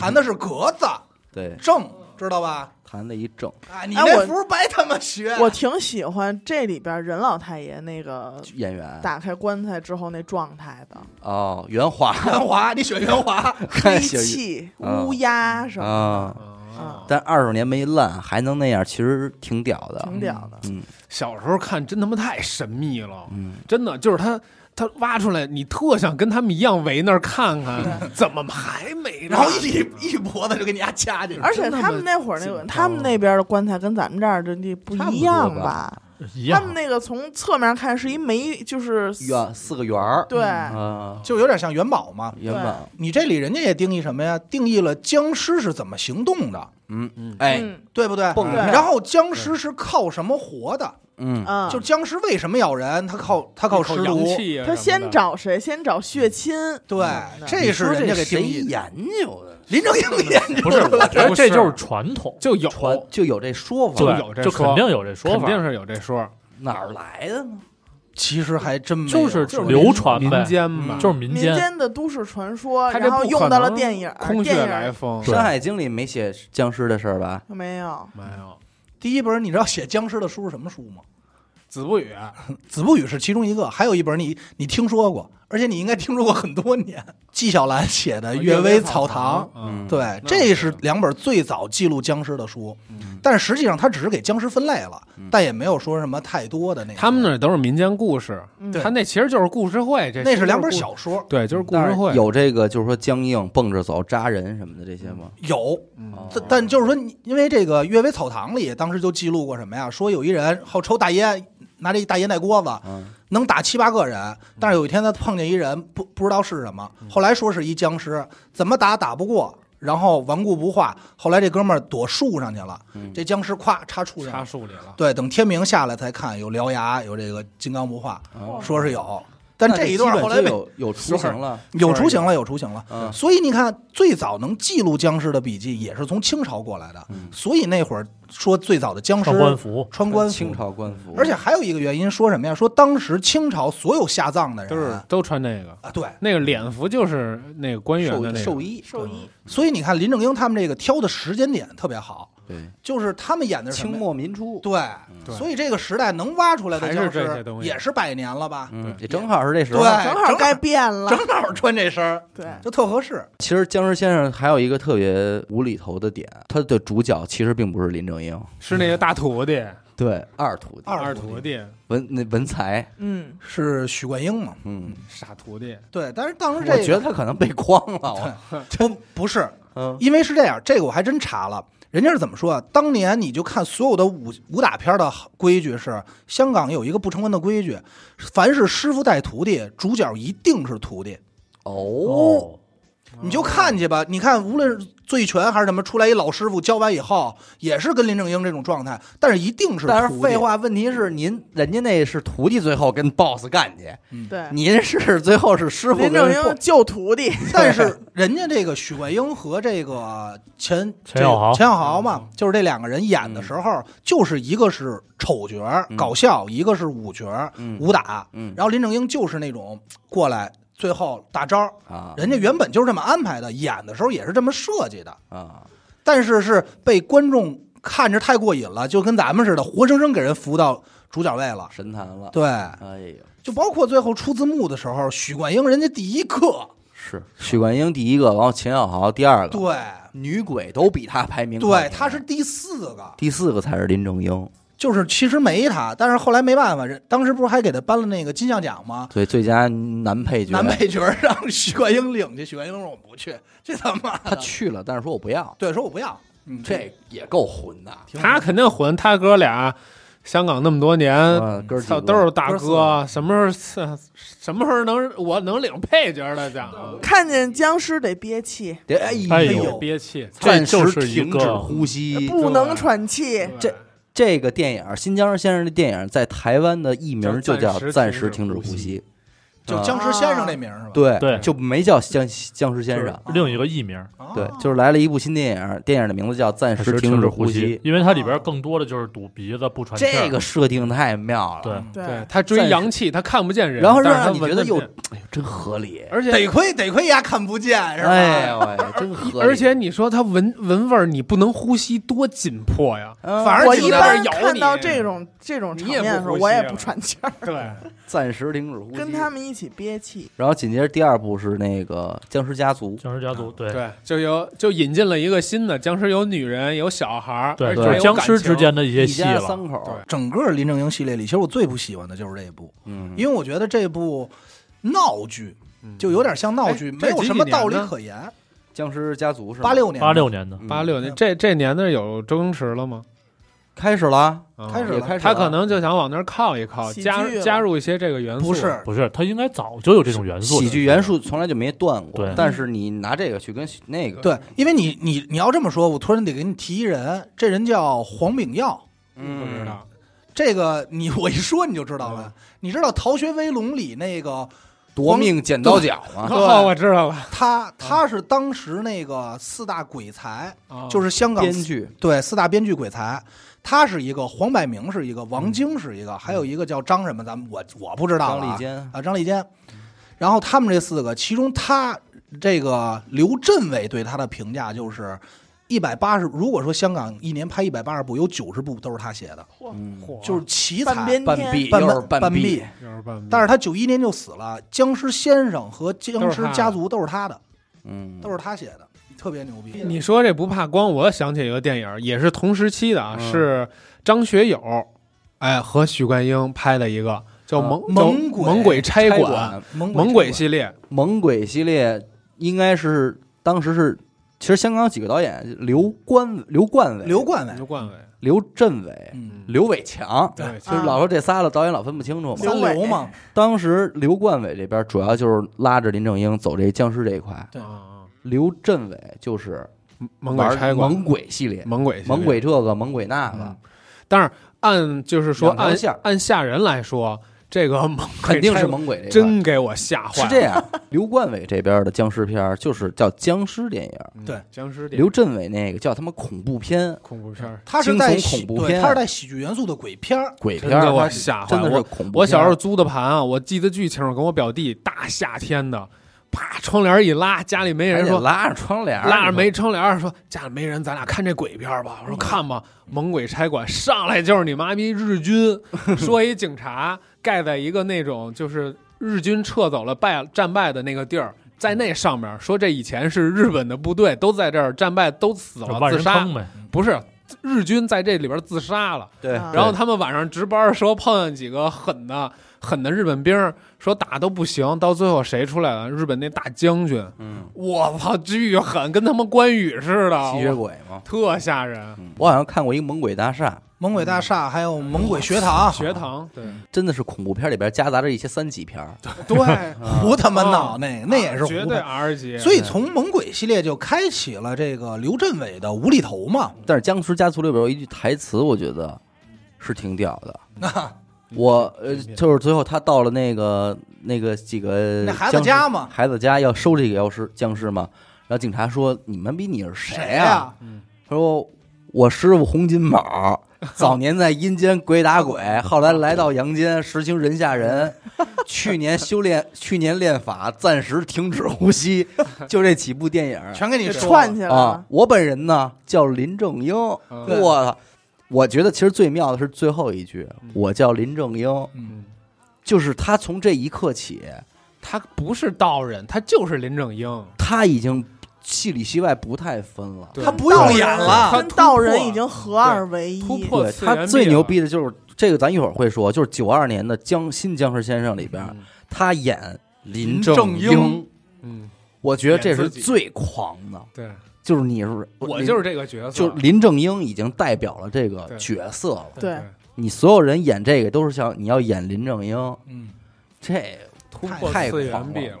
[SPEAKER 2] 弹的是格子
[SPEAKER 1] 对，
[SPEAKER 2] 正，知道吧？
[SPEAKER 1] 弹的一正，
[SPEAKER 2] 啊，你
[SPEAKER 3] 哎
[SPEAKER 2] 这
[SPEAKER 3] 我
[SPEAKER 2] 符白他妈学，啊
[SPEAKER 3] 我挺喜欢这里边任老太爷那个
[SPEAKER 1] 演员
[SPEAKER 3] 打开棺材之后那状态的，
[SPEAKER 1] 哦，袁华
[SPEAKER 2] 圆滑，你选圆滑，
[SPEAKER 1] 看
[SPEAKER 3] 黑
[SPEAKER 1] 小鱼
[SPEAKER 3] 气、
[SPEAKER 1] 啊
[SPEAKER 3] 乌鸦什么
[SPEAKER 1] 啊，
[SPEAKER 3] 的，啊，
[SPEAKER 1] 但二十年没烂，还能那样，其实挺屌的
[SPEAKER 3] 挺。屌的。
[SPEAKER 1] 嗯
[SPEAKER 4] 小时候看真他妈太神秘了，
[SPEAKER 1] 嗯，
[SPEAKER 4] 真的就是他。他挖出来，你特想跟他们一样围那儿看看，怎么还没呢？
[SPEAKER 2] 然后一一脖子就给你家掐进去。
[SPEAKER 3] 而且他们那会儿那个，
[SPEAKER 4] 紧张
[SPEAKER 3] 他们那边的棺材跟咱们这儿的地不一样吧？
[SPEAKER 5] 一
[SPEAKER 3] 他
[SPEAKER 5] 样
[SPEAKER 3] 们。那个从侧面看是一梅，就是
[SPEAKER 1] 圆四个圆儿，
[SPEAKER 3] 对，
[SPEAKER 1] 啊，
[SPEAKER 2] 就有点像元宝嘛，
[SPEAKER 1] 元宝，
[SPEAKER 2] 你这里人家也定义什么呀？定义了僵尸是怎么行动的，
[SPEAKER 1] 嗯，哎，
[SPEAKER 3] 嗯
[SPEAKER 2] 对不对？
[SPEAKER 1] 蹦
[SPEAKER 3] 对
[SPEAKER 2] 然后僵尸是靠什么活的？
[SPEAKER 1] 嗯，
[SPEAKER 3] 嗯，
[SPEAKER 2] 就僵尸为什么咬人？他靠他嗯
[SPEAKER 4] 他
[SPEAKER 2] 靠尸毒。
[SPEAKER 4] 啊
[SPEAKER 3] 他先找谁？先找血亲。
[SPEAKER 2] 对
[SPEAKER 3] 嗯，
[SPEAKER 2] 这是
[SPEAKER 1] 说
[SPEAKER 2] 人家给定
[SPEAKER 1] 谁
[SPEAKER 2] 义的。嗯
[SPEAKER 1] 研究的？
[SPEAKER 2] 林正英演
[SPEAKER 5] 不是，我觉得
[SPEAKER 4] 不
[SPEAKER 5] 这
[SPEAKER 4] 是
[SPEAKER 5] 就是传统，
[SPEAKER 4] 就有，
[SPEAKER 1] 传就有这说
[SPEAKER 4] 就
[SPEAKER 1] 法，
[SPEAKER 4] 有这
[SPEAKER 5] 对，就
[SPEAKER 4] 说
[SPEAKER 5] 肯定有这说
[SPEAKER 4] 肯
[SPEAKER 5] 法，
[SPEAKER 4] 定是有这说，
[SPEAKER 1] 哪儿来的呢？
[SPEAKER 2] 其实还真没有
[SPEAKER 5] 就是
[SPEAKER 2] 说
[SPEAKER 5] 流传
[SPEAKER 4] 民
[SPEAKER 5] 呗，
[SPEAKER 4] 间吧，
[SPEAKER 5] 就是民
[SPEAKER 3] 民
[SPEAKER 5] 间。。
[SPEAKER 3] 间的都市传说，
[SPEAKER 4] 他这
[SPEAKER 3] 然后
[SPEAKER 4] 不
[SPEAKER 3] 用
[SPEAKER 4] 可
[SPEAKER 3] 到了
[SPEAKER 4] 能
[SPEAKER 3] 电影，
[SPEAKER 4] 空穴
[SPEAKER 3] 啊电
[SPEAKER 4] 来
[SPEAKER 3] 影
[SPEAKER 4] 风
[SPEAKER 1] 《山海经》里没写僵尸的事儿吧？
[SPEAKER 3] 没有。
[SPEAKER 4] 没有，
[SPEAKER 2] 第一本，你知道写僵尸的书是什么书吗？
[SPEAKER 4] 子不语
[SPEAKER 2] 《子不语》是其中一个，还有一本你你听说过，而且你应该听说过很多年。纪晓岚写的《
[SPEAKER 4] 阅
[SPEAKER 2] 呃阅微草
[SPEAKER 4] 草
[SPEAKER 2] 堂》，
[SPEAKER 4] 嗯，
[SPEAKER 2] 对，
[SPEAKER 4] 那
[SPEAKER 2] 这是
[SPEAKER 4] 是
[SPEAKER 2] 两本最早记录僵尸的书
[SPEAKER 4] 嗯，
[SPEAKER 2] 但实际上它只是给僵尸分类了，但也没有说什么太多的那个。
[SPEAKER 4] 他们那都是民间故事，
[SPEAKER 3] 嗯
[SPEAKER 4] 他那其实就是故事会，这
[SPEAKER 2] 那是两本
[SPEAKER 4] 故事，
[SPEAKER 2] 小说，
[SPEAKER 4] 对，就是故
[SPEAKER 1] 但
[SPEAKER 4] 事
[SPEAKER 1] 是
[SPEAKER 4] 会，
[SPEAKER 1] 有这个，就是说僵硬、蹦着走、扎人什么的这些吗？
[SPEAKER 2] 有，
[SPEAKER 4] 嗯
[SPEAKER 1] 哦
[SPEAKER 2] 但但就是说你，因为这个《阅微草堂》里当时就记录过什么呀？说有一人好抽大烟，拿着一大烟袋锅子，
[SPEAKER 1] 嗯
[SPEAKER 2] 能打七八个人。但是有一天他碰见一人，不不知道是什么，后来说是一僵尸，怎么打打不过，然后顽固不化。后来这哥们儿躲树上去了，
[SPEAKER 1] 嗯
[SPEAKER 2] 这僵尸咵插树上
[SPEAKER 4] 插
[SPEAKER 2] 了。
[SPEAKER 4] 树里了，
[SPEAKER 2] 对，等天明下来才看，有獠牙，有这个金刚不化，
[SPEAKER 1] 哦
[SPEAKER 2] 说是有，但这一
[SPEAKER 1] 那
[SPEAKER 2] 段
[SPEAKER 1] 基
[SPEAKER 2] 后
[SPEAKER 1] 本
[SPEAKER 2] 来
[SPEAKER 1] 就
[SPEAKER 2] 被
[SPEAKER 1] 有有雏形了，
[SPEAKER 2] 有雏形了，有雏形了。
[SPEAKER 1] 嗯
[SPEAKER 2] 所以你看，最早能记录僵尸的笔记也是从清朝过来的，
[SPEAKER 1] 嗯
[SPEAKER 2] 所以那会儿说最早的僵尸
[SPEAKER 5] 上官服，
[SPEAKER 2] 穿 官服
[SPEAKER 1] 清朝官服，
[SPEAKER 2] 而且还有一个原因说什么呀？说当时清朝所有下葬的人啊
[SPEAKER 4] 都是都穿那个，
[SPEAKER 2] 啊，对，
[SPEAKER 4] 那个脸服就是那个官员的
[SPEAKER 1] 兽
[SPEAKER 4] 那
[SPEAKER 1] 兽
[SPEAKER 4] 个，
[SPEAKER 1] 医，
[SPEAKER 3] 兽医，
[SPEAKER 2] 所以你看林正英他们这个挑的时间点特别好，
[SPEAKER 1] 对，
[SPEAKER 2] 就是他们演的是什
[SPEAKER 1] 清
[SPEAKER 2] 么呀
[SPEAKER 1] 末民初，
[SPEAKER 2] 对，
[SPEAKER 4] 嗯对
[SPEAKER 2] 所以这个时代能挖出来的
[SPEAKER 4] 还是
[SPEAKER 2] 僵
[SPEAKER 4] 这些
[SPEAKER 2] 尸
[SPEAKER 4] 东西
[SPEAKER 2] 也是百年了吧？
[SPEAKER 1] 嗯，
[SPEAKER 4] 对
[SPEAKER 1] 也正好是这时候
[SPEAKER 2] 对。
[SPEAKER 3] 正
[SPEAKER 2] 正
[SPEAKER 3] 好
[SPEAKER 2] 好
[SPEAKER 3] 该变了
[SPEAKER 2] 正。好穿这身儿
[SPEAKER 3] 对，
[SPEAKER 2] 就特合适。
[SPEAKER 1] 其实僵尸先生还有一个特别无厘头的点，他的主角其实并不是林正英，
[SPEAKER 4] 是那个大徒弟，
[SPEAKER 1] 对，二徒弟，嗯
[SPEAKER 2] 二徒
[SPEAKER 4] 徒弟，
[SPEAKER 1] 文那文才，
[SPEAKER 3] 嗯，
[SPEAKER 2] 是许冠英嘛？
[SPEAKER 1] 嗯，
[SPEAKER 4] 傻徒弟，
[SPEAKER 2] 对，但是当时这
[SPEAKER 1] 我
[SPEAKER 2] 个
[SPEAKER 1] 觉得他可能被框了，我
[SPEAKER 2] 不不是，
[SPEAKER 1] 嗯
[SPEAKER 2] 因为是这样，这个我还真查了，人家是怎么说啊？当年你就看所有的武武打片的规矩是，香港有一个不成文的规矩，凡是师傅带徒弟，主角一定是徒弟。
[SPEAKER 1] 哦，
[SPEAKER 2] 你就看去吧，你看无论是醉拳还是什么，出来一老师傅教完以后，也是跟林正英这种状态，但是一定是徒弟。
[SPEAKER 1] 但是废，话，问题是您人家那是徒弟最后跟 boss 干去，
[SPEAKER 2] 嗯
[SPEAKER 3] 对。
[SPEAKER 1] 您是最后是师傅
[SPEAKER 3] 林
[SPEAKER 1] 跟
[SPEAKER 3] 正
[SPEAKER 1] boss-
[SPEAKER 3] 英救徒弟，
[SPEAKER 2] 但是人家这个许冠英和这个钱
[SPEAKER 5] 钱小豪
[SPEAKER 2] 钱小豪嘛，
[SPEAKER 1] 嗯
[SPEAKER 2] 就是这两个人演的时候，就是一个是丑角儿
[SPEAKER 1] 嗯
[SPEAKER 2] 搞笑，一个是武角儿
[SPEAKER 1] 嗯
[SPEAKER 2] 武打，
[SPEAKER 1] 嗯
[SPEAKER 2] 然后林正英就是那种过来最后大招儿，
[SPEAKER 1] 啊
[SPEAKER 2] 人家原本就是这么安排的，演的时候也是这么设计的，
[SPEAKER 1] 啊，
[SPEAKER 2] 但是是被观众看着太过瘾了，就跟咱们似的，活生生给人扶到主角位了。
[SPEAKER 1] 神坛了，
[SPEAKER 2] 对，
[SPEAKER 1] 哎呦，
[SPEAKER 2] 就包括最后出字幕的时候，许冠英人家第一个
[SPEAKER 1] 是许冠英第一个，然后秦小豪第二个，
[SPEAKER 2] 对
[SPEAKER 1] 女鬼都比他排名靠
[SPEAKER 2] 对，
[SPEAKER 1] 前
[SPEAKER 2] 他是第四个，
[SPEAKER 1] 第四个才是林正英，
[SPEAKER 2] 就是其实没他，但是后来没办法，人当时不是还给他颁了那个金像奖吗？
[SPEAKER 1] 对最佳男配角，
[SPEAKER 2] 男配角让许冠英领去，许冠英说我不去，这他妈
[SPEAKER 1] 他
[SPEAKER 2] 的，
[SPEAKER 1] 去啊了，但是说我不要，
[SPEAKER 2] 对，说我不要，嗯，
[SPEAKER 1] 这也够混的。
[SPEAKER 2] 挺
[SPEAKER 4] 他肯定混，他哥俩香港那么多年，
[SPEAKER 1] 啊，哥儿几
[SPEAKER 4] 操
[SPEAKER 1] 个
[SPEAKER 4] 都是大
[SPEAKER 2] 哥四
[SPEAKER 4] 哥，什么时候什么时候能我能领配角了？讲
[SPEAKER 3] 看见僵尸得 憋气，
[SPEAKER 1] 得哎
[SPEAKER 5] 哎
[SPEAKER 1] 呦，
[SPEAKER 2] 呦
[SPEAKER 4] 憋气，
[SPEAKER 5] 这
[SPEAKER 1] 暂
[SPEAKER 5] 就
[SPEAKER 1] 时
[SPEAKER 5] 是一
[SPEAKER 1] 停止
[SPEAKER 5] 个
[SPEAKER 1] 呼吸。
[SPEAKER 3] 不能喘气。
[SPEAKER 1] 这这个电影《新疆先生》的电影在台湾的译名就叫《
[SPEAKER 4] 叫
[SPEAKER 1] 暂
[SPEAKER 4] 暂
[SPEAKER 1] 时
[SPEAKER 4] 时
[SPEAKER 1] 停
[SPEAKER 4] 停
[SPEAKER 1] 止
[SPEAKER 4] 止
[SPEAKER 1] 呼
[SPEAKER 4] 呼
[SPEAKER 1] 吸
[SPEAKER 4] 吸》
[SPEAKER 2] 就
[SPEAKER 1] 啊
[SPEAKER 2] 僵尸先生这名儿是吧？
[SPEAKER 1] 对
[SPEAKER 5] 对
[SPEAKER 1] 就没叫僵僵尸先
[SPEAKER 5] 就是
[SPEAKER 1] 生。
[SPEAKER 5] 另一个艺名儿
[SPEAKER 2] 啊
[SPEAKER 1] 对，就是来了一部新电影，电影的名字叫《暂时停止呼吸》。
[SPEAKER 5] 因为它里边更多的就是堵鼻子不喘气儿。
[SPEAKER 1] 这个设定太妙了，
[SPEAKER 5] 对，
[SPEAKER 4] 对
[SPEAKER 3] 对，
[SPEAKER 4] 他追阳气，他看不见人，
[SPEAKER 1] 然后
[SPEAKER 4] 但是他
[SPEAKER 1] 让你觉
[SPEAKER 4] 闻
[SPEAKER 1] 得
[SPEAKER 4] 得
[SPEAKER 1] 又
[SPEAKER 4] 见
[SPEAKER 1] 哎呦真合 理，
[SPEAKER 4] 而且
[SPEAKER 2] 得亏得亏丫看不见是吧？
[SPEAKER 1] 哎呦喂，真合理。
[SPEAKER 4] 而且你说他闻闻味儿，你不能呼吸，多紧迫呀！
[SPEAKER 1] 嗯
[SPEAKER 4] 反而
[SPEAKER 3] 我
[SPEAKER 4] 紧
[SPEAKER 3] 一
[SPEAKER 4] 在那儿
[SPEAKER 3] 般
[SPEAKER 4] 咬
[SPEAKER 3] 看
[SPEAKER 4] 你
[SPEAKER 3] 到这种这种场
[SPEAKER 4] 你也
[SPEAKER 3] 面
[SPEAKER 4] 不
[SPEAKER 3] 的时候，
[SPEAKER 4] 呼吸啊
[SPEAKER 3] 我也
[SPEAKER 4] 了
[SPEAKER 3] 不喘气儿，
[SPEAKER 4] 对，
[SPEAKER 1] 暂时停止呼吸，
[SPEAKER 3] 跟他们一起憋气。
[SPEAKER 1] 然后紧接着第二部是那个《僵尸家族》，
[SPEAKER 5] 僵尸家族，对
[SPEAKER 4] 对，就有就引进了一个新的僵尸，有女人，有小孩儿，而且
[SPEAKER 5] 就是
[SPEAKER 4] 有
[SPEAKER 5] 僵
[SPEAKER 4] 感
[SPEAKER 5] 尸之
[SPEAKER 4] 情
[SPEAKER 5] 间的一些
[SPEAKER 1] 一
[SPEAKER 5] 戏
[SPEAKER 1] 家
[SPEAKER 5] 了。
[SPEAKER 1] 三口，
[SPEAKER 4] 对
[SPEAKER 2] 整个林正英系列里，其实我最不喜欢的就是这一部，
[SPEAKER 1] 嗯，
[SPEAKER 2] 因为我觉得这部闹剧
[SPEAKER 4] 嗯
[SPEAKER 2] 就有点像闹剧，
[SPEAKER 4] 哎
[SPEAKER 2] 没有什么道理可言。
[SPEAKER 1] 僵尸家族是吗
[SPEAKER 2] 八六年，
[SPEAKER 5] 八六年的，
[SPEAKER 1] 嗯
[SPEAKER 4] 八六年这这年的有周星驰了吗？
[SPEAKER 1] 开始了，啊
[SPEAKER 4] 嗯
[SPEAKER 2] 开始
[SPEAKER 1] 也
[SPEAKER 2] 了
[SPEAKER 1] 开始
[SPEAKER 4] 他
[SPEAKER 1] 了，
[SPEAKER 4] 可能就想往那儿靠一靠，
[SPEAKER 3] 喜
[SPEAKER 4] 加
[SPEAKER 3] 剧了
[SPEAKER 4] 加入一些这个元素。
[SPEAKER 2] 不是
[SPEAKER 5] 不是，它应该早就有这种元素的。
[SPEAKER 1] 喜剧元素从来就没断过，
[SPEAKER 5] 对
[SPEAKER 1] 但是你拿这个去跟那个，
[SPEAKER 2] 对，因为你你你要这么说，我突然得给你提一人，这人叫黄炳耀。
[SPEAKER 4] 不知
[SPEAKER 1] 嗯，
[SPEAKER 4] 道，
[SPEAKER 2] 这个你 我一说你就知道了。你知道《逃学威龙》里那个
[SPEAKER 1] 夺命剪刀脚
[SPEAKER 2] 嗯
[SPEAKER 1] 啊嘛，
[SPEAKER 4] 哦，我知道了，
[SPEAKER 2] 他，他是当时那个四大鬼才，
[SPEAKER 4] 哦
[SPEAKER 2] 就是 香港
[SPEAKER 1] 编
[SPEAKER 2] 四
[SPEAKER 1] 剧
[SPEAKER 2] 对四大编剧鬼才，他是一个，黄百鸣是一个，王晶是一个，还有一个叫张什么，咱们我我不知道了
[SPEAKER 1] 张
[SPEAKER 2] 啊
[SPEAKER 1] 丽坚，
[SPEAKER 2] 啊，张丽坚。然后他们这四个，其中他这个刘镇伟对他的评价就是。一百八十，如果说香港一年拍一百八十部，有九十部都是他写的，
[SPEAKER 1] 嗯
[SPEAKER 4] 嚯
[SPEAKER 2] 就是奇才。
[SPEAKER 3] 半边
[SPEAKER 1] 半
[SPEAKER 3] 天，
[SPEAKER 1] 壁
[SPEAKER 2] 半
[SPEAKER 1] 又是
[SPEAKER 2] 半
[SPEAKER 1] 半
[SPEAKER 2] 半
[SPEAKER 1] 壁
[SPEAKER 2] 壁，
[SPEAKER 4] 又是半
[SPEAKER 2] 但是他九一年就死了，《僵尸先生》和《僵尸家族》都是他的，
[SPEAKER 1] 嗯，
[SPEAKER 2] 都是他写的，特别牛逼。
[SPEAKER 4] 你说这不怕光，我想起一个电影，也是同时期的啊，
[SPEAKER 1] 嗯
[SPEAKER 4] 是张学友，哎和许冠英拍的一个叫《
[SPEAKER 1] 啊
[SPEAKER 4] 猛
[SPEAKER 2] 猛
[SPEAKER 4] 猛
[SPEAKER 2] 鬼
[SPEAKER 4] 猛鬼
[SPEAKER 1] 拆
[SPEAKER 4] 差馆》
[SPEAKER 2] 猛
[SPEAKER 4] 猛鬼系列，
[SPEAKER 1] 猛鬼系列应该是当时是，其实香港有几个导演，刘冠刘冠伟、
[SPEAKER 2] 刘冠伟，
[SPEAKER 4] 刘冠伟，
[SPEAKER 1] 刘镇伟、
[SPEAKER 2] 嗯，
[SPEAKER 1] 刘伟强，
[SPEAKER 4] 对，啊
[SPEAKER 1] 其实老说这仨的导演老分不清楚嘛。
[SPEAKER 3] 刘
[SPEAKER 2] 三
[SPEAKER 3] 伟
[SPEAKER 2] 流嘛，
[SPEAKER 1] 当时刘冠伟这边主要就是拉着林正英走这僵尸这一块，
[SPEAKER 2] 对
[SPEAKER 4] 啊
[SPEAKER 1] 刘镇伟就是
[SPEAKER 4] 猛鬼差
[SPEAKER 1] 玩
[SPEAKER 4] 馆，
[SPEAKER 1] 猛鬼系列，
[SPEAKER 4] 猛鬼系列
[SPEAKER 1] 猛鬼这个猛鬼那个
[SPEAKER 4] 嗯，但是按就是说
[SPEAKER 1] 两条
[SPEAKER 4] 按
[SPEAKER 1] 线儿
[SPEAKER 4] 按吓人来说，这个猛鬼
[SPEAKER 1] 肯定
[SPEAKER 4] 差
[SPEAKER 1] 是
[SPEAKER 4] 馆
[SPEAKER 1] 猛鬼这一块。
[SPEAKER 4] 真给我吓坏
[SPEAKER 1] 是
[SPEAKER 4] 了。
[SPEAKER 1] 这样，刘冠伟这边的僵尸片儿就是叫僵尸电影，
[SPEAKER 4] 嗯
[SPEAKER 2] 对
[SPEAKER 4] 僵尸电影
[SPEAKER 1] 刘镇伟那个叫他妈恐怖片、
[SPEAKER 4] 恐怖片儿，
[SPEAKER 2] 他是带
[SPEAKER 1] 惊悚
[SPEAKER 2] 喜
[SPEAKER 1] 恐怖片
[SPEAKER 2] 对，他是带喜剧元素的鬼片儿。
[SPEAKER 1] 鬼
[SPEAKER 4] 真
[SPEAKER 1] 片儿，
[SPEAKER 4] 给
[SPEAKER 1] 它
[SPEAKER 4] 我
[SPEAKER 1] 是
[SPEAKER 4] 吓坏
[SPEAKER 1] 真
[SPEAKER 4] 了。
[SPEAKER 1] 的
[SPEAKER 4] 我
[SPEAKER 1] 是恐怖片儿。
[SPEAKER 4] 我小时候租的盘啊，我记得巨清楚，跟我表弟大夏天的，啪窗帘一拉，家里没
[SPEAKER 1] 还
[SPEAKER 4] 人
[SPEAKER 1] 得
[SPEAKER 4] 说。
[SPEAKER 1] 拉着窗帘儿，
[SPEAKER 4] 拉着
[SPEAKER 1] 你说
[SPEAKER 4] 没窗帘儿说家里没人，咱俩看这鬼片儿吧。我
[SPEAKER 1] 嗯
[SPEAKER 4] 说看吧，《猛鬼差馆》上来就是你妈逼 日军，说一警察盖在一个那种就是日军撤走了败战败的那个地儿，在那上面说这以前是日本的部队都在这儿战败都死
[SPEAKER 5] 就
[SPEAKER 4] 了
[SPEAKER 5] 万
[SPEAKER 4] 啊自
[SPEAKER 5] 人
[SPEAKER 4] 杀
[SPEAKER 5] 坑，呗，
[SPEAKER 4] 不是日军在这里边自杀了。
[SPEAKER 1] 对，
[SPEAKER 3] 啊
[SPEAKER 4] 然后他们晚上值班，说碰见几个狠的狠的日本兵儿，说打都不行，到最后谁出来了？日本那大将军，
[SPEAKER 1] 嗯，
[SPEAKER 4] 我操，巨狠，跟他妈关羽似的，
[SPEAKER 1] 吸血
[SPEAKER 4] 我
[SPEAKER 1] 鬼嘛。
[SPEAKER 4] 特吓人。
[SPEAKER 1] 嗯我好像看过一个《猛鬼大厦
[SPEAKER 2] 猛鬼大厦还有猛鬼学
[SPEAKER 1] 啊
[SPEAKER 2] 堂，
[SPEAKER 4] 学 堂，对》，
[SPEAKER 1] 真的是恐怖片里边夹杂着一些三级片儿，
[SPEAKER 4] 对， 啊
[SPEAKER 2] 胡他妈闹那那也是
[SPEAKER 4] 绝
[SPEAKER 2] 胡
[SPEAKER 4] 对啊
[SPEAKER 2] 他。
[SPEAKER 4] R 级。
[SPEAKER 2] 所以从猛鬼系列就开启了这个刘镇伟的无厘头嘛。
[SPEAKER 1] 但是《僵尸家族》里边有一句台词，我觉得是挺屌的。 我呃，就是最后他到了那个那个几个
[SPEAKER 2] 那孩子
[SPEAKER 1] 呃僵尸
[SPEAKER 2] 家嘛
[SPEAKER 1] 孩子家要收这个僵尸僵尸嘛，然后警察说：“你们比你是谁啊？”
[SPEAKER 2] 呀？
[SPEAKER 1] 他说：“我师傅洪金宝， 早年在阴间鬼打鬼， 后来来到阳间实行人下 人。去年修炼，去年练法，暂时停止呼 吸。就这几部电影
[SPEAKER 2] 全给你
[SPEAKER 3] 给
[SPEAKER 2] 说
[SPEAKER 3] 串起来
[SPEAKER 1] 啊
[SPEAKER 3] 了。，
[SPEAKER 1] 我本人呢叫林正英，
[SPEAKER 4] 嗯
[SPEAKER 1] 我操我觉得其实最妙的是最后一句
[SPEAKER 4] 嗯，
[SPEAKER 1] 我叫林正英，
[SPEAKER 2] 嗯，
[SPEAKER 1] 就是他从这一刻起，
[SPEAKER 4] 他不是道人，他就是林正英。
[SPEAKER 1] 他已经戏里戏外不太分了。
[SPEAKER 4] 对
[SPEAKER 2] 他不用演
[SPEAKER 5] 嗯
[SPEAKER 4] 他
[SPEAKER 2] 了，
[SPEAKER 3] 跟道人
[SPEAKER 4] 突破
[SPEAKER 3] 已经合二为
[SPEAKER 4] 突
[SPEAKER 3] 一。
[SPEAKER 4] 破
[SPEAKER 1] 对
[SPEAKER 4] 次元壁
[SPEAKER 1] 他
[SPEAKER 4] 了
[SPEAKER 1] 最牛逼的就是这个，咱一会儿会说，就是九二年的僵《新僵尸先生》里边，
[SPEAKER 4] 嗯
[SPEAKER 1] 他演林
[SPEAKER 2] 正英
[SPEAKER 1] 英，
[SPEAKER 4] 嗯，
[SPEAKER 1] 我觉得这是
[SPEAKER 4] 演自己
[SPEAKER 1] 最狂的，
[SPEAKER 4] 对
[SPEAKER 1] 就是你是
[SPEAKER 4] 我
[SPEAKER 1] 林
[SPEAKER 4] 就是这个角色，
[SPEAKER 1] 就是林正英已经代表了这个
[SPEAKER 4] 对
[SPEAKER 1] 角色了，
[SPEAKER 3] 对
[SPEAKER 4] 对，
[SPEAKER 1] 你所有人演这个都是像你要演林正英，
[SPEAKER 2] 嗯，
[SPEAKER 1] 这
[SPEAKER 4] 突
[SPEAKER 2] 太
[SPEAKER 4] 破
[SPEAKER 1] 太
[SPEAKER 4] 次
[SPEAKER 1] 狂
[SPEAKER 4] 元壁
[SPEAKER 1] 了
[SPEAKER 4] 了。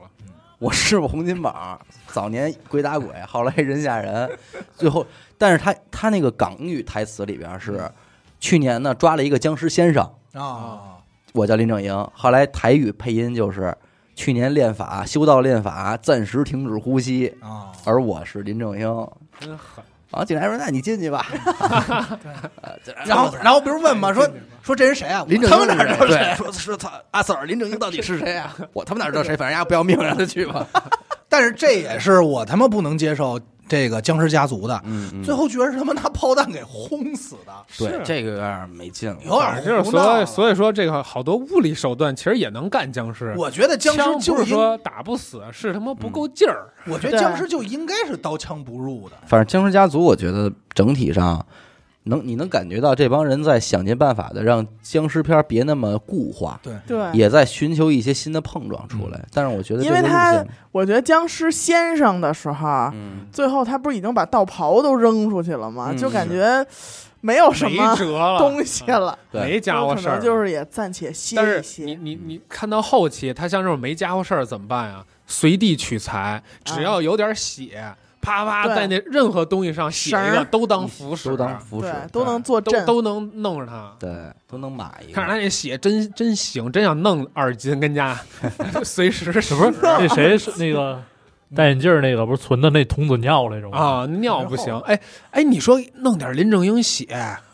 [SPEAKER 1] 我师傅洪金宝早年鬼打鬼，后来人吓人，最后，但是他他那个港语台词里边是，去年呢抓了一个僵尸先生，
[SPEAKER 2] 啊，
[SPEAKER 1] 我叫林正英，后来台语配音就是去年练法修道练法暂时停止呼吸，
[SPEAKER 2] 啊，
[SPEAKER 1] 而我是林正英。
[SPEAKER 4] 真狠，
[SPEAKER 1] 然后警察说：“那你进 去吧。呃”警察说
[SPEAKER 2] 然后然后不是问吗？说说这人谁啊？
[SPEAKER 1] 林正
[SPEAKER 2] 他
[SPEAKER 1] 英
[SPEAKER 2] 们哪
[SPEAKER 1] 是
[SPEAKER 2] 知
[SPEAKER 1] 谁
[SPEAKER 2] 道谁？
[SPEAKER 1] 对，说说他阿 Sir 林正英到底是谁啊？我他妈哪知道谁？反正人家不要命，让他去吧。
[SPEAKER 2] 但是这也是我他妈不能接受这个僵尸家族的，
[SPEAKER 1] 嗯
[SPEAKER 2] 最后居然是他妈拿炮弹给轰死的，
[SPEAKER 1] 对
[SPEAKER 4] 是啊
[SPEAKER 1] 这个有点没劲了。
[SPEAKER 3] 哦
[SPEAKER 2] 有点
[SPEAKER 4] 反正就是
[SPEAKER 2] 胡闹啊
[SPEAKER 4] 所以
[SPEAKER 2] 了
[SPEAKER 4] 所以说这个好多物理手段其实也能干僵尸。
[SPEAKER 2] 我觉得僵
[SPEAKER 4] 枪
[SPEAKER 2] 尸就
[SPEAKER 4] 不是
[SPEAKER 2] 应，
[SPEAKER 4] 说打不死，是他妈不
[SPEAKER 3] 嗯
[SPEAKER 4] 够劲儿。
[SPEAKER 2] 我觉得僵尸就应该是刀枪不入的。
[SPEAKER 1] 反正僵尸家族，我觉得整体上能你能感觉到这帮人在想尽办法的让僵尸片别那么固化，
[SPEAKER 2] 对，
[SPEAKER 3] 对，
[SPEAKER 1] 也在寻求一些新的碰撞出来。但是我觉得这
[SPEAKER 3] 因为
[SPEAKER 1] 个路
[SPEAKER 3] 他
[SPEAKER 1] 线
[SPEAKER 3] 我觉得僵尸先生的时候，啊
[SPEAKER 1] 嗯
[SPEAKER 3] 最后他不是已经把道袍都扔出去了吗？
[SPEAKER 1] 嗯
[SPEAKER 3] 就感觉没有什
[SPEAKER 4] 没
[SPEAKER 3] 么
[SPEAKER 4] 辙了，
[SPEAKER 3] 东西了。
[SPEAKER 1] 对
[SPEAKER 4] 没家伙
[SPEAKER 3] 可
[SPEAKER 4] 事
[SPEAKER 3] 能
[SPEAKER 4] 儿，
[SPEAKER 3] 就是也暂且歇
[SPEAKER 4] 但
[SPEAKER 3] 一
[SPEAKER 4] 是
[SPEAKER 3] 歇。
[SPEAKER 4] 你你你看到后期，他像这种没家伙事儿怎么办呀？随地取材，只要有点血，啪啪
[SPEAKER 3] 对
[SPEAKER 4] 在那任何东西上写一
[SPEAKER 3] 绳
[SPEAKER 4] 个
[SPEAKER 3] 儿
[SPEAKER 4] 都当啊符使，
[SPEAKER 1] 都当扶持
[SPEAKER 3] 对，，都能坐
[SPEAKER 4] 都
[SPEAKER 3] 镇，
[SPEAKER 4] 都能弄着他。
[SPEAKER 1] 对都能买一
[SPEAKER 4] 看着
[SPEAKER 1] 个。
[SPEAKER 4] 他那血真真行，真想弄二斤 跟家，随时
[SPEAKER 5] 这不是那谁是那个戴眼镜儿那个不是存的那童子尿来着吗？
[SPEAKER 4] 啊尿不行。哎哎，你说弄点林正英血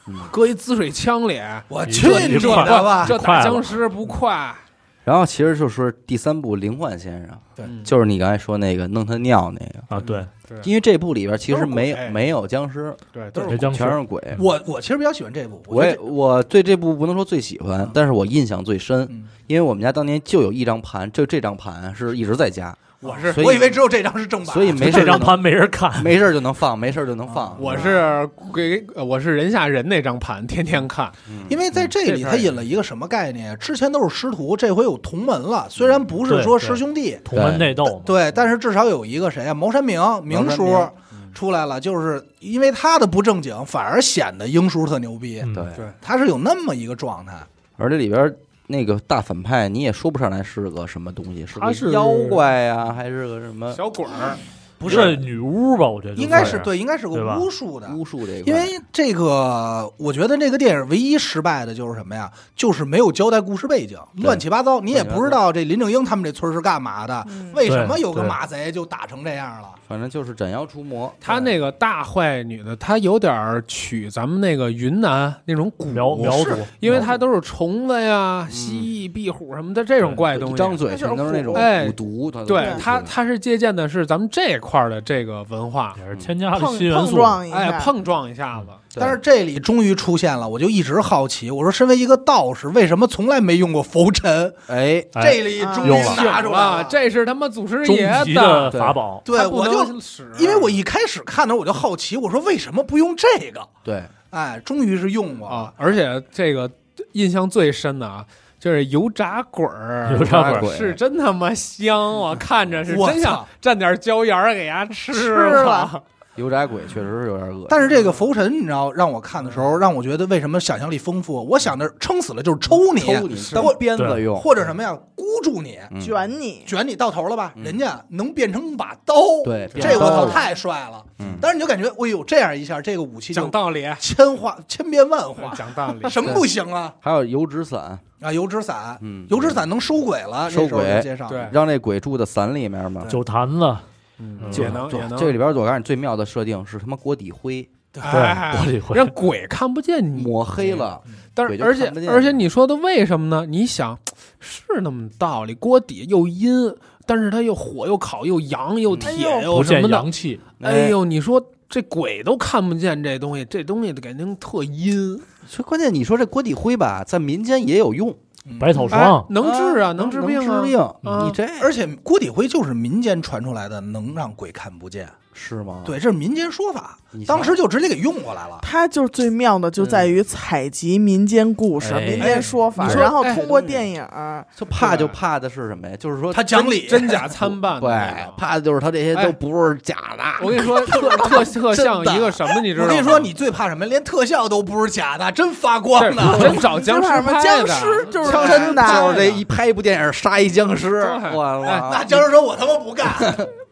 [SPEAKER 1] 嗯，
[SPEAKER 4] 搁一滋水枪里，
[SPEAKER 2] 我
[SPEAKER 5] 你
[SPEAKER 2] 去
[SPEAKER 5] 这
[SPEAKER 2] 你
[SPEAKER 5] 你
[SPEAKER 2] 的
[SPEAKER 5] 快
[SPEAKER 2] 吧！
[SPEAKER 4] 这
[SPEAKER 5] 快
[SPEAKER 4] 打
[SPEAKER 5] 了
[SPEAKER 4] 僵尸不快？
[SPEAKER 1] 然后其实就是第三部《灵幻先生
[SPEAKER 2] 对》，
[SPEAKER 1] 就是你刚才说那个弄他尿那个，
[SPEAKER 5] 啊，对，
[SPEAKER 4] 嗯对
[SPEAKER 1] 因为这部里边其实没
[SPEAKER 4] 都是
[SPEAKER 1] 有
[SPEAKER 4] 鬼
[SPEAKER 1] 没有僵尸，
[SPEAKER 4] 对，
[SPEAKER 2] 都
[SPEAKER 4] 都
[SPEAKER 2] 是
[SPEAKER 4] 是
[SPEAKER 5] 没僵尸
[SPEAKER 1] 全是鬼。
[SPEAKER 2] 我我其实比较喜欢这部，
[SPEAKER 1] 我
[SPEAKER 2] 嗯觉
[SPEAKER 1] 也
[SPEAKER 2] 得
[SPEAKER 1] 我对这部不能说最喜欢，但是我印象最深，
[SPEAKER 2] 嗯
[SPEAKER 1] 因为我们家当年就有一张盘，就这张盘是一直在家，
[SPEAKER 4] 我是
[SPEAKER 1] 所以
[SPEAKER 2] 我以为只有这张是正版，啊
[SPEAKER 1] 所以没事
[SPEAKER 5] 这
[SPEAKER 1] 儿就
[SPEAKER 5] 张
[SPEAKER 1] 能
[SPEAKER 5] 盘没人看，
[SPEAKER 1] 没事儿就能放，没事儿就能放。
[SPEAKER 4] 我是给呃我是人下人那张盘，天天看。
[SPEAKER 2] 因为在这里他引了一个什么概念？之前都是师徒，这回有同门了，虽然不是说
[SPEAKER 5] 对对
[SPEAKER 2] 师兄弟，
[SPEAKER 5] 同门内斗嘛。
[SPEAKER 2] 对，但是至少有一个谁啊？茅山明明
[SPEAKER 1] 山
[SPEAKER 2] 叔
[SPEAKER 1] 明
[SPEAKER 2] 出来了，就是因为他的不正经，反而显得英叔特牛逼，
[SPEAKER 5] 嗯
[SPEAKER 1] 对，
[SPEAKER 4] 对
[SPEAKER 2] 他是有那么一个状态。
[SPEAKER 1] 而这里边儿那个大反派你也说不上来是个什么东西，是
[SPEAKER 5] 他
[SPEAKER 1] 个
[SPEAKER 5] 是
[SPEAKER 1] 妖怪呀、还是个什么
[SPEAKER 4] 小鬼儿，
[SPEAKER 2] 不
[SPEAKER 5] 一个
[SPEAKER 2] 是，
[SPEAKER 5] 女巫吧？我觉得就
[SPEAKER 2] 应该
[SPEAKER 5] 算
[SPEAKER 2] 是对，应该是
[SPEAKER 5] 对
[SPEAKER 2] 个
[SPEAKER 5] 吧
[SPEAKER 2] 巫术的。
[SPEAKER 1] 巫术这一块？
[SPEAKER 2] 因为这个，我觉得这个电影唯一失败的就是什么呀？就是没有交代故事背景，
[SPEAKER 1] 对
[SPEAKER 2] 乱七八糟，你也
[SPEAKER 1] 乱七八
[SPEAKER 2] 不知
[SPEAKER 1] 糟
[SPEAKER 2] 道这林正英他们这村儿是干嘛的，
[SPEAKER 3] 嗯
[SPEAKER 2] 为什么
[SPEAKER 5] 对
[SPEAKER 2] 有个
[SPEAKER 5] 对
[SPEAKER 2] 马贼就打成这样了？
[SPEAKER 1] 反正就是斩妖除魔，
[SPEAKER 4] 她那个大坏女的，她有点儿取咱们那个云南那种古
[SPEAKER 5] 苗苗族，
[SPEAKER 4] 因为她都是虫子呀、蜥蜴、壁虎什么的这种怪
[SPEAKER 1] 一
[SPEAKER 4] 东
[SPEAKER 1] 张
[SPEAKER 4] 西。
[SPEAKER 1] 嘴全都是那种
[SPEAKER 4] 哎
[SPEAKER 1] 蛊毒，它都
[SPEAKER 4] 对
[SPEAKER 1] 是
[SPEAKER 4] 她，她是借鉴的是咱们这块儿的这个文化，
[SPEAKER 5] 也是添加了
[SPEAKER 3] 碰
[SPEAKER 5] 新元
[SPEAKER 3] 碰
[SPEAKER 5] 素。
[SPEAKER 3] 撞一下，
[SPEAKER 4] 哎，碰撞一下子，
[SPEAKER 1] 对
[SPEAKER 2] 但是这里终于出现了，我就一直好奇，我说身为一个道士，为什么从来没用过拂尘？
[SPEAKER 1] 哎，
[SPEAKER 5] 哎
[SPEAKER 2] 这里终于
[SPEAKER 5] 用了
[SPEAKER 2] 拿出来
[SPEAKER 4] 了，啊这是他妈祖师
[SPEAKER 5] 终
[SPEAKER 4] 爷
[SPEAKER 5] 极的法宝，
[SPEAKER 2] 对
[SPEAKER 4] 她不
[SPEAKER 2] 我就
[SPEAKER 4] 能使，
[SPEAKER 2] 因为我一开始看的时候我就好奇，我说为什么不用这个？
[SPEAKER 1] 对，
[SPEAKER 2] 哎，终于是用过了
[SPEAKER 4] 啊，，而且这个印象最深的啊，就是油炸鬼儿，
[SPEAKER 5] 油炸
[SPEAKER 1] 鬼儿
[SPEAKER 4] 是真他妈香，我看着是
[SPEAKER 2] 我
[SPEAKER 4] 真想
[SPEAKER 2] 操
[SPEAKER 4] 蘸点椒盐儿给它吃
[SPEAKER 3] 吃
[SPEAKER 4] 了
[SPEAKER 3] 了。
[SPEAKER 1] 油炸鬼确实是有点恶心。
[SPEAKER 2] 但是这个拂尘，你知道，让我看的时
[SPEAKER 1] 嗯
[SPEAKER 2] 候，让我觉得为什么想象力丰富？我想着撑死了就是抽你，
[SPEAKER 1] 抽你当
[SPEAKER 2] 或
[SPEAKER 1] 鞭子
[SPEAKER 5] 对
[SPEAKER 1] 用，
[SPEAKER 2] 或者什么呀，箍住你，
[SPEAKER 1] 嗯
[SPEAKER 3] 卷你，
[SPEAKER 2] 卷你到头了吧？
[SPEAKER 1] 嗯
[SPEAKER 2] 人家能变成把刀，
[SPEAKER 1] 对，
[SPEAKER 2] 这我
[SPEAKER 1] 刀
[SPEAKER 2] 操
[SPEAKER 1] 了
[SPEAKER 2] 太帅了！
[SPEAKER 1] 嗯
[SPEAKER 2] 当时你就感觉，哎呦，这样一下，这个武器
[SPEAKER 4] 讲
[SPEAKER 2] 就
[SPEAKER 4] 道 理，
[SPEAKER 2] 千化千变万化，
[SPEAKER 4] 讲道理，
[SPEAKER 2] 什么不行啊？
[SPEAKER 1] 还有油纸伞，
[SPEAKER 2] 啊，油纸伞，
[SPEAKER 1] 嗯，
[SPEAKER 2] 油纸伞能收鬼了，
[SPEAKER 1] 收
[SPEAKER 2] 那时候
[SPEAKER 1] 鬼
[SPEAKER 2] 人介绍
[SPEAKER 4] 对
[SPEAKER 1] 让这鬼住在伞里面嘛。
[SPEAKER 5] 酒坛子，
[SPEAKER 4] 嗯
[SPEAKER 5] 就
[SPEAKER 4] 也能也能
[SPEAKER 1] 这里边我告诉你，最妙的设定是他妈锅底灰
[SPEAKER 4] 哎
[SPEAKER 5] 对玻璃会
[SPEAKER 4] 让鬼看不见你。
[SPEAKER 1] 抹黑了，
[SPEAKER 4] 但
[SPEAKER 1] 鬼
[SPEAKER 4] 是
[SPEAKER 1] 就
[SPEAKER 4] 而
[SPEAKER 1] 看
[SPEAKER 4] 且
[SPEAKER 1] 不见
[SPEAKER 4] 而且你说的为什么呢？你想是那么道理，锅底又阴，但是它又火又烤又阳又铁
[SPEAKER 3] 哎
[SPEAKER 5] 不
[SPEAKER 4] 又什
[SPEAKER 5] 见
[SPEAKER 4] 么的，
[SPEAKER 5] 阳气，
[SPEAKER 4] 哎呦，你说这鬼都看不见这东西，这东西肯定特阴。
[SPEAKER 1] 所以关键你说这锅底灰吧，在民间也有用，
[SPEAKER 2] 嗯
[SPEAKER 5] 百草
[SPEAKER 4] 哎
[SPEAKER 5] 霜，
[SPEAKER 4] 能治啊，能治病啊，
[SPEAKER 1] 治病，
[SPEAKER 4] 嗯
[SPEAKER 1] 你这
[SPEAKER 2] 而且郭底灰就是民间传出来的，能让鬼看不见。
[SPEAKER 1] 是吗？，
[SPEAKER 2] 对，这是民间说法
[SPEAKER 1] 啊你，瞧
[SPEAKER 2] 当时就直接给用过来了。
[SPEAKER 3] 它就是最妙的，就
[SPEAKER 4] 嗯
[SPEAKER 3] 在于采集民间故事、
[SPEAKER 5] 哎
[SPEAKER 3] 民间说法，
[SPEAKER 4] 哎
[SPEAKER 3] 然后
[SPEAKER 4] 哎
[SPEAKER 3] 通过电影儿，
[SPEAKER 1] 就怕
[SPEAKER 4] 对
[SPEAKER 1] 就怕的是什么呀？就是说
[SPEAKER 2] 他讲理，
[SPEAKER 4] 真假参半的那
[SPEAKER 1] 对
[SPEAKER 4] 种。，
[SPEAKER 1] 怕的就是他这些
[SPEAKER 4] 哎
[SPEAKER 1] 都不是假的。
[SPEAKER 4] 我跟你说，特特特像一个什么，你知道
[SPEAKER 2] 我
[SPEAKER 4] 吗？
[SPEAKER 2] 啊跟你说，你最怕什么？连特效都不是假的，真发光
[SPEAKER 4] 这
[SPEAKER 2] 呢。
[SPEAKER 4] 真找僵
[SPEAKER 3] 就是
[SPEAKER 4] 尸
[SPEAKER 3] 什么
[SPEAKER 4] 拍
[SPEAKER 3] 僵
[SPEAKER 4] 的，
[SPEAKER 2] 啊
[SPEAKER 3] 尸就是
[SPEAKER 4] 僵
[SPEAKER 3] 真的
[SPEAKER 1] 哎就是这一拍一部电影杀一僵尸，
[SPEAKER 4] 对
[SPEAKER 1] 完
[SPEAKER 4] 哎
[SPEAKER 1] 了，
[SPEAKER 2] 那僵尸说：“我他妈不 干。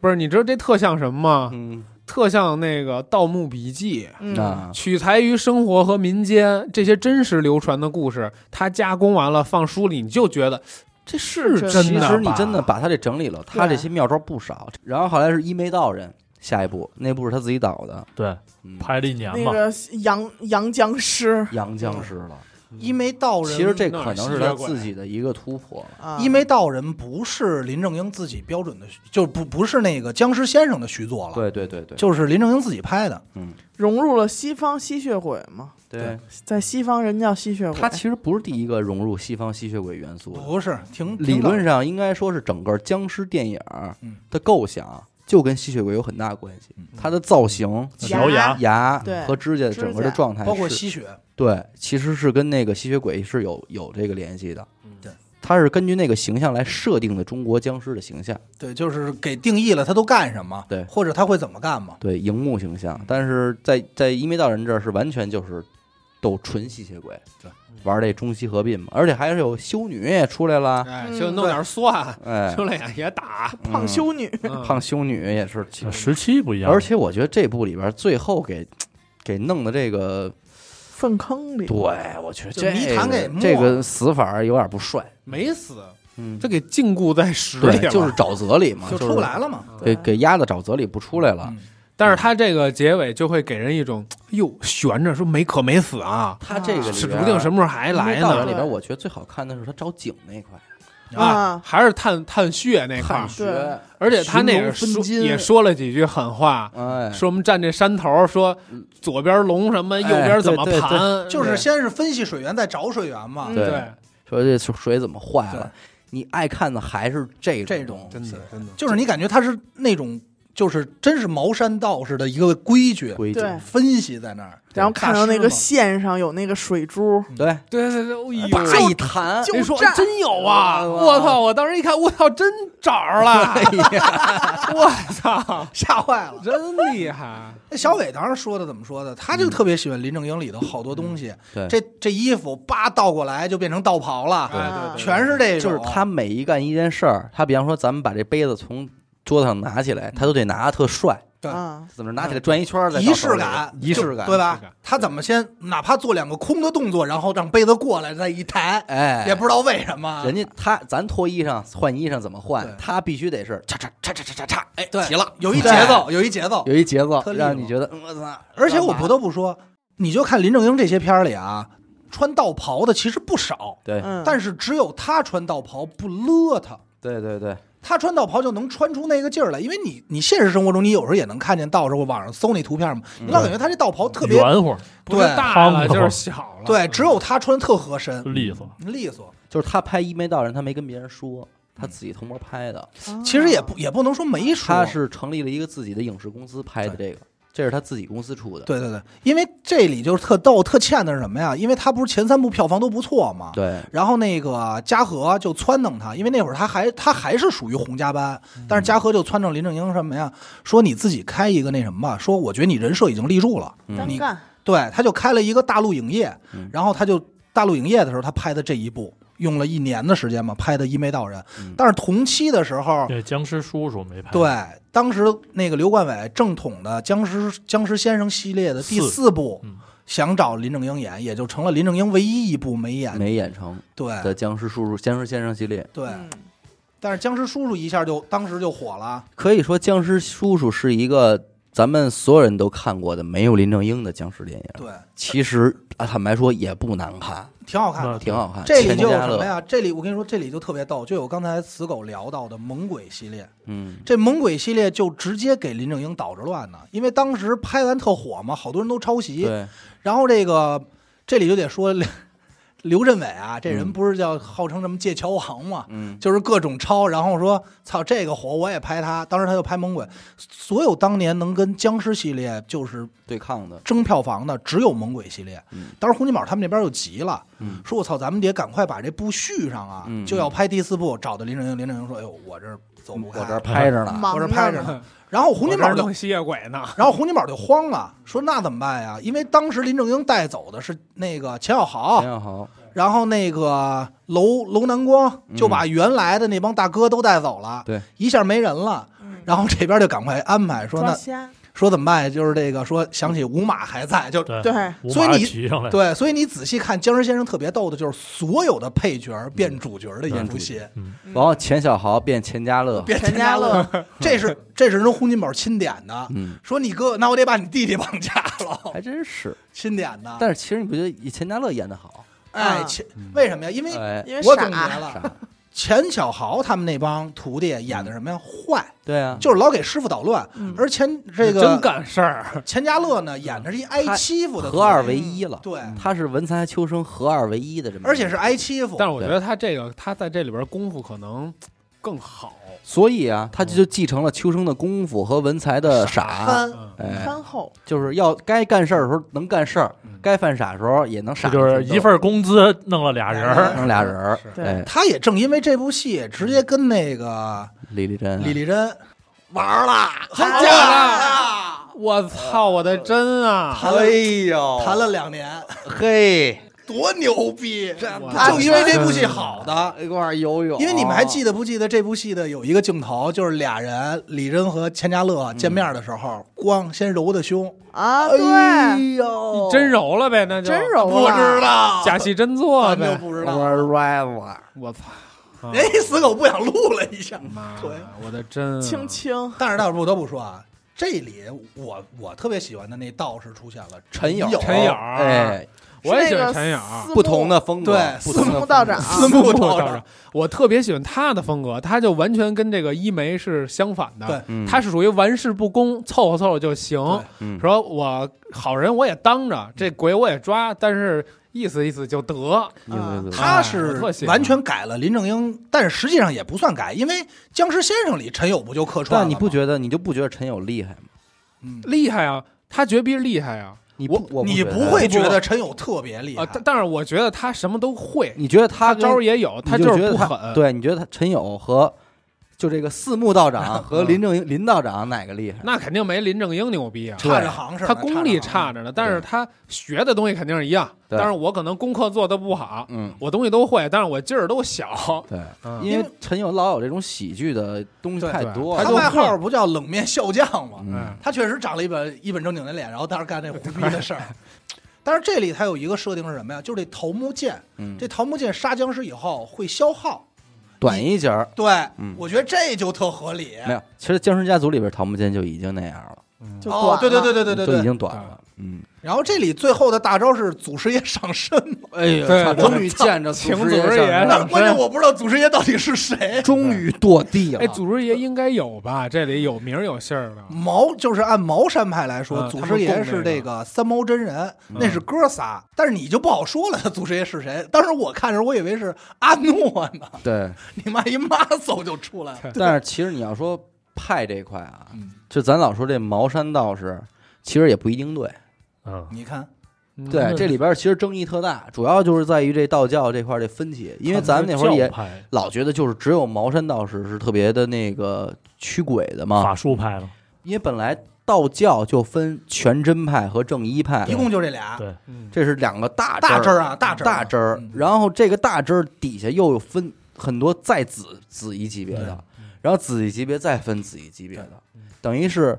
[SPEAKER 4] 不是？你知道这特像什么吗？
[SPEAKER 1] 嗯
[SPEAKER 4] 特像那个《盗墓笔记》。
[SPEAKER 3] 嗯，
[SPEAKER 1] 啊，
[SPEAKER 4] 取材于生活和民间这些真实流传的故事，它加工完了放书里，你就觉得这是
[SPEAKER 3] 是
[SPEAKER 1] 其
[SPEAKER 4] 真
[SPEAKER 1] 实
[SPEAKER 4] 的
[SPEAKER 1] 你
[SPEAKER 4] 吧？
[SPEAKER 1] 真的把他这整理了，他这些妙招不少。然后后来是一眉道人，下一部那部是他自己导的，
[SPEAKER 5] 对，
[SPEAKER 1] 嗯
[SPEAKER 5] 拍了一年
[SPEAKER 3] 那
[SPEAKER 5] 嘛，
[SPEAKER 3] 个杨杨僵尸
[SPEAKER 1] 杨僵尸了。”
[SPEAKER 2] 一眉道人，
[SPEAKER 1] 其实这可能是他自己的一个突破。
[SPEAKER 3] 啊，
[SPEAKER 2] 一眉道人不是林正英自己标准的，就不不是那个僵尸先生的续作了，
[SPEAKER 1] 对对对对，
[SPEAKER 2] 就是林正英自己拍的。
[SPEAKER 3] 融入了西方吸血鬼嘛，
[SPEAKER 1] 对
[SPEAKER 3] 在西方人叫吸血鬼，
[SPEAKER 1] 他其实不是第一个融入西方吸血鬼元素的，
[SPEAKER 2] 不是，挺
[SPEAKER 1] 理论
[SPEAKER 2] 上
[SPEAKER 1] 上应该说是整个僵尸电影
[SPEAKER 2] 嗯
[SPEAKER 1] 的构想就跟吸血鬼有很大关系
[SPEAKER 2] 嗯，
[SPEAKER 1] 它的造型、
[SPEAKER 5] 獠牙
[SPEAKER 3] 牙，
[SPEAKER 1] 牙
[SPEAKER 3] 对
[SPEAKER 1] 和指甲
[SPEAKER 3] 指甲
[SPEAKER 1] 整个的状态是，
[SPEAKER 2] 包括吸血，
[SPEAKER 1] 对，其实是跟那个吸血鬼是有有这个联系的。
[SPEAKER 2] 嗯对，
[SPEAKER 1] 它是根据那个形象来设定的中国僵尸的形象，
[SPEAKER 2] 对，就是给定义了他都干什么，
[SPEAKER 1] 对
[SPEAKER 2] 或者他会怎么干嘛。
[SPEAKER 1] 对，荧幕形象。但是在在一眉道人这儿是完全就是都纯吸血鬼，
[SPEAKER 2] 对，
[SPEAKER 1] 玩这中西合并嘛，而且还是有修女也出来了，
[SPEAKER 4] 哎，
[SPEAKER 3] 嗯
[SPEAKER 4] 就弄点蒜，
[SPEAKER 1] 哎，
[SPEAKER 4] 就那俩也 打，
[SPEAKER 3] 胖修女，
[SPEAKER 4] 嗯
[SPEAKER 1] 胖修女也是其
[SPEAKER 5] 呃时期不一样，
[SPEAKER 1] 而且我觉得这部里边最后给给弄的这个，
[SPEAKER 3] 粪坑里，
[SPEAKER 1] 对我觉得
[SPEAKER 2] 就
[SPEAKER 1] 这
[SPEAKER 2] 泥潭给
[SPEAKER 1] 个
[SPEAKER 2] 没
[SPEAKER 1] 这
[SPEAKER 2] 了
[SPEAKER 1] 个死法儿有点不帅，
[SPEAKER 4] 没死，
[SPEAKER 1] 嗯，
[SPEAKER 4] 这给禁锢在屎里
[SPEAKER 1] 对，
[SPEAKER 4] 了。
[SPEAKER 1] 就是沼泽里嘛，
[SPEAKER 2] 就出不来了嘛。
[SPEAKER 1] 就是给给压到沼泽里不出来了。
[SPEAKER 2] 嗯
[SPEAKER 4] 但是他这个结尾就会给人一种，哎呦，悬着说没可没死啊，
[SPEAKER 1] 他这个
[SPEAKER 3] 啊
[SPEAKER 1] 里
[SPEAKER 4] 指
[SPEAKER 1] 边
[SPEAKER 4] 不定什么时候还来
[SPEAKER 1] 道人
[SPEAKER 4] 呢
[SPEAKER 1] 里边，我觉得最好看的是他找井那块
[SPEAKER 4] 啊
[SPEAKER 3] 啊，
[SPEAKER 4] 还是探探血那块
[SPEAKER 1] 探
[SPEAKER 4] 儿，
[SPEAKER 1] 穴
[SPEAKER 3] 对，
[SPEAKER 4] 而且他那
[SPEAKER 1] 寻
[SPEAKER 4] 个
[SPEAKER 1] 龙分
[SPEAKER 4] 说
[SPEAKER 1] 金
[SPEAKER 4] 也说了几句狠话。
[SPEAKER 1] 哎，
[SPEAKER 4] 说我们站这山头，说左边龙什么，
[SPEAKER 1] 嗯哎
[SPEAKER 4] 右边怎么
[SPEAKER 1] 对对
[SPEAKER 4] 盘，
[SPEAKER 2] 就是先是分析水源，再找水源嘛。
[SPEAKER 3] 嗯
[SPEAKER 1] 对
[SPEAKER 4] 对，
[SPEAKER 1] 说这水怎么坏
[SPEAKER 2] 对
[SPEAKER 1] 了，你爱看的还是这
[SPEAKER 2] 这
[SPEAKER 1] 种
[SPEAKER 2] 种
[SPEAKER 1] 东
[SPEAKER 4] 真
[SPEAKER 1] 西
[SPEAKER 4] 的真的
[SPEAKER 2] 就是你感觉他是那种，就是真是茅山道士的一个规矩
[SPEAKER 1] 规矩，
[SPEAKER 3] 对
[SPEAKER 2] 分析在那儿，
[SPEAKER 3] 然后看到那
[SPEAKER 2] 大师
[SPEAKER 3] 个
[SPEAKER 2] 嘛
[SPEAKER 3] 线上有那个水珠，
[SPEAKER 1] 对，
[SPEAKER 4] 对对对，哎
[SPEAKER 1] 啪
[SPEAKER 4] 呦，
[SPEAKER 1] 一弹，
[SPEAKER 3] 就
[SPEAKER 4] 你说
[SPEAKER 3] 站
[SPEAKER 4] 真有啊！
[SPEAKER 1] 哇
[SPEAKER 4] 哎我操！我当时一看，我操，真找着了！ 我操，
[SPEAKER 2] 吓坏了。
[SPEAKER 4] 真厉害！
[SPEAKER 2] 那小伟当时说的怎么说的？他就特别喜欢林正英里头好多东西，
[SPEAKER 1] 嗯对
[SPEAKER 2] 这这衣服叭倒过来就变成道袍了，
[SPEAKER 4] 哎对对对
[SPEAKER 2] 全是这
[SPEAKER 1] 就
[SPEAKER 2] 种。
[SPEAKER 1] 是他每一干一件事儿，他比方说咱们把这杯子从桌子上拿起来，他都得拿得特帅，
[SPEAKER 2] 对
[SPEAKER 3] 啊，
[SPEAKER 1] 怎么着拿起来转一圈儿再到
[SPEAKER 2] 仪
[SPEAKER 1] 手
[SPEAKER 2] 式
[SPEAKER 1] 里
[SPEAKER 2] 感，
[SPEAKER 1] 仪式感，
[SPEAKER 2] 对
[SPEAKER 4] 仪式
[SPEAKER 2] 吧
[SPEAKER 4] 感？
[SPEAKER 2] 他怎么先哪怕做两个空的动作，然后让杯子过来再一抬，
[SPEAKER 1] 哎，
[SPEAKER 2] 也不知道为什么。
[SPEAKER 1] 人家他咱脱衣裳换衣裳怎么
[SPEAKER 2] 对
[SPEAKER 1] 换，他必须得是嚓嚓嚓嚓嚓嚓嚓，哎，
[SPEAKER 2] 对
[SPEAKER 1] 齐了，
[SPEAKER 2] 有一节奏，有一节奏。
[SPEAKER 1] 有一节奏
[SPEAKER 2] 特，利落
[SPEAKER 1] 让你觉得嗯我操，
[SPEAKER 2] 而且我不得不说，你就看林正英这些片儿里啊，穿道袍的其实不少，
[SPEAKER 1] 对
[SPEAKER 3] 嗯，
[SPEAKER 2] 但
[SPEAKER 3] 是
[SPEAKER 2] 是只有他穿道袍不邋遢。
[SPEAKER 1] 对对对，
[SPEAKER 2] 他穿道袍就能穿出那个劲儿来，因为你你现实生活中你有时候也能看见道士，我网上搜那图片嘛，你老感觉他这道袍特别
[SPEAKER 5] 嗯圆乎儿
[SPEAKER 4] 不是
[SPEAKER 2] 对
[SPEAKER 4] 大了
[SPEAKER 5] 胖子
[SPEAKER 4] 就是小了，
[SPEAKER 2] 对，只有他穿特合身，
[SPEAKER 5] 利索，
[SPEAKER 2] 利索。
[SPEAKER 1] 就是他拍《一眉道人》，他没跟别人说，他自己偷摸拍的，
[SPEAKER 3] 啊
[SPEAKER 2] 其实也不也不能说没说，
[SPEAKER 1] 他是成立了一个自己的影视公司拍的这个，这是他自己公司出的，
[SPEAKER 2] 对对对，因为这里就是特逗特欠的是什么呀？因为他不是前三部票房都不错嘛，
[SPEAKER 1] 对，
[SPEAKER 2] 然后那个嘉禾就撺掇他，因为那会儿他还他还是属于洪家班，但是嘉禾就撺掇林正英什么呀，说你自己开一个那什么吧，说我觉得你人设已经立住了，
[SPEAKER 1] 嗯
[SPEAKER 3] 单
[SPEAKER 2] 你
[SPEAKER 3] 干，
[SPEAKER 2] 对，他就开了一个大陆影业
[SPEAKER 1] 嗯，
[SPEAKER 2] 然后他就大陆影业的时候，他拍的这一部用了一年的时间嘛，拍的《一眉道人》
[SPEAKER 1] 嗯
[SPEAKER 2] 但是同期的时候，
[SPEAKER 5] 对僵尸叔叔没拍，
[SPEAKER 2] 对，当时那个刘冠伟正统的僵尸僵尸先生系列的第
[SPEAKER 5] 四
[SPEAKER 2] 四部，
[SPEAKER 5] 嗯
[SPEAKER 2] 想找林正英演，也就成了林正英唯一一部没演。
[SPEAKER 1] 没演成
[SPEAKER 2] 对
[SPEAKER 1] 的僵尸叔叔、僵尸先生系列，
[SPEAKER 2] 对，
[SPEAKER 3] 嗯
[SPEAKER 2] 但是僵尸叔叔一下就当时就火了，
[SPEAKER 1] 可以说僵尸叔叔是一个咱们所有人都看过的没有林正英的僵尸电影，
[SPEAKER 2] 对，
[SPEAKER 1] 其实啊，坦白说也不难看，
[SPEAKER 2] 挺好看的。
[SPEAKER 5] 嗯
[SPEAKER 1] 挺好看。
[SPEAKER 2] 这里
[SPEAKER 1] 钱
[SPEAKER 2] 就有
[SPEAKER 1] 嘉
[SPEAKER 2] 什
[SPEAKER 1] 乐
[SPEAKER 2] 么，呀？这里我跟你说，这里就特别逗，就有刚才死狗聊到的猛鬼系列。
[SPEAKER 1] 嗯，
[SPEAKER 2] 这猛鬼系列就直接给林正英捣着乱呢，因为当时拍完特火嘛，好多人都抄袭。
[SPEAKER 1] 对，
[SPEAKER 2] 然后这个这里就得说，刘镇伟啊，这人
[SPEAKER 1] 嗯
[SPEAKER 2] 不是叫号称什么借桥王嘛，
[SPEAKER 1] 嗯
[SPEAKER 2] 就是各种抄，然后说操这个火我也拍他，当时他就拍猛鬼，所有当年能跟僵尸系列就是
[SPEAKER 1] 对抗的，
[SPEAKER 2] 争票房的只有猛鬼系列
[SPEAKER 1] 嗯，
[SPEAKER 2] 当时洪金宝他们那边就急了，
[SPEAKER 1] 嗯
[SPEAKER 2] 说我操，咱们得赶快把这部续上啊，
[SPEAKER 1] 嗯
[SPEAKER 2] 就要拍第四部，找的林正英，林正英说，哎呦我这儿走不开，
[SPEAKER 1] 我这儿拍着呢，
[SPEAKER 3] 忙啊
[SPEAKER 2] 我这儿拍着
[SPEAKER 3] 呢
[SPEAKER 2] 呢，然后洪金宝
[SPEAKER 4] 我这
[SPEAKER 2] 就
[SPEAKER 4] 弄吸血鬼呢，
[SPEAKER 2] 然后洪金宝就慌了，说那怎么办呀？因为当时林正英带走的是那个钱小豪
[SPEAKER 1] 挺，好，
[SPEAKER 2] 然后那个楼楼南光就把原来的那帮大哥都带走了，
[SPEAKER 1] 嗯对
[SPEAKER 2] 一下没人了。
[SPEAKER 3] 嗯
[SPEAKER 2] 然后这边就赶快安排说
[SPEAKER 3] 抓
[SPEAKER 2] 那
[SPEAKER 3] 瞎，
[SPEAKER 2] 说怎么办呀？就是这个说想起五马还在，就
[SPEAKER 5] 对
[SPEAKER 3] 对，
[SPEAKER 5] 五
[SPEAKER 2] 所以
[SPEAKER 5] 马
[SPEAKER 2] 你
[SPEAKER 5] 骑上来，
[SPEAKER 2] 对，所以你仔细看《僵尸先生》特别逗的，就是所有的配角变主角的演出戏，
[SPEAKER 1] 然后钱小豪变钱嘉乐，
[SPEAKER 2] 嗯变
[SPEAKER 3] 陈
[SPEAKER 2] 陈
[SPEAKER 3] 家
[SPEAKER 2] 家
[SPEAKER 3] 乐
[SPEAKER 2] 乐，这是这是人洪金宝钦点的。
[SPEAKER 1] 嗯，
[SPEAKER 2] 说你哥，那我得把你弟弟绑架了，
[SPEAKER 1] 还真是。
[SPEAKER 2] 钦点的。
[SPEAKER 1] 但是其实你不觉得钱嘉乐演的好？
[SPEAKER 2] 哎，
[SPEAKER 3] 啊
[SPEAKER 2] 其为什么呀？因为
[SPEAKER 1] 哎，
[SPEAKER 3] 因为
[SPEAKER 2] 我总结
[SPEAKER 3] 傻，
[SPEAKER 2] 了，
[SPEAKER 1] 傻，
[SPEAKER 2] 钱小豪他们那帮徒弟演的什么呀？坏，
[SPEAKER 1] 对啊，
[SPEAKER 2] 就是老给师傅捣乱。
[SPEAKER 3] 嗯
[SPEAKER 2] 而钱这
[SPEAKER 4] 真
[SPEAKER 2] 个
[SPEAKER 4] 干事儿，
[SPEAKER 2] 钱嘉乐呢，演的是一挨欺负的徒弟
[SPEAKER 1] 合二为一了。
[SPEAKER 2] 对，
[SPEAKER 1] 他是文才秋生合二为一的这么，
[SPEAKER 2] 而且是挨欺负。
[SPEAKER 4] 但是我觉得他这个他在这里边功夫可能更好，
[SPEAKER 1] 所以啊，他就继承了秋生的功夫和文才的傻，
[SPEAKER 2] 翻
[SPEAKER 4] 嗯，
[SPEAKER 1] 哎，
[SPEAKER 3] 番后
[SPEAKER 1] 就是要该干事儿的时候能干事儿
[SPEAKER 4] 嗯，
[SPEAKER 1] 该犯傻的时候也能
[SPEAKER 5] 这
[SPEAKER 1] 傻，
[SPEAKER 5] 就是一份工资弄了俩人儿，
[SPEAKER 1] 弄俩人儿，
[SPEAKER 4] 是
[SPEAKER 3] 对
[SPEAKER 1] 哎，
[SPEAKER 2] 他也正因为这部戏，直接跟那个
[SPEAKER 1] 李丽珍啊，
[SPEAKER 2] 李丽珍玩儿啦，
[SPEAKER 4] 真假
[SPEAKER 3] 啊
[SPEAKER 2] 的，
[SPEAKER 4] 我操，我的真啊！
[SPEAKER 2] 谈了
[SPEAKER 1] 哎呦
[SPEAKER 2] 谈了两年，
[SPEAKER 1] 嘿，
[SPEAKER 2] 多牛逼！
[SPEAKER 4] 他
[SPEAKER 2] 就因为这部戏好的，
[SPEAKER 1] 一块儿游泳，
[SPEAKER 2] 因为你们还记
[SPEAKER 1] 得
[SPEAKER 2] 得不记得这部戏的有一个镜头，就是俩人李珍和钱嘉乐见面的时候，光先揉的胸，
[SPEAKER 3] 啊，
[SPEAKER 2] 哎
[SPEAKER 3] 对，
[SPEAKER 2] 呦，
[SPEAKER 4] 哦真揉了呗，那就
[SPEAKER 3] 真啊揉
[SPEAKER 2] 不知
[SPEAKER 3] 了，
[SPEAKER 2] 道，
[SPEAKER 4] 假戏真做
[SPEAKER 2] 咱就
[SPEAKER 4] 呗，
[SPEAKER 2] 不知道，
[SPEAKER 1] Driver，
[SPEAKER 4] 我操！啊
[SPEAKER 2] 人家死狗不想录了一下，
[SPEAKER 4] 妈
[SPEAKER 2] 对，
[SPEAKER 4] 我的真啊
[SPEAKER 3] 青青，
[SPEAKER 2] 但是倒是不得不说啊，这里我我特别喜欢的那道士出现了，
[SPEAKER 1] 陈友，
[SPEAKER 2] 友，
[SPEAKER 4] 陈友
[SPEAKER 1] 哎，
[SPEAKER 4] 我也
[SPEAKER 3] 是
[SPEAKER 4] 喜
[SPEAKER 3] 那
[SPEAKER 4] 欢
[SPEAKER 3] 个
[SPEAKER 4] 陈友，
[SPEAKER 3] 私募
[SPEAKER 1] 不同的风格，
[SPEAKER 2] 对
[SPEAKER 1] 不
[SPEAKER 3] 私
[SPEAKER 1] 同的
[SPEAKER 3] 募
[SPEAKER 1] 风
[SPEAKER 3] 道
[SPEAKER 1] 格
[SPEAKER 3] 长，
[SPEAKER 2] 私募道
[SPEAKER 4] 道
[SPEAKER 2] 士，
[SPEAKER 4] 长，我特别喜欢他的风格，他就完全跟这个一梅是相反的。
[SPEAKER 2] 对
[SPEAKER 1] 嗯
[SPEAKER 4] 他是属于玩世不恭，凑合凑合就行。
[SPEAKER 1] 嗯
[SPEAKER 4] 说我好人我也当着，这鬼我也抓，但是意思意思就得。
[SPEAKER 1] 对对对
[SPEAKER 2] 他
[SPEAKER 4] 哎
[SPEAKER 2] 是
[SPEAKER 4] 我特喜欢
[SPEAKER 2] 完全改了林正英，但是实际上也不算改，因为《僵尸先生》里陈友不就客串了
[SPEAKER 1] 但
[SPEAKER 2] 吗？
[SPEAKER 1] 你不觉得你就不觉得陈友厉害吗？
[SPEAKER 2] 嗯，
[SPEAKER 4] 厉害啊，他绝逼厉害啊！
[SPEAKER 1] 你
[SPEAKER 4] 我
[SPEAKER 1] 不，我
[SPEAKER 2] 你
[SPEAKER 1] 觉
[SPEAKER 2] 不
[SPEAKER 1] 得
[SPEAKER 2] 会
[SPEAKER 4] 不不
[SPEAKER 2] 觉得陈友特别厉害
[SPEAKER 4] 啊，？但但是我觉得他什么都会，
[SPEAKER 1] 你觉得他
[SPEAKER 4] 他
[SPEAKER 1] 跟
[SPEAKER 4] 招儿也有，
[SPEAKER 1] 你
[SPEAKER 4] 他
[SPEAKER 1] 就觉
[SPEAKER 4] 是
[SPEAKER 1] 得
[SPEAKER 4] 不
[SPEAKER 1] 他
[SPEAKER 4] 狠。
[SPEAKER 1] 对，你觉得他陈友和就这个四木道长和林正英林道长哪个厉害？
[SPEAKER 4] 那肯定没林正英牛逼啊。
[SPEAKER 2] 差着行嗯是吧
[SPEAKER 4] 他功力差，着呢，但是他学的东西肯定是一样。
[SPEAKER 1] 对
[SPEAKER 4] 但是我可能功课做的不好，
[SPEAKER 1] 嗯，
[SPEAKER 4] 我东西都会，但是我劲儿都小。
[SPEAKER 1] 对，
[SPEAKER 4] 嗯
[SPEAKER 1] 因为陈友老有这种喜剧的东西
[SPEAKER 2] 对
[SPEAKER 1] 太
[SPEAKER 4] 对
[SPEAKER 1] 多
[SPEAKER 2] 着
[SPEAKER 1] 了
[SPEAKER 2] 呢差着行他
[SPEAKER 4] 就
[SPEAKER 2] 外号不叫冷面笑匠吗？
[SPEAKER 1] 嗯，
[SPEAKER 4] 嗯
[SPEAKER 2] 他确实长了一本一本正经的脸，然后但是干这胡逼 的事儿。但是这里他有一个设定是什么呀？就是这桃木剑，
[SPEAKER 1] 嗯
[SPEAKER 2] 这桃木剑杀僵尸以后会消耗。
[SPEAKER 1] 短一截儿
[SPEAKER 2] 对
[SPEAKER 1] 嗯，
[SPEAKER 2] 我觉得这就特合理。
[SPEAKER 1] 没有。其实《僵尸家族》里边桃木剑就已经那样了，
[SPEAKER 3] 就
[SPEAKER 2] 哦，
[SPEAKER 3] 短
[SPEAKER 2] 对对对
[SPEAKER 3] 了，
[SPEAKER 2] 对对
[SPEAKER 1] 就已
[SPEAKER 2] 对对。
[SPEAKER 1] 经短了。嗯，
[SPEAKER 2] 然后这里最后的大招是祖师爷上身嘛，
[SPEAKER 1] 哎呦
[SPEAKER 4] 对
[SPEAKER 1] 操
[SPEAKER 4] 对
[SPEAKER 1] 终于见着
[SPEAKER 4] 请
[SPEAKER 1] 祖师
[SPEAKER 4] 祖师爷
[SPEAKER 1] 上身
[SPEAKER 2] 但
[SPEAKER 4] 上
[SPEAKER 1] 了
[SPEAKER 4] 身
[SPEAKER 2] 关键我不知道祖师爷到底是谁。
[SPEAKER 1] 终于落地
[SPEAKER 4] 哎，嗯
[SPEAKER 1] 了。
[SPEAKER 4] 祖师爷应该有吧？这里有名儿有姓儿的。
[SPEAKER 2] 毛就是按毛山派来说，
[SPEAKER 4] 嗯
[SPEAKER 2] 祖师爷
[SPEAKER 4] 他
[SPEAKER 2] 是
[SPEAKER 4] 们供那
[SPEAKER 2] 这个三毛真人，
[SPEAKER 4] 嗯
[SPEAKER 2] 那是哥仨，但是你就不好说了，他祖师爷是谁？当时我看的时候，我以为是阿诺呢，
[SPEAKER 1] 对，
[SPEAKER 2] 你妈一妈走就出来了。
[SPEAKER 1] 但是其实你要说派这块啊
[SPEAKER 2] 嗯，
[SPEAKER 1] 就咱老说这茅山道士，其实也不一定对。
[SPEAKER 5] 嗯，
[SPEAKER 2] 你看，
[SPEAKER 4] 嗯
[SPEAKER 1] 对，
[SPEAKER 5] 嗯
[SPEAKER 1] 这里边其实争议特大，主要就是在于这道教这块儿这分歧，因为咱们那会儿
[SPEAKER 5] 教
[SPEAKER 1] 也
[SPEAKER 5] 派
[SPEAKER 1] 老觉得就是只有茅山道士是特别的那个驱鬼的嘛
[SPEAKER 5] 法，术派了，
[SPEAKER 1] 因为本来道教就分全真派和正一派，
[SPEAKER 2] 一共就这俩
[SPEAKER 5] 对
[SPEAKER 4] 嗯
[SPEAKER 1] 这是两个大
[SPEAKER 2] 大
[SPEAKER 1] 支
[SPEAKER 2] 支儿啊，大支儿啊
[SPEAKER 1] 大支儿
[SPEAKER 2] 嗯，
[SPEAKER 1] 然后这个大支儿底下又有分很多再子子一级别的，然后子一级别再分子一级别的，等于是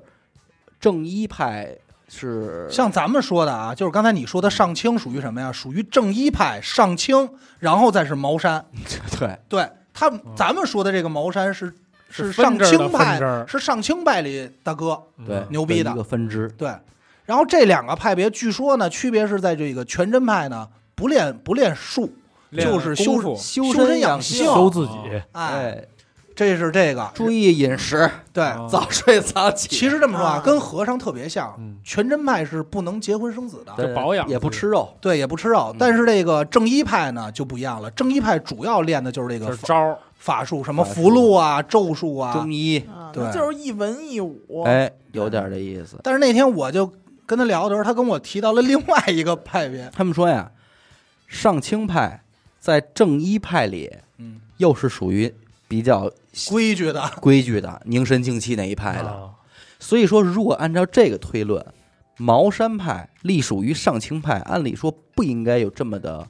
[SPEAKER 1] 正一派是
[SPEAKER 2] 像咱们说的啊，就是刚才你说的上清属于什么呀？属于正一派上清，然后再是茅山。
[SPEAKER 1] 对
[SPEAKER 2] 对他们，咱们说的这个茅山是
[SPEAKER 4] 嗯是
[SPEAKER 2] 上
[SPEAKER 4] 分支儿的
[SPEAKER 2] 清
[SPEAKER 4] 分
[SPEAKER 2] 派
[SPEAKER 4] 支，儿
[SPEAKER 2] 是上清派里大哥。
[SPEAKER 4] 嗯
[SPEAKER 1] 对
[SPEAKER 2] 嗯牛逼的
[SPEAKER 1] 一个分支，
[SPEAKER 2] 对，然后这两个派别据说呢，区别是在这个全真派呢不练不练术，
[SPEAKER 4] 练
[SPEAKER 2] 就是
[SPEAKER 4] 功
[SPEAKER 2] 修
[SPEAKER 4] 夫
[SPEAKER 2] 修
[SPEAKER 1] 身
[SPEAKER 2] 身养
[SPEAKER 1] 养
[SPEAKER 2] 性
[SPEAKER 1] 性，
[SPEAKER 5] 修自己，
[SPEAKER 2] 哎，这是这个
[SPEAKER 1] 注意饮食，
[SPEAKER 2] 对。
[SPEAKER 4] 啊
[SPEAKER 1] 早睡早起。
[SPEAKER 2] 嗯其实这么说啊
[SPEAKER 3] 啊，
[SPEAKER 2] 跟和尚特别像，
[SPEAKER 4] 嗯
[SPEAKER 2] 全真派是不能结婚生子的，
[SPEAKER 1] 对
[SPEAKER 4] 就保养
[SPEAKER 1] 也不吃肉，
[SPEAKER 2] 对，也不吃肉。但是这个正一派呢就不一样了，正一派主要练的就是这
[SPEAKER 4] 就
[SPEAKER 2] 个
[SPEAKER 4] 是
[SPEAKER 2] 法
[SPEAKER 4] 招儿，
[SPEAKER 2] 法术，什么符箓啊、咒术啊。
[SPEAKER 1] 中医，
[SPEAKER 3] 啊，
[SPEAKER 2] 对
[SPEAKER 3] 那就是一文一武，
[SPEAKER 1] 哎，有点这意思。
[SPEAKER 2] 但是那天我就跟他聊的时候，他跟我提到了另外一个派别，
[SPEAKER 1] 他们说呀，上清派在正一派里
[SPEAKER 2] 嗯，
[SPEAKER 1] 又是属于比较
[SPEAKER 2] 规矩的，
[SPEAKER 1] 规矩的、凝神静气那一派的。
[SPEAKER 5] 啊，
[SPEAKER 1] 所以说，如果按照这个推论，茅山派隶属于上清派，按理说不应该有这么的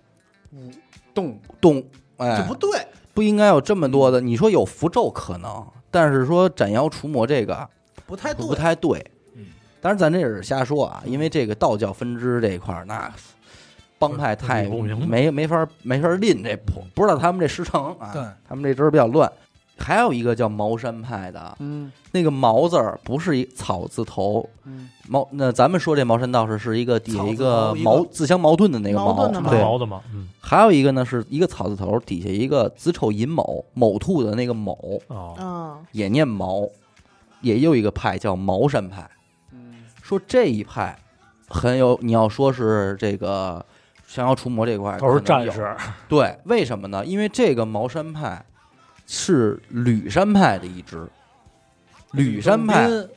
[SPEAKER 4] 动
[SPEAKER 1] 动，
[SPEAKER 2] 这
[SPEAKER 1] 哎
[SPEAKER 2] 不，对。
[SPEAKER 1] 不应该有这么
[SPEAKER 2] 嗯
[SPEAKER 1] 多的。你说有符咒可能，但是说斩妖除魔这个
[SPEAKER 2] 不太对，
[SPEAKER 1] 不太对。
[SPEAKER 2] 嗯，
[SPEAKER 1] 当然咱这也是瞎说啊，因为这个道教分支这一块儿，那帮派太
[SPEAKER 5] 不明白
[SPEAKER 1] 没没法没法拎这谱，不知道他们这师承啊，
[SPEAKER 2] 对
[SPEAKER 1] 他们这支儿比较乱。还有一个叫茅山派的，
[SPEAKER 4] 嗯
[SPEAKER 1] 那个茅字儿不是一草字头，
[SPEAKER 4] 嗯，
[SPEAKER 1] 茅那咱们说这茅山道士是一个底下一
[SPEAKER 2] 草字
[SPEAKER 1] 个
[SPEAKER 2] 头一个
[SPEAKER 1] 矛自相矛盾的那个
[SPEAKER 3] 矛盾的
[SPEAKER 5] 是
[SPEAKER 3] 矛
[SPEAKER 1] 对。
[SPEAKER 5] 毛的嘛，嗯，
[SPEAKER 1] 还有一个呢是一个草字头底下一个子丑寅卯卯兔的那个卯
[SPEAKER 5] 哦，
[SPEAKER 3] 嗯，
[SPEAKER 1] 也念毛，也有一个派叫茅山派。说这一派很有，你要说是这个降妖除魔这块
[SPEAKER 2] 哦
[SPEAKER 5] 都是
[SPEAKER 1] 可能
[SPEAKER 5] 战
[SPEAKER 1] 有
[SPEAKER 5] 士，
[SPEAKER 1] 对，为什么呢？因为这个茅山派是吕山派的一支，吕山派
[SPEAKER 2] 正斌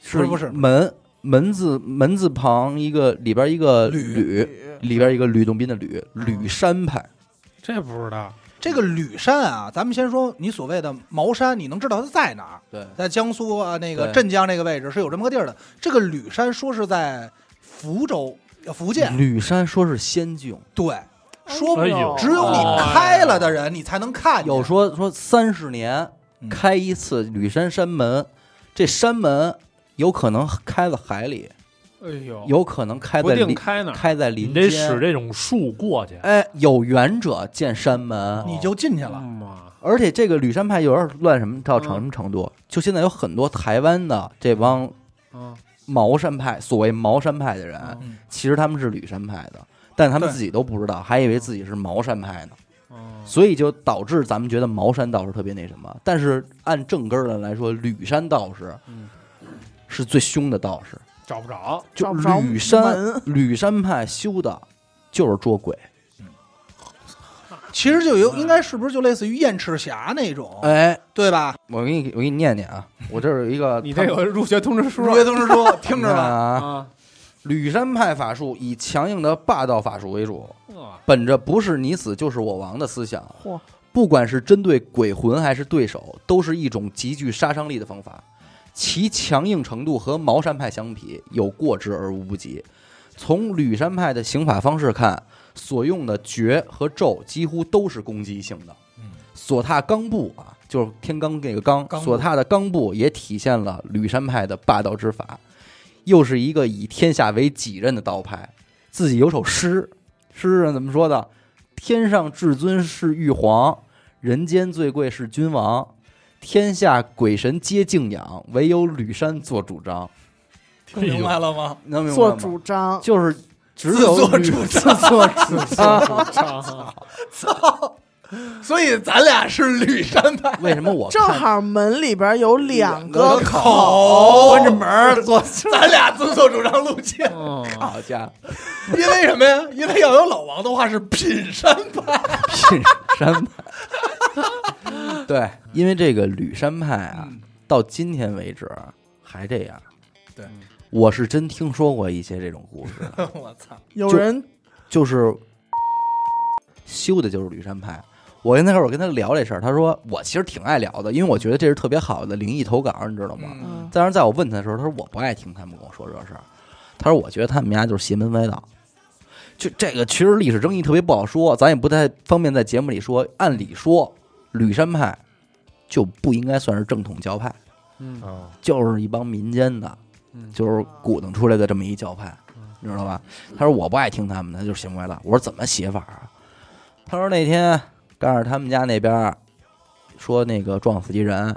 [SPEAKER 1] 是
[SPEAKER 2] 不是不是
[SPEAKER 1] 门门字门字旁一个里边一个
[SPEAKER 2] 吕
[SPEAKER 1] 吕，里边一个吕洞宾的吕，吕山派。
[SPEAKER 4] 这不知道，
[SPEAKER 2] 这个吕山啊，咱们先说你所谓的茅山，你能知道它在哪儿？
[SPEAKER 1] 对，
[SPEAKER 2] 在江苏啊，那个
[SPEAKER 1] 对
[SPEAKER 2] 镇江那个位置是有这么个地儿的。这个吕山说是在福州、呃福建，
[SPEAKER 1] 吕山说是仙境，
[SPEAKER 2] 对，
[SPEAKER 3] 哎
[SPEAKER 2] 说
[SPEAKER 5] 哎呦
[SPEAKER 2] 只有你开了的人，你才能看见。
[SPEAKER 1] 有说说三十年
[SPEAKER 2] 嗯
[SPEAKER 1] 开一次吕山山门，这山门有可能开在海里。
[SPEAKER 4] 哎呦，
[SPEAKER 1] 有可能开
[SPEAKER 4] 不
[SPEAKER 1] 在
[SPEAKER 4] 定
[SPEAKER 1] 林
[SPEAKER 4] 开哪儿，
[SPEAKER 1] 开在
[SPEAKER 5] 你
[SPEAKER 1] 林
[SPEAKER 5] 得使
[SPEAKER 1] 间。
[SPEAKER 5] 这种术过去，
[SPEAKER 1] 哎，有缘者见山门，
[SPEAKER 2] 你就进去了。
[SPEAKER 4] 嗯嘛，
[SPEAKER 1] 而且这个吕山派有点乱什么到成什么程度？就现在有很多台湾的这帮
[SPEAKER 4] 嗯，
[SPEAKER 1] 茅山派，所谓茅山派的人，
[SPEAKER 4] 哦
[SPEAKER 2] 嗯
[SPEAKER 1] 其实他们是吕山派的，但他们
[SPEAKER 2] 对
[SPEAKER 1] 自己都不知道，还以为自己是茅山派呢，
[SPEAKER 4] 嗯
[SPEAKER 1] 所以就导致咱们觉得茅山道士特别那什么。但是按正根儿上来说，吕山道士
[SPEAKER 4] 嗯
[SPEAKER 1] 是最凶的道士，
[SPEAKER 4] 找不着，
[SPEAKER 1] 就
[SPEAKER 3] 找不着
[SPEAKER 1] 吕山
[SPEAKER 3] 门
[SPEAKER 1] 吕山派修的就是捉鬼。
[SPEAKER 2] 其实就
[SPEAKER 1] 嗯
[SPEAKER 2] 有，应该是不是就类似于燕赤霞那种，
[SPEAKER 1] 哎，
[SPEAKER 2] 对吧？
[SPEAKER 1] 我给你，我给你念念啊，我这儿有一个
[SPEAKER 4] 你这有入学通知书
[SPEAKER 2] 如约同志说，听
[SPEAKER 1] 你
[SPEAKER 2] 着
[SPEAKER 1] 看
[SPEAKER 2] 吧，
[SPEAKER 1] 啊。
[SPEAKER 4] 啊，
[SPEAKER 1] 吕山派法术以强硬的霸道法术为主，
[SPEAKER 4] 哇
[SPEAKER 1] 本着不是你死就是我亡的思想，
[SPEAKER 3] 嚯，
[SPEAKER 1] 不管是针对鬼魂还是对手，都是一种极具杀伤力的方法。其强硬程度和茅山派相比，有过之而无不及。从吕山派的刑法方式看，所用的诀和咒几乎都是攻击性的
[SPEAKER 2] 嗯。
[SPEAKER 1] 所踏罡步啊，就是天罡那个
[SPEAKER 2] 罡
[SPEAKER 1] 罡，
[SPEAKER 2] 步
[SPEAKER 1] 所踏的罡步也体现了吕山派的霸道之法。又是一个以天下为己任的道派，自己有首诗，诗上怎么说的？天上至尊是玉皇，人间最贵是君王，天下鬼神皆敬仰，唯有吕山做主张。
[SPEAKER 2] 听明白了吗？
[SPEAKER 1] 能明白
[SPEAKER 3] 做
[SPEAKER 1] 吗？
[SPEAKER 3] 主张，
[SPEAKER 1] 就是哎只有
[SPEAKER 2] 自作
[SPEAKER 1] 吕
[SPEAKER 2] 主 张
[SPEAKER 1] 自作主张。
[SPEAKER 5] 啊
[SPEAKER 2] 所以咱俩是吕山派，
[SPEAKER 1] 为什么我
[SPEAKER 3] 正
[SPEAKER 1] 看
[SPEAKER 3] 好门里边有两
[SPEAKER 2] 个
[SPEAKER 3] 个
[SPEAKER 2] 口
[SPEAKER 1] 关着门儿做？
[SPEAKER 2] 咱俩自作主张路线，
[SPEAKER 4] 嗯，
[SPEAKER 1] 好家伙，
[SPEAKER 2] 因为什么呀？因为要有老王的话是品山派，
[SPEAKER 1] 品山派。 对，因为这个吕山派啊，
[SPEAKER 3] 嗯
[SPEAKER 1] 到今天为止还这样。
[SPEAKER 2] 对，
[SPEAKER 1] 我是真听说过一些这种故事的，
[SPEAKER 2] 我操，
[SPEAKER 3] 有人
[SPEAKER 1] 就是修的就是吕山派。我跟那会儿我跟他聊这事儿，他说我其实挺爱聊的，因为我觉得这是特别好的灵异投稿，你知道吗？
[SPEAKER 2] 嗯，
[SPEAKER 1] 但是在我问他的时候，他说我不爱听他们跟我说这事儿，他说我觉得他们家就是邪门歪道。就这个其实历史争议特别不好说，咱也不太方便在节目里说。按理说，吕山派就不应该算是正统教派，
[SPEAKER 4] 嗯
[SPEAKER 5] 啊，
[SPEAKER 1] 就是一帮民间的，
[SPEAKER 4] 嗯
[SPEAKER 1] 就是鼓捣出来的这么一教派，你知道吧？他说我不爱听他们的，就是邪魔歪道。我说怎么邪法啊？他说那天告诉他们家那边儿说那个撞死一人，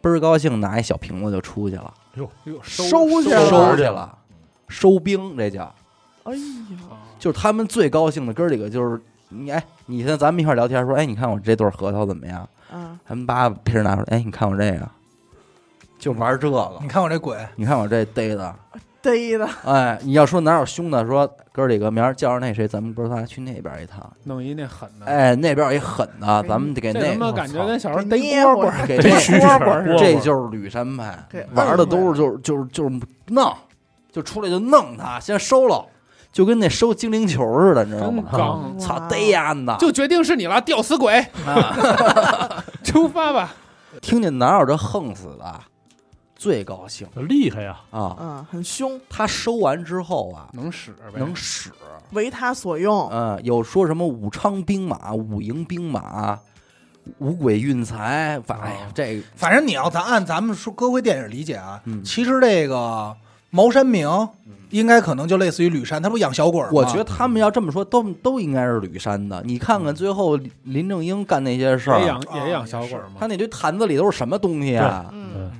[SPEAKER 1] 倍儿高兴，拿一小瓶子就出去了，
[SPEAKER 4] 哟
[SPEAKER 3] 收去了
[SPEAKER 1] 收去了，收兵这叫，
[SPEAKER 3] 哎
[SPEAKER 4] 啊
[SPEAKER 3] 呀，
[SPEAKER 1] 就是他们最高兴的哥儿几个就是你哎，你现在咱们一块儿聊天说，哎，你看我这对核桃怎么样？
[SPEAKER 3] 嗯，
[SPEAKER 1] 他们爸皮儿拿出来，哎，你看我这个，就玩这个
[SPEAKER 2] 你。看我这鬼，
[SPEAKER 1] 你看我这逮的，
[SPEAKER 3] 逮的，
[SPEAKER 1] 哎，你要说哪有凶的，说哥儿几个明儿叫上那谁，咱们哥仨去那边一趟。
[SPEAKER 4] 弄一那狠的，
[SPEAKER 1] 哎，那边有一狠的，咱们得给
[SPEAKER 4] 这
[SPEAKER 1] 那
[SPEAKER 4] 他妈感觉跟小时候
[SPEAKER 3] 给
[SPEAKER 4] 逮
[SPEAKER 3] 捏
[SPEAKER 4] 蝈蝈
[SPEAKER 3] 会儿
[SPEAKER 4] 儿，
[SPEAKER 1] 给
[SPEAKER 5] 这
[SPEAKER 1] 这
[SPEAKER 5] 蛐蛐
[SPEAKER 4] 蝈
[SPEAKER 5] 儿
[SPEAKER 4] 蝈儿
[SPEAKER 5] 蝈
[SPEAKER 1] 这
[SPEAKER 5] 蝈
[SPEAKER 1] 就是吕山派
[SPEAKER 3] 给
[SPEAKER 1] 玩的
[SPEAKER 3] 摁
[SPEAKER 1] 都
[SPEAKER 3] 回
[SPEAKER 1] 是就是就是就是弄，就出来就弄他，先收了，就跟那收精灵球似的，你知道
[SPEAKER 4] 真
[SPEAKER 1] 吗？
[SPEAKER 4] 刚。
[SPEAKER 3] 来
[SPEAKER 1] 操
[SPEAKER 3] 哇，
[SPEAKER 1] 逮呀呢！
[SPEAKER 4] 就决定是你了，吊死鬼！ 出发吧，
[SPEAKER 1] 听见哪有这横死的，最高兴
[SPEAKER 5] 厉害呀！
[SPEAKER 1] 啊！
[SPEAKER 3] 嗯，很凶，
[SPEAKER 1] 他收完之后啊，
[SPEAKER 4] 能使呗，
[SPEAKER 1] 能使，
[SPEAKER 3] 为他所用，
[SPEAKER 1] 嗯，有说什么武昌兵马、武营兵马、五鬼运财，反正哎呀，这
[SPEAKER 3] 哦
[SPEAKER 1] 个
[SPEAKER 2] 反正你要咱按咱们说歌会电影理解啊，
[SPEAKER 1] 嗯
[SPEAKER 2] 其实这个茅山明应该可能就类似于吕山，他不养小鬼儿吗？
[SPEAKER 1] 我觉得他们要这么说，都都应该是吕山的。你看看最后林林正英干那些事
[SPEAKER 4] 也
[SPEAKER 1] 儿，
[SPEAKER 4] 养
[SPEAKER 2] 啊
[SPEAKER 4] 也养小鬼儿
[SPEAKER 1] 他
[SPEAKER 4] 嘛。
[SPEAKER 1] 那堆坛子里都是什么东西啊？
[SPEAKER 3] 嗯，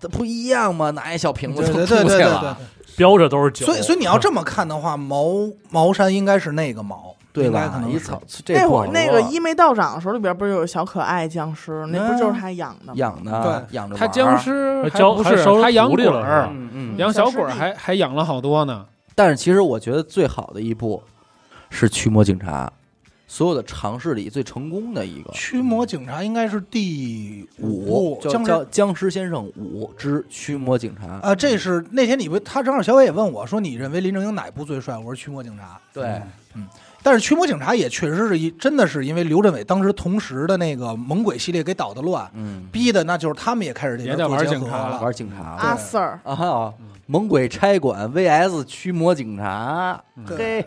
[SPEAKER 1] 这不一样吗？拿一小瓶子
[SPEAKER 2] 对
[SPEAKER 1] 就
[SPEAKER 2] 对
[SPEAKER 1] 出
[SPEAKER 2] 对
[SPEAKER 1] 去
[SPEAKER 2] 对对
[SPEAKER 1] 了，
[SPEAKER 2] 对，
[SPEAKER 5] 标着都是酒，
[SPEAKER 2] 所以所以你要这么看的话，茅茅山应该是那个茅，
[SPEAKER 1] 对
[SPEAKER 2] 应该可
[SPEAKER 1] 吧？
[SPEAKER 2] 能
[SPEAKER 1] 一
[SPEAKER 2] 是
[SPEAKER 1] 草，这
[SPEAKER 3] 那
[SPEAKER 1] 不
[SPEAKER 3] 会
[SPEAKER 1] 好
[SPEAKER 3] 儿
[SPEAKER 1] 说
[SPEAKER 3] 那个一眉道长的时候，里边不是有小可爱僵尸，那不就是
[SPEAKER 1] 嗯
[SPEAKER 3] 他养的吗？
[SPEAKER 1] 养的养着
[SPEAKER 4] 他
[SPEAKER 1] 玩儿
[SPEAKER 4] 僵，尸
[SPEAKER 5] 还
[SPEAKER 4] 还
[SPEAKER 5] 教
[SPEAKER 4] 不
[SPEAKER 5] 还
[SPEAKER 4] 是
[SPEAKER 5] 收了
[SPEAKER 4] 他养
[SPEAKER 5] 徒弟
[SPEAKER 4] 鬼
[SPEAKER 5] 了
[SPEAKER 4] 儿，
[SPEAKER 5] 是吧
[SPEAKER 1] 嗯嗯。
[SPEAKER 4] 养小鬼
[SPEAKER 3] 小
[SPEAKER 4] 儿
[SPEAKER 3] 师弟
[SPEAKER 4] 还还养了好多呢。
[SPEAKER 1] 但是其实我觉得最好的一部是《驱魔警察》，所有的尝试里最成功的一个。
[SPEAKER 2] 驱魔警察应该是第
[SPEAKER 1] 五
[SPEAKER 2] 部
[SPEAKER 1] 叫
[SPEAKER 2] 僵尸
[SPEAKER 1] 叫僵尸先生五之驱魔警察
[SPEAKER 2] 啊，这是那天你不他正好小伟也问我说你认为林正英哪部最帅？我说驱魔警察。
[SPEAKER 1] 对，
[SPEAKER 4] 嗯
[SPEAKER 2] 但是驱魔警察也确实是一真的是因为刘镇伟当时同时的那个猛鬼系列给捣的乱，
[SPEAKER 1] 嗯，
[SPEAKER 2] 逼的那就是他们也开始这
[SPEAKER 4] 也
[SPEAKER 2] 边
[SPEAKER 4] 得
[SPEAKER 2] 做
[SPEAKER 4] 玩
[SPEAKER 2] 结
[SPEAKER 4] 警
[SPEAKER 2] 合
[SPEAKER 4] 察
[SPEAKER 2] 了。
[SPEAKER 1] 玩警察了
[SPEAKER 3] 阿 Sir，
[SPEAKER 1] 啊，
[SPEAKER 4] 嗯
[SPEAKER 1] 猛鬼差馆 VS 驱魔警察，嘿，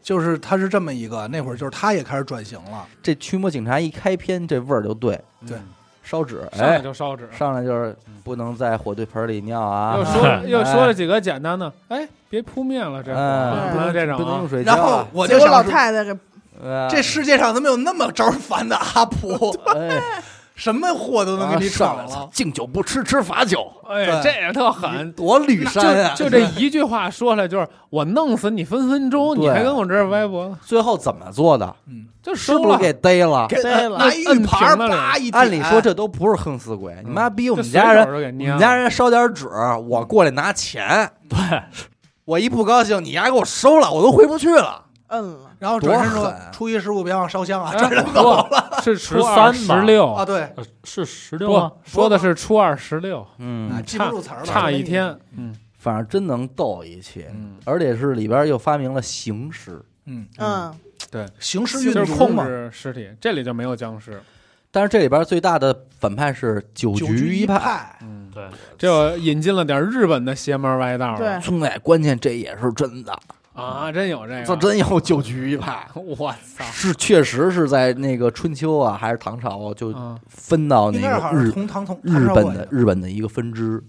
[SPEAKER 2] 就是他是这么一个，那会儿就是他也开始转型了。
[SPEAKER 1] 这驱魔警察一开篇这味儿就对，
[SPEAKER 2] 对
[SPEAKER 1] 烧纸，
[SPEAKER 4] 嗯上来
[SPEAKER 1] 哎，
[SPEAKER 4] 就烧纸，
[SPEAKER 1] 上来就是不能在火堆盆里尿啊
[SPEAKER 4] 又，
[SPEAKER 5] 哎
[SPEAKER 4] 说又说了几个简单的，哎，别扑灭了，这
[SPEAKER 1] 哎，
[SPEAKER 4] 不能这种
[SPEAKER 1] 不能
[SPEAKER 4] 啊
[SPEAKER 1] 用。水浇
[SPEAKER 2] 然后
[SPEAKER 1] 啊，
[SPEAKER 2] 我
[SPEAKER 3] 结
[SPEAKER 2] 就
[SPEAKER 3] 果
[SPEAKER 2] 想
[SPEAKER 3] 老
[SPEAKER 2] 说，
[SPEAKER 3] 太太给
[SPEAKER 1] 哎
[SPEAKER 2] 这世界上怎么有那么招人烦的阿普？
[SPEAKER 1] 哎，
[SPEAKER 2] 什么祸都能给你
[SPEAKER 1] 上
[SPEAKER 2] 闯
[SPEAKER 1] 来
[SPEAKER 2] 了。
[SPEAKER 1] 敬酒不吃吃罚酒，
[SPEAKER 4] 哎呀，
[SPEAKER 2] 对
[SPEAKER 4] 这也特狠。
[SPEAKER 1] 多吕山啊！
[SPEAKER 4] 就就这一句话说出来，就是我弄死你分分钟，
[SPEAKER 1] 对
[SPEAKER 4] 你还跟我这儿歪脖子，
[SPEAKER 1] 最后怎么做的？
[SPEAKER 2] 嗯，
[SPEAKER 4] 就是收
[SPEAKER 1] 不
[SPEAKER 4] 了
[SPEAKER 1] 是给逮了？
[SPEAKER 2] 给
[SPEAKER 3] 对了
[SPEAKER 2] 拿一玉牌儿
[SPEAKER 4] 摁平了
[SPEAKER 2] 叭一点
[SPEAKER 1] 按理说这都不是横死鬼，你妈逼我们家
[SPEAKER 4] 哎嗯就随
[SPEAKER 1] 人，
[SPEAKER 4] 手就给
[SPEAKER 1] 你
[SPEAKER 4] 捏了
[SPEAKER 1] 们家人烧点纸，我过来拿钱，对 我一不高兴，你丫给我收了，我都回不去了。
[SPEAKER 3] 摁了，
[SPEAKER 2] 然后转身
[SPEAKER 1] 多
[SPEAKER 2] 说
[SPEAKER 1] 狠：“啊
[SPEAKER 2] 初一十五别忘烧香啊！”
[SPEAKER 4] 哎
[SPEAKER 2] 转身走
[SPEAKER 5] 说
[SPEAKER 4] 是
[SPEAKER 5] 十三
[SPEAKER 4] 十
[SPEAKER 5] 吧
[SPEAKER 2] 啊，
[SPEAKER 4] 六，
[SPEAKER 2] 对，
[SPEAKER 5] 呃是十六吗
[SPEAKER 4] 不？说的是初二十六，
[SPEAKER 2] 啊
[SPEAKER 1] 嗯，
[SPEAKER 2] 记不住词儿了，
[SPEAKER 4] 差一天。。嗯
[SPEAKER 1] 反正真能逗一气，
[SPEAKER 4] 嗯，
[SPEAKER 1] 而且是里边又发明了刑尸，
[SPEAKER 2] 嗯，
[SPEAKER 3] 嗯，
[SPEAKER 2] 刑事运
[SPEAKER 4] 就是
[SPEAKER 2] 毒
[SPEAKER 4] 控
[SPEAKER 2] 嘛，
[SPEAKER 4] 制尸体，这里就没有僵尸。
[SPEAKER 1] 但是这里边最大的反派是九
[SPEAKER 2] 九局
[SPEAKER 1] 一
[SPEAKER 2] 派。
[SPEAKER 4] 嗯，
[SPEAKER 5] 对，
[SPEAKER 4] 这引进了点日本的邪门歪道了
[SPEAKER 3] 对，
[SPEAKER 1] 兄弟，关键这也是真的，
[SPEAKER 4] 啊，真有这
[SPEAKER 1] 这
[SPEAKER 4] 个，
[SPEAKER 1] 真有九局一 派，
[SPEAKER 4] 我操！
[SPEAKER 1] 是确实是在那个春秋啊，还是唐朝就
[SPEAKER 4] 嗯，
[SPEAKER 1] 分到那
[SPEAKER 2] 应该是
[SPEAKER 1] 个
[SPEAKER 2] 好像
[SPEAKER 1] 日
[SPEAKER 2] 是同唐同
[SPEAKER 1] 日本的
[SPEAKER 2] 的
[SPEAKER 1] 日本的一个分支，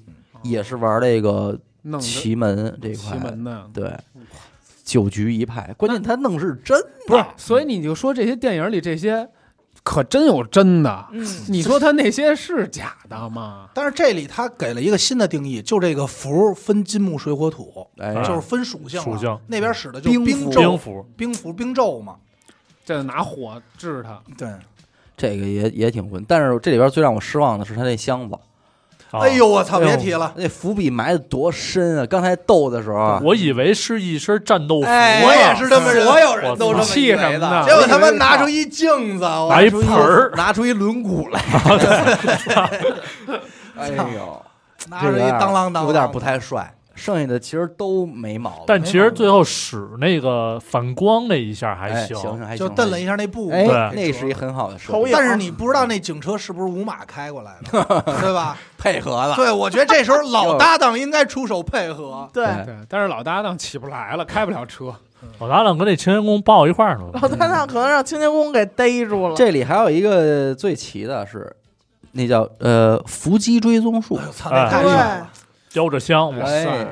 [SPEAKER 1] 也是玩这个
[SPEAKER 4] 弄
[SPEAKER 1] 嗯奇门这一
[SPEAKER 4] 奇
[SPEAKER 1] 块，
[SPEAKER 4] 门的，
[SPEAKER 1] 对，九局一派。关键他弄是真的，
[SPEAKER 4] 不是，所以你就说这些电影里这些可真有真的，
[SPEAKER 3] 嗯，
[SPEAKER 4] 你说他那些是假的吗？
[SPEAKER 2] 但是这里他给了一个新的定义，就这个符分金木水火土，
[SPEAKER 1] 哎，
[SPEAKER 5] 啊
[SPEAKER 2] 就是分属性了。
[SPEAKER 5] 属性
[SPEAKER 2] 那边使的就是
[SPEAKER 1] 冰
[SPEAKER 2] 冰
[SPEAKER 1] 符
[SPEAKER 5] 兵
[SPEAKER 2] 咒、
[SPEAKER 5] 符
[SPEAKER 2] 冰符、冰咒嘛。
[SPEAKER 4] 这拿火治他，
[SPEAKER 2] 对，
[SPEAKER 1] 这个也也挺混。但是这里边最让我失望的是他那箱子，
[SPEAKER 5] 啊
[SPEAKER 2] 哎呦我操，
[SPEAKER 5] 哎呦
[SPEAKER 2] 别提了，
[SPEAKER 1] 那伏笔埋的多深啊！刚才斗的时候啊，
[SPEAKER 5] 我以为是一身战斗服，啊
[SPEAKER 1] 哎
[SPEAKER 2] 我也是这么认为，
[SPEAKER 1] 所有
[SPEAKER 5] 人
[SPEAKER 2] 都这么
[SPEAKER 4] 气什么的，
[SPEAKER 2] 结果他妈拿出一镜子，我
[SPEAKER 5] 拿一盆儿，
[SPEAKER 1] 拿出一轮毂来，哎呦，啊
[SPEAKER 2] 拿出一当啷当啷，
[SPEAKER 1] 有点不太帅。剩下的其实都没毛病，
[SPEAKER 5] 但其实最后使那个反光那一下还
[SPEAKER 1] 哎
[SPEAKER 5] 行，
[SPEAKER 1] 行还行，
[SPEAKER 2] 就瞪了一下那布，
[SPEAKER 1] 哎
[SPEAKER 5] 对，
[SPEAKER 1] 那是一很好的设
[SPEAKER 3] 头
[SPEAKER 1] 计
[SPEAKER 3] 也
[SPEAKER 2] 但是你不知道那警车是不是五马开过来 的，对吧？
[SPEAKER 1] 配合了，
[SPEAKER 2] 对，我觉得这时候老搭档应该出手配合。
[SPEAKER 3] 对，
[SPEAKER 1] 对
[SPEAKER 4] 对，但是老搭档起不来了，开不了车，
[SPEAKER 5] 老搭档跟那清洁工抱一块 儿呢
[SPEAKER 3] 老太太可能让清洁工给逮住了，嗯
[SPEAKER 1] 这里还有一个最奇的是，那叫呃伏击追踪术
[SPEAKER 2] 哎，呦，操，那太帅了，
[SPEAKER 5] 叼着香，
[SPEAKER 1] 哎
[SPEAKER 4] 哇
[SPEAKER 5] 我
[SPEAKER 4] 塞！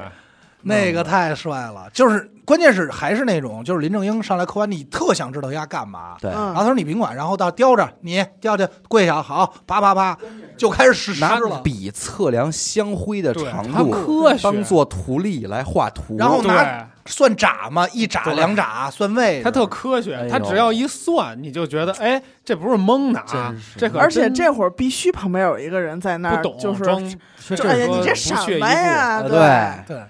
[SPEAKER 2] 那个太帅了。就是关键是还是那种，就是林正英上来扣完，你特想知道丫干嘛。
[SPEAKER 1] 对，
[SPEAKER 3] 嗯
[SPEAKER 2] 然后他说你甭管，然后到叼着你叼着跪下，好，啪啪啪，就开始实施
[SPEAKER 1] 拿
[SPEAKER 2] 了。
[SPEAKER 1] 笔测量香灰的
[SPEAKER 4] 对
[SPEAKER 1] 长
[SPEAKER 4] 他
[SPEAKER 1] 度，
[SPEAKER 4] 科学
[SPEAKER 1] 当做图例来画图，
[SPEAKER 2] 然后拿
[SPEAKER 4] 对，
[SPEAKER 2] 算眨吗？一眨
[SPEAKER 4] 对
[SPEAKER 2] 两眨算位置，
[SPEAKER 4] 它特科
[SPEAKER 1] 哎
[SPEAKER 4] 学，
[SPEAKER 1] 呦
[SPEAKER 4] 它只要一算，你就觉得，哎，这不是蒙的啊
[SPEAKER 1] 真，是
[SPEAKER 4] 这可
[SPEAKER 3] 而且
[SPEAKER 4] 真
[SPEAKER 3] 这会儿必须旁边有一个人在那
[SPEAKER 4] 不
[SPEAKER 3] 儿，
[SPEAKER 4] 懂，
[SPEAKER 3] 就是
[SPEAKER 4] 装
[SPEAKER 1] 这
[SPEAKER 3] 就哎呀，
[SPEAKER 4] 说
[SPEAKER 3] 你这
[SPEAKER 4] 不
[SPEAKER 3] 什
[SPEAKER 4] 屑一
[SPEAKER 3] 么
[SPEAKER 4] 顾
[SPEAKER 3] 呀？
[SPEAKER 1] 呃
[SPEAKER 2] 对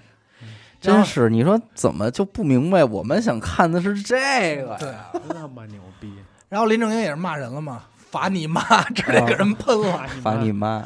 [SPEAKER 1] 真是你说怎么就不明白？我们想看的是这个呀，
[SPEAKER 2] 对。
[SPEAKER 4] 那么牛逼，
[SPEAKER 2] 然后林正英也是骂人了嘛，罚你妈，直接给人喷了。
[SPEAKER 1] 罚你妈！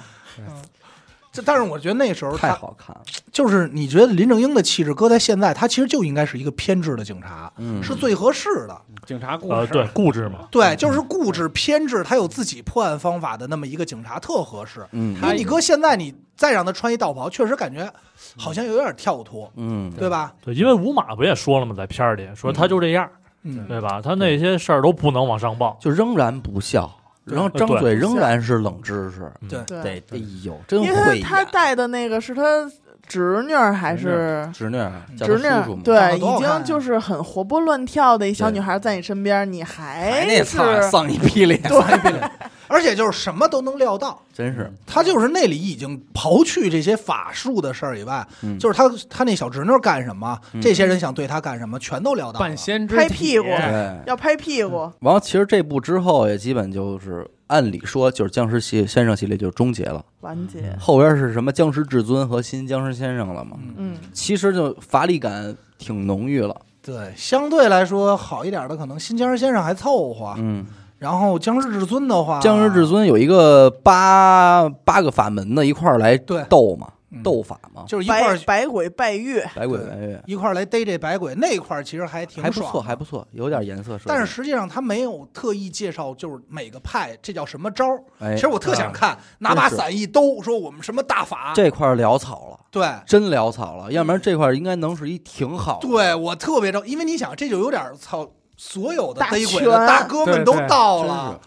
[SPEAKER 2] 这但是我觉得那时候
[SPEAKER 1] 太
[SPEAKER 2] 他
[SPEAKER 1] 好看了，
[SPEAKER 2] 就是你觉得林正英的气质搁在现在，他其实就应该是一个偏执的警察，
[SPEAKER 1] 嗯，
[SPEAKER 2] 是最合适的。
[SPEAKER 4] 警察故事，
[SPEAKER 5] 呃，对，固执嘛，
[SPEAKER 2] 对，就是固执偏执，他有自己破案方法的那么一个警察特合适。
[SPEAKER 1] 嗯
[SPEAKER 2] 因为你搁现在，你再让他穿一道袍，确实感觉好像有点跳脱，
[SPEAKER 1] 嗯，
[SPEAKER 2] 对吧？
[SPEAKER 5] 对，因为五马不也说了吗，在片儿里说他就这样，
[SPEAKER 2] 嗯，
[SPEAKER 5] 对吧？他那些事儿都不能往上报，
[SPEAKER 1] 就仍然不笑，然后张嘴仍然是冷知识，
[SPEAKER 5] 嗯
[SPEAKER 2] 对
[SPEAKER 3] 对，
[SPEAKER 1] 得，哎呦，真
[SPEAKER 3] 因
[SPEAKER 1] 会
[SPEAKER 3] 为
[SPEAKER 1] 演
[SPEAKER 3] 他他带的那个是他侄女儿还
[SPEAKER 4] 侄女
[SPEAKER 3] 是？
[SPEAKER 1] 侄女儿叫
[SPEAKER 3] 侄女
[SPEAKER 1] 他
[SPEAKER 3] 儿
[SPEAKER 1] 叔叔嘛，
[SPEAKER 2] 长
[SPEAKER 3] 对，
[SPEAKER 2] 得多
[SPEAKER 3] 已
[SPEAKER 2] 好看啊
[SPEAKER 3] 经就是很活泼乱跳的一小
[SPEAKER 1] 对
[SPEAKER 3] 女孩在你身边，你还
[SPEAKER 1] 哎，那
[SPEAKER 3] 是
[SPEAKER 1] 操丧一屁脸，
[SPEAKER 2] 哎 而且就是什么都能料到。
[SPEAKER 1] 真是
[SPEAKER 2] 他就是那里已经刨去这些法术的事儿以外，
[SPEAKER 1] 嗯
[SPEAKER 2] 就是他他那小侄女干什么，
[SPEAKER 1] 嗯
[SPEAKER 2] 这些人想对他干什么，全都
[SPEAKER 1] 啊
[SPEAKER 2] 料到了。
[SPEAKER 4] 扮先知
[SPEAKER 3] 拍屁股
[SPEAKER 4] 体
[SPEAKER 1] 对。
[SPEAKER 3] 要拍屁股，
[SPEAKER 1] 完了，其实这部之后也基本就是按理说就是僵尸系先生系列就终结了，
[SPEAKER 3] 完结。
[SPEAKER 2] 嗯
[SPEAKER 1] 后边是什么僵尸至尊和新僵尸先生了嘛？
[SPEAKER 3] 嗯，
[SPEAKER 1] 其实就乏力感挺浓郁了，
[SPEAKER 2] 对，相对来说好一点的，可能新僵尸先生还凑合。
[SPEAKER 1] 嗯。
[SPEAKER 2] 然后僵尸至尊的话，
[SPEAKER 1] 僵尸至尊有一个八八个法门的一块儿来
[SPEAKER 2] 对
[SPEAKER 1] 斗嘛，
[SPEAKER 2] 嗯
[SPEAKER 1] 斗法嘛，
[SPEAKER 2] 就是一块
[SPEAKER 3] 百
[SPEAKER 2] 儿
[SPEAKER 3] 百鬼拜月，
[SPEAKER 1] 百鬼白月
[SPEAKER 2] 一块儿来逮这百鬼那块儿，其实还挺
[SPEAKER 1] 还不
[SPEAKER 2] 爽的
[SPEAKER 1] 错，还不错，有点颜色设计。
[SPEAKER 2] 但是实际上他没有特意介绍，就是每个派这叫什么招儿。
[SPEAKER 1] 哎，
[SPEAKER 2] 其实我特想看，拿把
[SPEAKER 1] 真是
[SPEAKER 2] 伞一兜，说我们什么大法。
[SPEAKER 1] 这块儿潦草了，
[SPEAKER 2] 对，
[SPEAKER 1] 真潦草了，要不然这块儿应该能是一挺好的。
[SPEAKER 2] 嗯对我特别着，因为你想，这就有点儿操，所有的
[SPEAKER 3] 大
[SPEAKER 2] 逮鬼
[SPEAKER 3] 全
[SPEAKER 2] 的大哥们都
[SPEAKER 4] 对对
[SPEAKER 2] 到
[SPEAKER 1] 真
[SPEAKER 2] 了，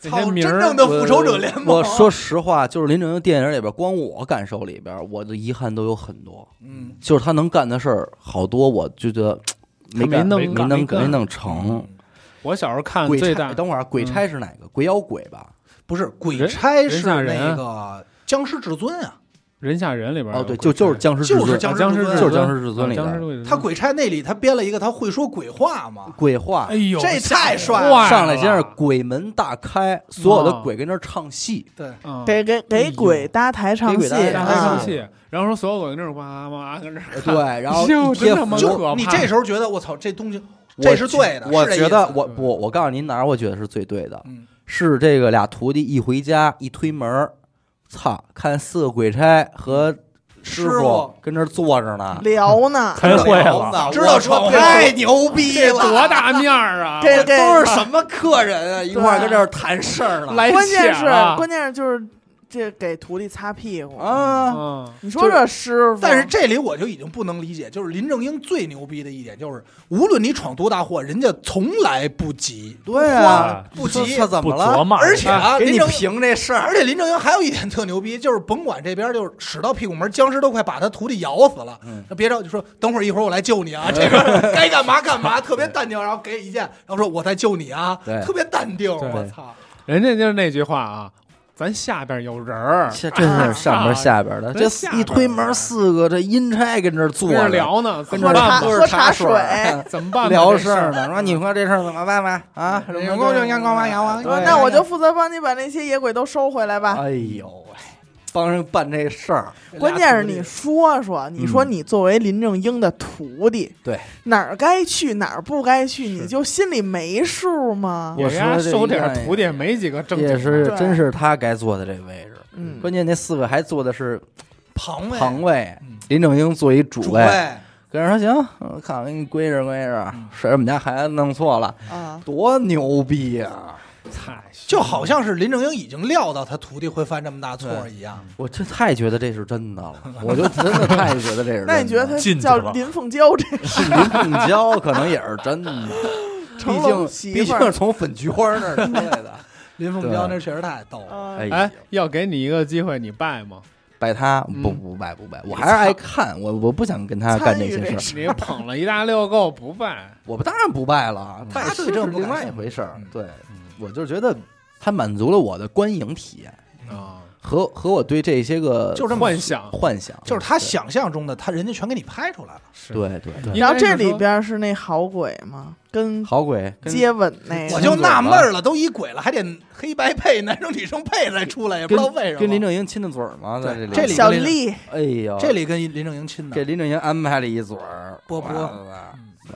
[SPEAKER 4] 这
[SPEAKER 2] 操，
[SPEAKER 4] 些
[SPEAKER 2] 真
[SPEAKER 4] 名儿
[SPEAKER 2] 正的复仇者联
[SPEAKER 1] 是。
[SPEAKER 2] 盟。
[SPEAKER 1] 我说实话，就是林正英电影里边，光我感受里边，我的遗憾都有很多。
[SPEAKER 2] 嗯，
[SPEAKER 1] 就是他能干的事儿好多，我就觉得没
[SPEAKER 4] 没
[SPEAKER 1] 干
[SPEAKER 4] 弄
[SPEAKER 1] 没
[SPEAKER 4] 干
[SPEAKER 1] 能
[SPEAKER 4] 没干
[SPEAKER 1] 没弄成。
[SPEAKER 4] 我小时候看
[SPEAKER 1] 鬼
[SPEAKER 4] 最
[SPEAKER 1] 差，
[SPEAKER 4] 大嗯
[SPEAKER 1] 等会儿啊鬼差是哪个？鬼妖鬼吧？
[SPEAKER 2] 不是鬼
[SPEAKER 4] 人
[SPEAKER 2] 差是
[SPEAKER 4] 人吓人
[SPEAKER 1] 啊
[SPEAKER 2] 那个僵尸至尊啊，
[SPEAKER 4] 人吓人里边有
[SPEAKER 1] 哦，对，就
[SPEAKER 4] 鬼
[SPEAKER 1] 就是
[SPEAKER 4] 差
[SPEAKER 1] 僵尸至
[SPEAKER 2] 就是
[SPEAKER 1] 尊，
[SPEAKER 2] 僵尸
[SPEAKER 4] 僵
[SPEAKER 2] 至
[SPEAKER 4] 尸
[SPEAKER 1] 就
[SPEAKER 2] 尊
[SPEAKER 1] 是僵尸至尊里
[SPEAKER 4] 啊
[SPEAKER 1] 边
[SPEAKER 4] 僵尸至尊
[SPEAKER 2] 他鬼差那里他编了一个他会说鬼话嘛，
[SPEAKER 1] 鬼话
[SPEAKER 4] 哎。呦
[SPEAKER 2] 这太帅啊
[SPEAKER 4] 哇
[SPEAKER 2] 了。
[SPEAKER 1] 上来先是鬼门大开，所有的鬼跟那儿唱戏，
[SPEAKER 2] 对，
[SPEAKER 4] 嗯
[SPEAKER 3] 给给给鬼搭台唱
[SPEAKER 1] 哎给鬼
[SPEAKER 3] 戏
[SPEAKER 1] 搭台
[SPEAKER 4] 让他
[SPEAKER 1] 唱
[SPEAKER 4] 上
[SPEAKER 3] 啊！
[SPEAKER 4] 戏，然后说所有鬼跟那儿哇哇跟那儿
[SPEAKER 1] 呃
[SPEAKER 4] 看
[SPEAKER 1] 对，，然 后
[SPEAKER 4] 哟
[SPEAKER 1] 一贴
[SPEAKER 4] 真他妈
[SPEAKER 1] 就
[SPEAKER 4] 可怕
[SPEAKER 2] 你这时候觉得我操，这东西
[SPEAKER 1] 我
[SPEAKER 2] 这是对的，
[SPEAKER 1] 我
[SPEAKER 2] 是这
[SPEAKER 1] 觉得
[SPEAKER 2] 意思
[SPEAKER 1] 我不，我告诉您哪儿我觉得是最对的，
[SPEAKER 2] 嗯
[SPEAKER 1] 是这个俩徒弟一回家一推门儿，操，看四个鬼差和师
[SPEAKER 2] 师
[SPEAKER 1] 傅
[SPEAKER 2] 傅
[SPEAKER 1] 跟这儿坐着呢，
[SPEAKER 3] 聊呢，
[SPEAKER 5] 开会了，
[SPEAKER 1] 了
[SPEAKER 2] 知道
[SPEAKER 1] 说
[SPEAKER 2] 闯
[SPEAKER 1] 太
[SPEAKER 2] 太
[SPEAKER 1] 牛逼
[SPEAKER 4] 这
[SPEAKER 1] 了，
[SPEAKER 4] 多大面儿啊！
[SPEAKER 3] 给给
[SPEAKER 1] 都是什么客人啊？一块儿跟这儿谈事儿呢，
[SPEAKER 4] 来啊
[SPEAKER 3] 关键
[SPEAKER 4] 钱
[SPEAKER 3] 是
[SPEAKER 4] 了
[SPEAKER 3] 关键是就是这给徒弟擦屁股。
[SPEAKER 1] 啊，
[SPEAKER 4] 嗯，
[SPEAKER 3] 你说这师傅，
[SPEAKER 2] 但是这里我就已经不能理解，就是林正英最牛逼的一点就是，无论你闯多大祸，人家从来不急，
[SPEAKER 1] 对啊，
[SPEAKER 2] 不急
[SPEAKER 1] 你说他怎
[SPEAKER 5] 不
[SPEAKER 1] 么
[SPEAKER 5] 琢
[SPEAKER 1] 了？
[SPEAKER 5] 磨，
[SPEAKER 2] 而且啊，
[SPEAKER 1] 哎给
[SPEAKER 2] 林
[SPEAKER 1] 你
[SPEAKER 2] 正啊
[SPEAKER 1] 评这事儿，
[SPEAKER 2] 而且林正英还有一点特牛逼，就是甭管这边就是使到屁股门，僵尸都快把他徒弟咬死了，
[SPEAKER 1] 嗯
[SPEAKER 2] 那别着急说等会儿一会儿我来救你啊，这边该干嘛干嘛，特别淡定，然后给意见，然后说我在救你啊，
[SPEAKER 1] 对
[SPEAKER 2] 特别淡定，
[SPEAKER 4] 对
[SPEAKER 2] 我操，
[SPEAKER 4] 人家就是那句话啊，咱下边有人儿，
[SPEAKER 1] 这真是上边下边的，
[SPEAKER 4] 啊
[SPEAKER 1] 这
[SPEAKER 4] 下边
[SPEAKER 1] 一推门四个这阴差跟这儿坐
[SPEAKER 4] 跟着
[SPEAKER 1] 着，
[SPEAKER 4] 聊呢，怎
[SPEAKER 1] 跟
[SPEAKER 4] 么
[SPEAKER 1] 这
[SPEAKER 4] 办
[SPEAKER 3] 喝茶
[SPEAKER 4] 吧？
[SPEAKER 1] 喝
[SPEAKER 3] 喝
[SPEAKER 1] 茶
[SPEAKER 3] 茶
[SPEAKER 1] 水
[SPEAKER 3] 水，
[SPEAKER 4] 怎么办吧？
[SPEAKER 1] 聊
[SPEAKER 4] 这
[SPEAKER 1] 事儿呢。说你说这事儿怎么办吧？啊，什么
[SPEAKER 2] 员工就员工嘛，员工
[SPEAKER 1] 对
[SPEAKER 3] 那我就负责帮你把那些野鬼都收回来吧。
[SPEAKER 1] 哎呦喂，帮人办这事儿，
[SPEAKER 3] 关键是你说
[SPEAKER 1] 嗯
[SPEAKER 3] 说，你说你作为林正英的徒弟，
[SPEAKER 1] 对
[SPEAKER 3] 哪儿该去哪儿不该去，你就心里没数吗？
[SPEAKER 1] 我
[SPEAKER 4] 我家
[SPEAKER 1] 说这
[SPEAKER 4] 收
[SPEAKER 1] 一看
[SPEAKER 4] 点徒弟没几个正经
[SPEAKER 1] 也
[SPEAKER 4] 的，
[SPEAKER 1] 是
[SPEAKER 3] 对
[SPEAKER 1] 真是他该坐的这位置。
[SPEAKER 3] 嗯，
[SPEAKER 1] 关键那四个还坐的是
[SPEAKER 2] 庞位
[SPEAKER 1] 旁位
[SPEAKER 2] 嗯，
[SPEAKER 1] 林正英坐一主
[SPEAKER 2] 主
[SPEAKER 1] 位，
[SPEAKER 2] 位，
[SPEAKER 1] 跟人说行，我看我给你归置归置，是我们家孩子弄错了，
[SPEAKER 3] 啊，
[SPEAKER 1] 多牛逼啊！
[SPEAKER 4] 太虚
[SPEAKER 2] 就好像是林正英已经料到他徒弟会犯这么大错儿一样，
[SPEAKER 1] 我这太觉得这是真的了，我就真的太觉得这是真的。
[SPEAKER 3] 那你觉得他
[SPEAKER 5] 进去
[SPEAKER 3] 叫
[SPEAKER 5] 了
[SPEAKER 3] 林凤娇这
[SPEAKER 1] 是林凤娇可能也是真 的，毕
[SPEAKER 3] 成
[SPEAKER 1] 竟
[SPEAKER 3] 龙媳
[SPEAKER 1] 毕
[SPEAKER 3] 妇
[SPEAKER 1] 竟是
[SPEAKER 3] 儿？
[SPEAKER 1] 从粉菊花那儿出来的。
[SPEAKER 2] 林凤娇那确实太逗了，
[SPEAKER 3] 啊
[SPEAKER 1] 哎
[SPEAKER 4] 哎
[SPEAKER 1] 呀，，
[SPEAKER 4] 要给你一个机会，你拜 吗？
[SPEAKER 1] 拜他
[SPEAKER 4] 嗯
[SPEAKER 1] 不不拜不拜，我还是爱看，我我不想跟他干这
[SPEAKER 3] 参与
[SPEAKER 1] 些
[SPEAKER 3] 这
[SPEAKER 1] 事儿，
[SPEAKER 4] 你捧了一大溜够不拜，
[SPEAKER 1] 我当然不拜了，
[SPEAKER 2] 他
[SPEAKER 1] 拜师
[SPEAKER 2] 对这
[SPEAKER 1] 是
[SPEAKER 2] 不
[SPEAKER 1] 另
[SPEAKER 2] 感
[SPEAKER 1] 外一
[SPEAKER 2] 兴趣
[SPEAKER 1] 回事儿
[SPEAKER 2] 嗯。
[SPEAKER 1] 对，我就觉得他满足了我的观影体验。
[SPEAKER 4] 啊，
[SPEAKER 1] 和和我对这些个
[SPEAKER 2] 呃就这么
[SPEAKER 4] 幻想，
[SPEAKER 1] 幻想，
[SPEAKER 2] 就是他想象中的，他人家全给你拍出来了。
[SPEAKER 4] 是，
[SPEAKER 1] 对对，
[SPEAKER 5] 对
[SPEAKER 4] 应
[SPEAKER 3] 然后
[SPEAKER 4] 该是
[SPEAKER 3] 这里
[SPEAKER 4] 说
[SPEAKER 3] 边是那好鬼吗？跟
[SPEAKER 1] 好鬼跟
[SPEAKER 3] 接吻那
[SPEAKER 2] 我
[SPEAKER 3] 个，
[SPEAKER 2] 就纳闷儿了，都一鬼了，还得黑白配，男生女生配才出来，也不知道为什么。
[SPEAKER 1] 跟林正英亲的嘴儿吗？在
[SPEAKER 2] 对
[SPEAKER 1] 里，
[SPEAKER 2] 这里
[SPEAKER 3] 小
[SPEAKER 2] 边
[SPEAKER 3] 丽
[SPEAKER 1] 哎呀，
[SPEAKER 2] 这里跟林正英亲的
[SPEAKER 1] 给，林正英安排了一嘴儿，
[SPEAKER 2] 波波
[SPEAKER 1] 完了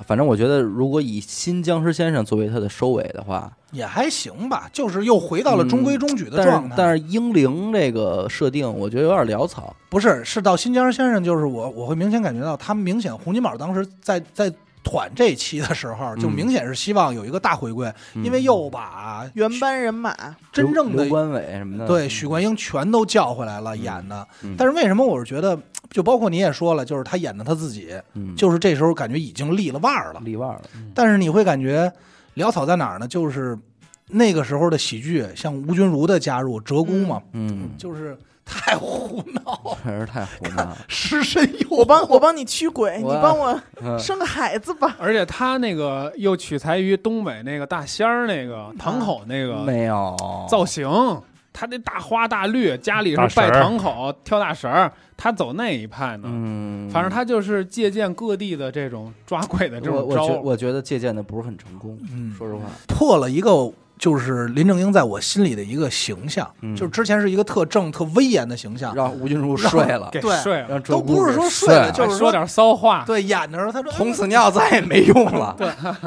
[SPEAKER 1] 反正我觉得，如果以新僵尸先生作为他的收尾的话，
[SPEAKER 2] 也还行吧，就是又回到了中规中矩
[SPEAKER 1] 嗯
[SPEAKER 2] 的
[SPEAKER 1] 但
[SPEAKER 2] 状
[SPEAKER 1] 是
[SPEAKER 2] 态。
[SPEAKER 1] 但
[SPEAKER 2] 是
[SPEAKER 1] 是英灵这个设定，我觉得有点潦草。
[SPEAKER 2] 不是是到新疆先生，就是我我会明显感觉到，他明显洪金宝当时在在团这一期的时候，就
[SPEAKER 1] 嗯
[SPEAKER 2] 明显是希望有一个大回归，
[SPEAKER 1] 嗯
[SPEAKER 2] 因为又把
[SPEAKER 3] 原班人马，
[SPEAKER 2] 真正
[SPEAKER 1] 刘
[SPEAKER 2] 的
[SPEAKER 1] 刘关伟什么的，
[SPEAKER 2] 对许冠英全都叫回来了演的。
[SPEAKER 1] 嗯
[SPEAKER 2] 但是为什么我是觉得，就包括你也说了，就是他演的他自己，
[SPEAKER 1] 嗯
[SPEAKER 2] 就是这时候感觉已经立了腕儿了。
[SPEAKER 1] 例外了，
[SPEAKER 2] 但是你会感觉潦草在哪儿呢？就是那个时候的喜剧，像吴君如的加入，鹧鸪嘛，
[SPEAKER 1] 嗯，
[SPEAKER 2] 就是太胡 闹，
[SPEAKER 1] 确实太胡闹了。
[SPEAKER 2] 失身又
[SPEAKER 3] 我帮我帮你驱鬼，你
[SPEAKER 1] 我
[SPEAKER 3] 帮我
[SPEAKER 1] 嗯
[SPEAKER 3] 生个孩子吧。
[SPEAKER 4] 而且他那个又取材于东北那个大仙儿那
[SPEAKER 1] 嗯
[SPEAKER 4] 个堂口那个
[SPEAKER 1] 没有
[SPEAKER 4] 造型，他那大花大绿，家里是
[SPEAKER 5] 大神
[SPEAKER 4] 拜
[SPEAKER 5] 儿
[SPEAKER 4] 堂口跳大神儿，他走那一派呢。
[SPEAKER 1] 嗯，
[SPEAKER 4] 反正他就是借鉴各地的这种抓鬼的这
[SPEAKER 1] 我
[SPEAKER 4] 种
[SPEAKER 1] 我觉
[SPEAKER 4] 招，
[SPEAKER 1] 我觉得借鉴的不是很成功，
[SPEAKER 2] 嗯
[SPEAKER 1] 说实话，
[SPEAKER 2] 破了一个。就是林正英在我心里的一个形象，
[SPEAKER 1] 嗯
[SPEAKER 2] 就是之前是一个特正、特威严的形象，
[SPEAKER 1] 让吴君如睡了，
[SPEAKER 4] 给
[SPEAKER 2] 对
[SPEAKER 4] 睡了，
[SPEAKER 1] 让
[SPEAKER 2] 啊都不是说睡
[SPEAKER 1] 睡
[SPEAKER 2] 了，就是
[SPEAKER 4] 说点骚话，
[SPEAKER 2] 对演的时候，他说
[SPEAKER 1] 童子尿再也没用了。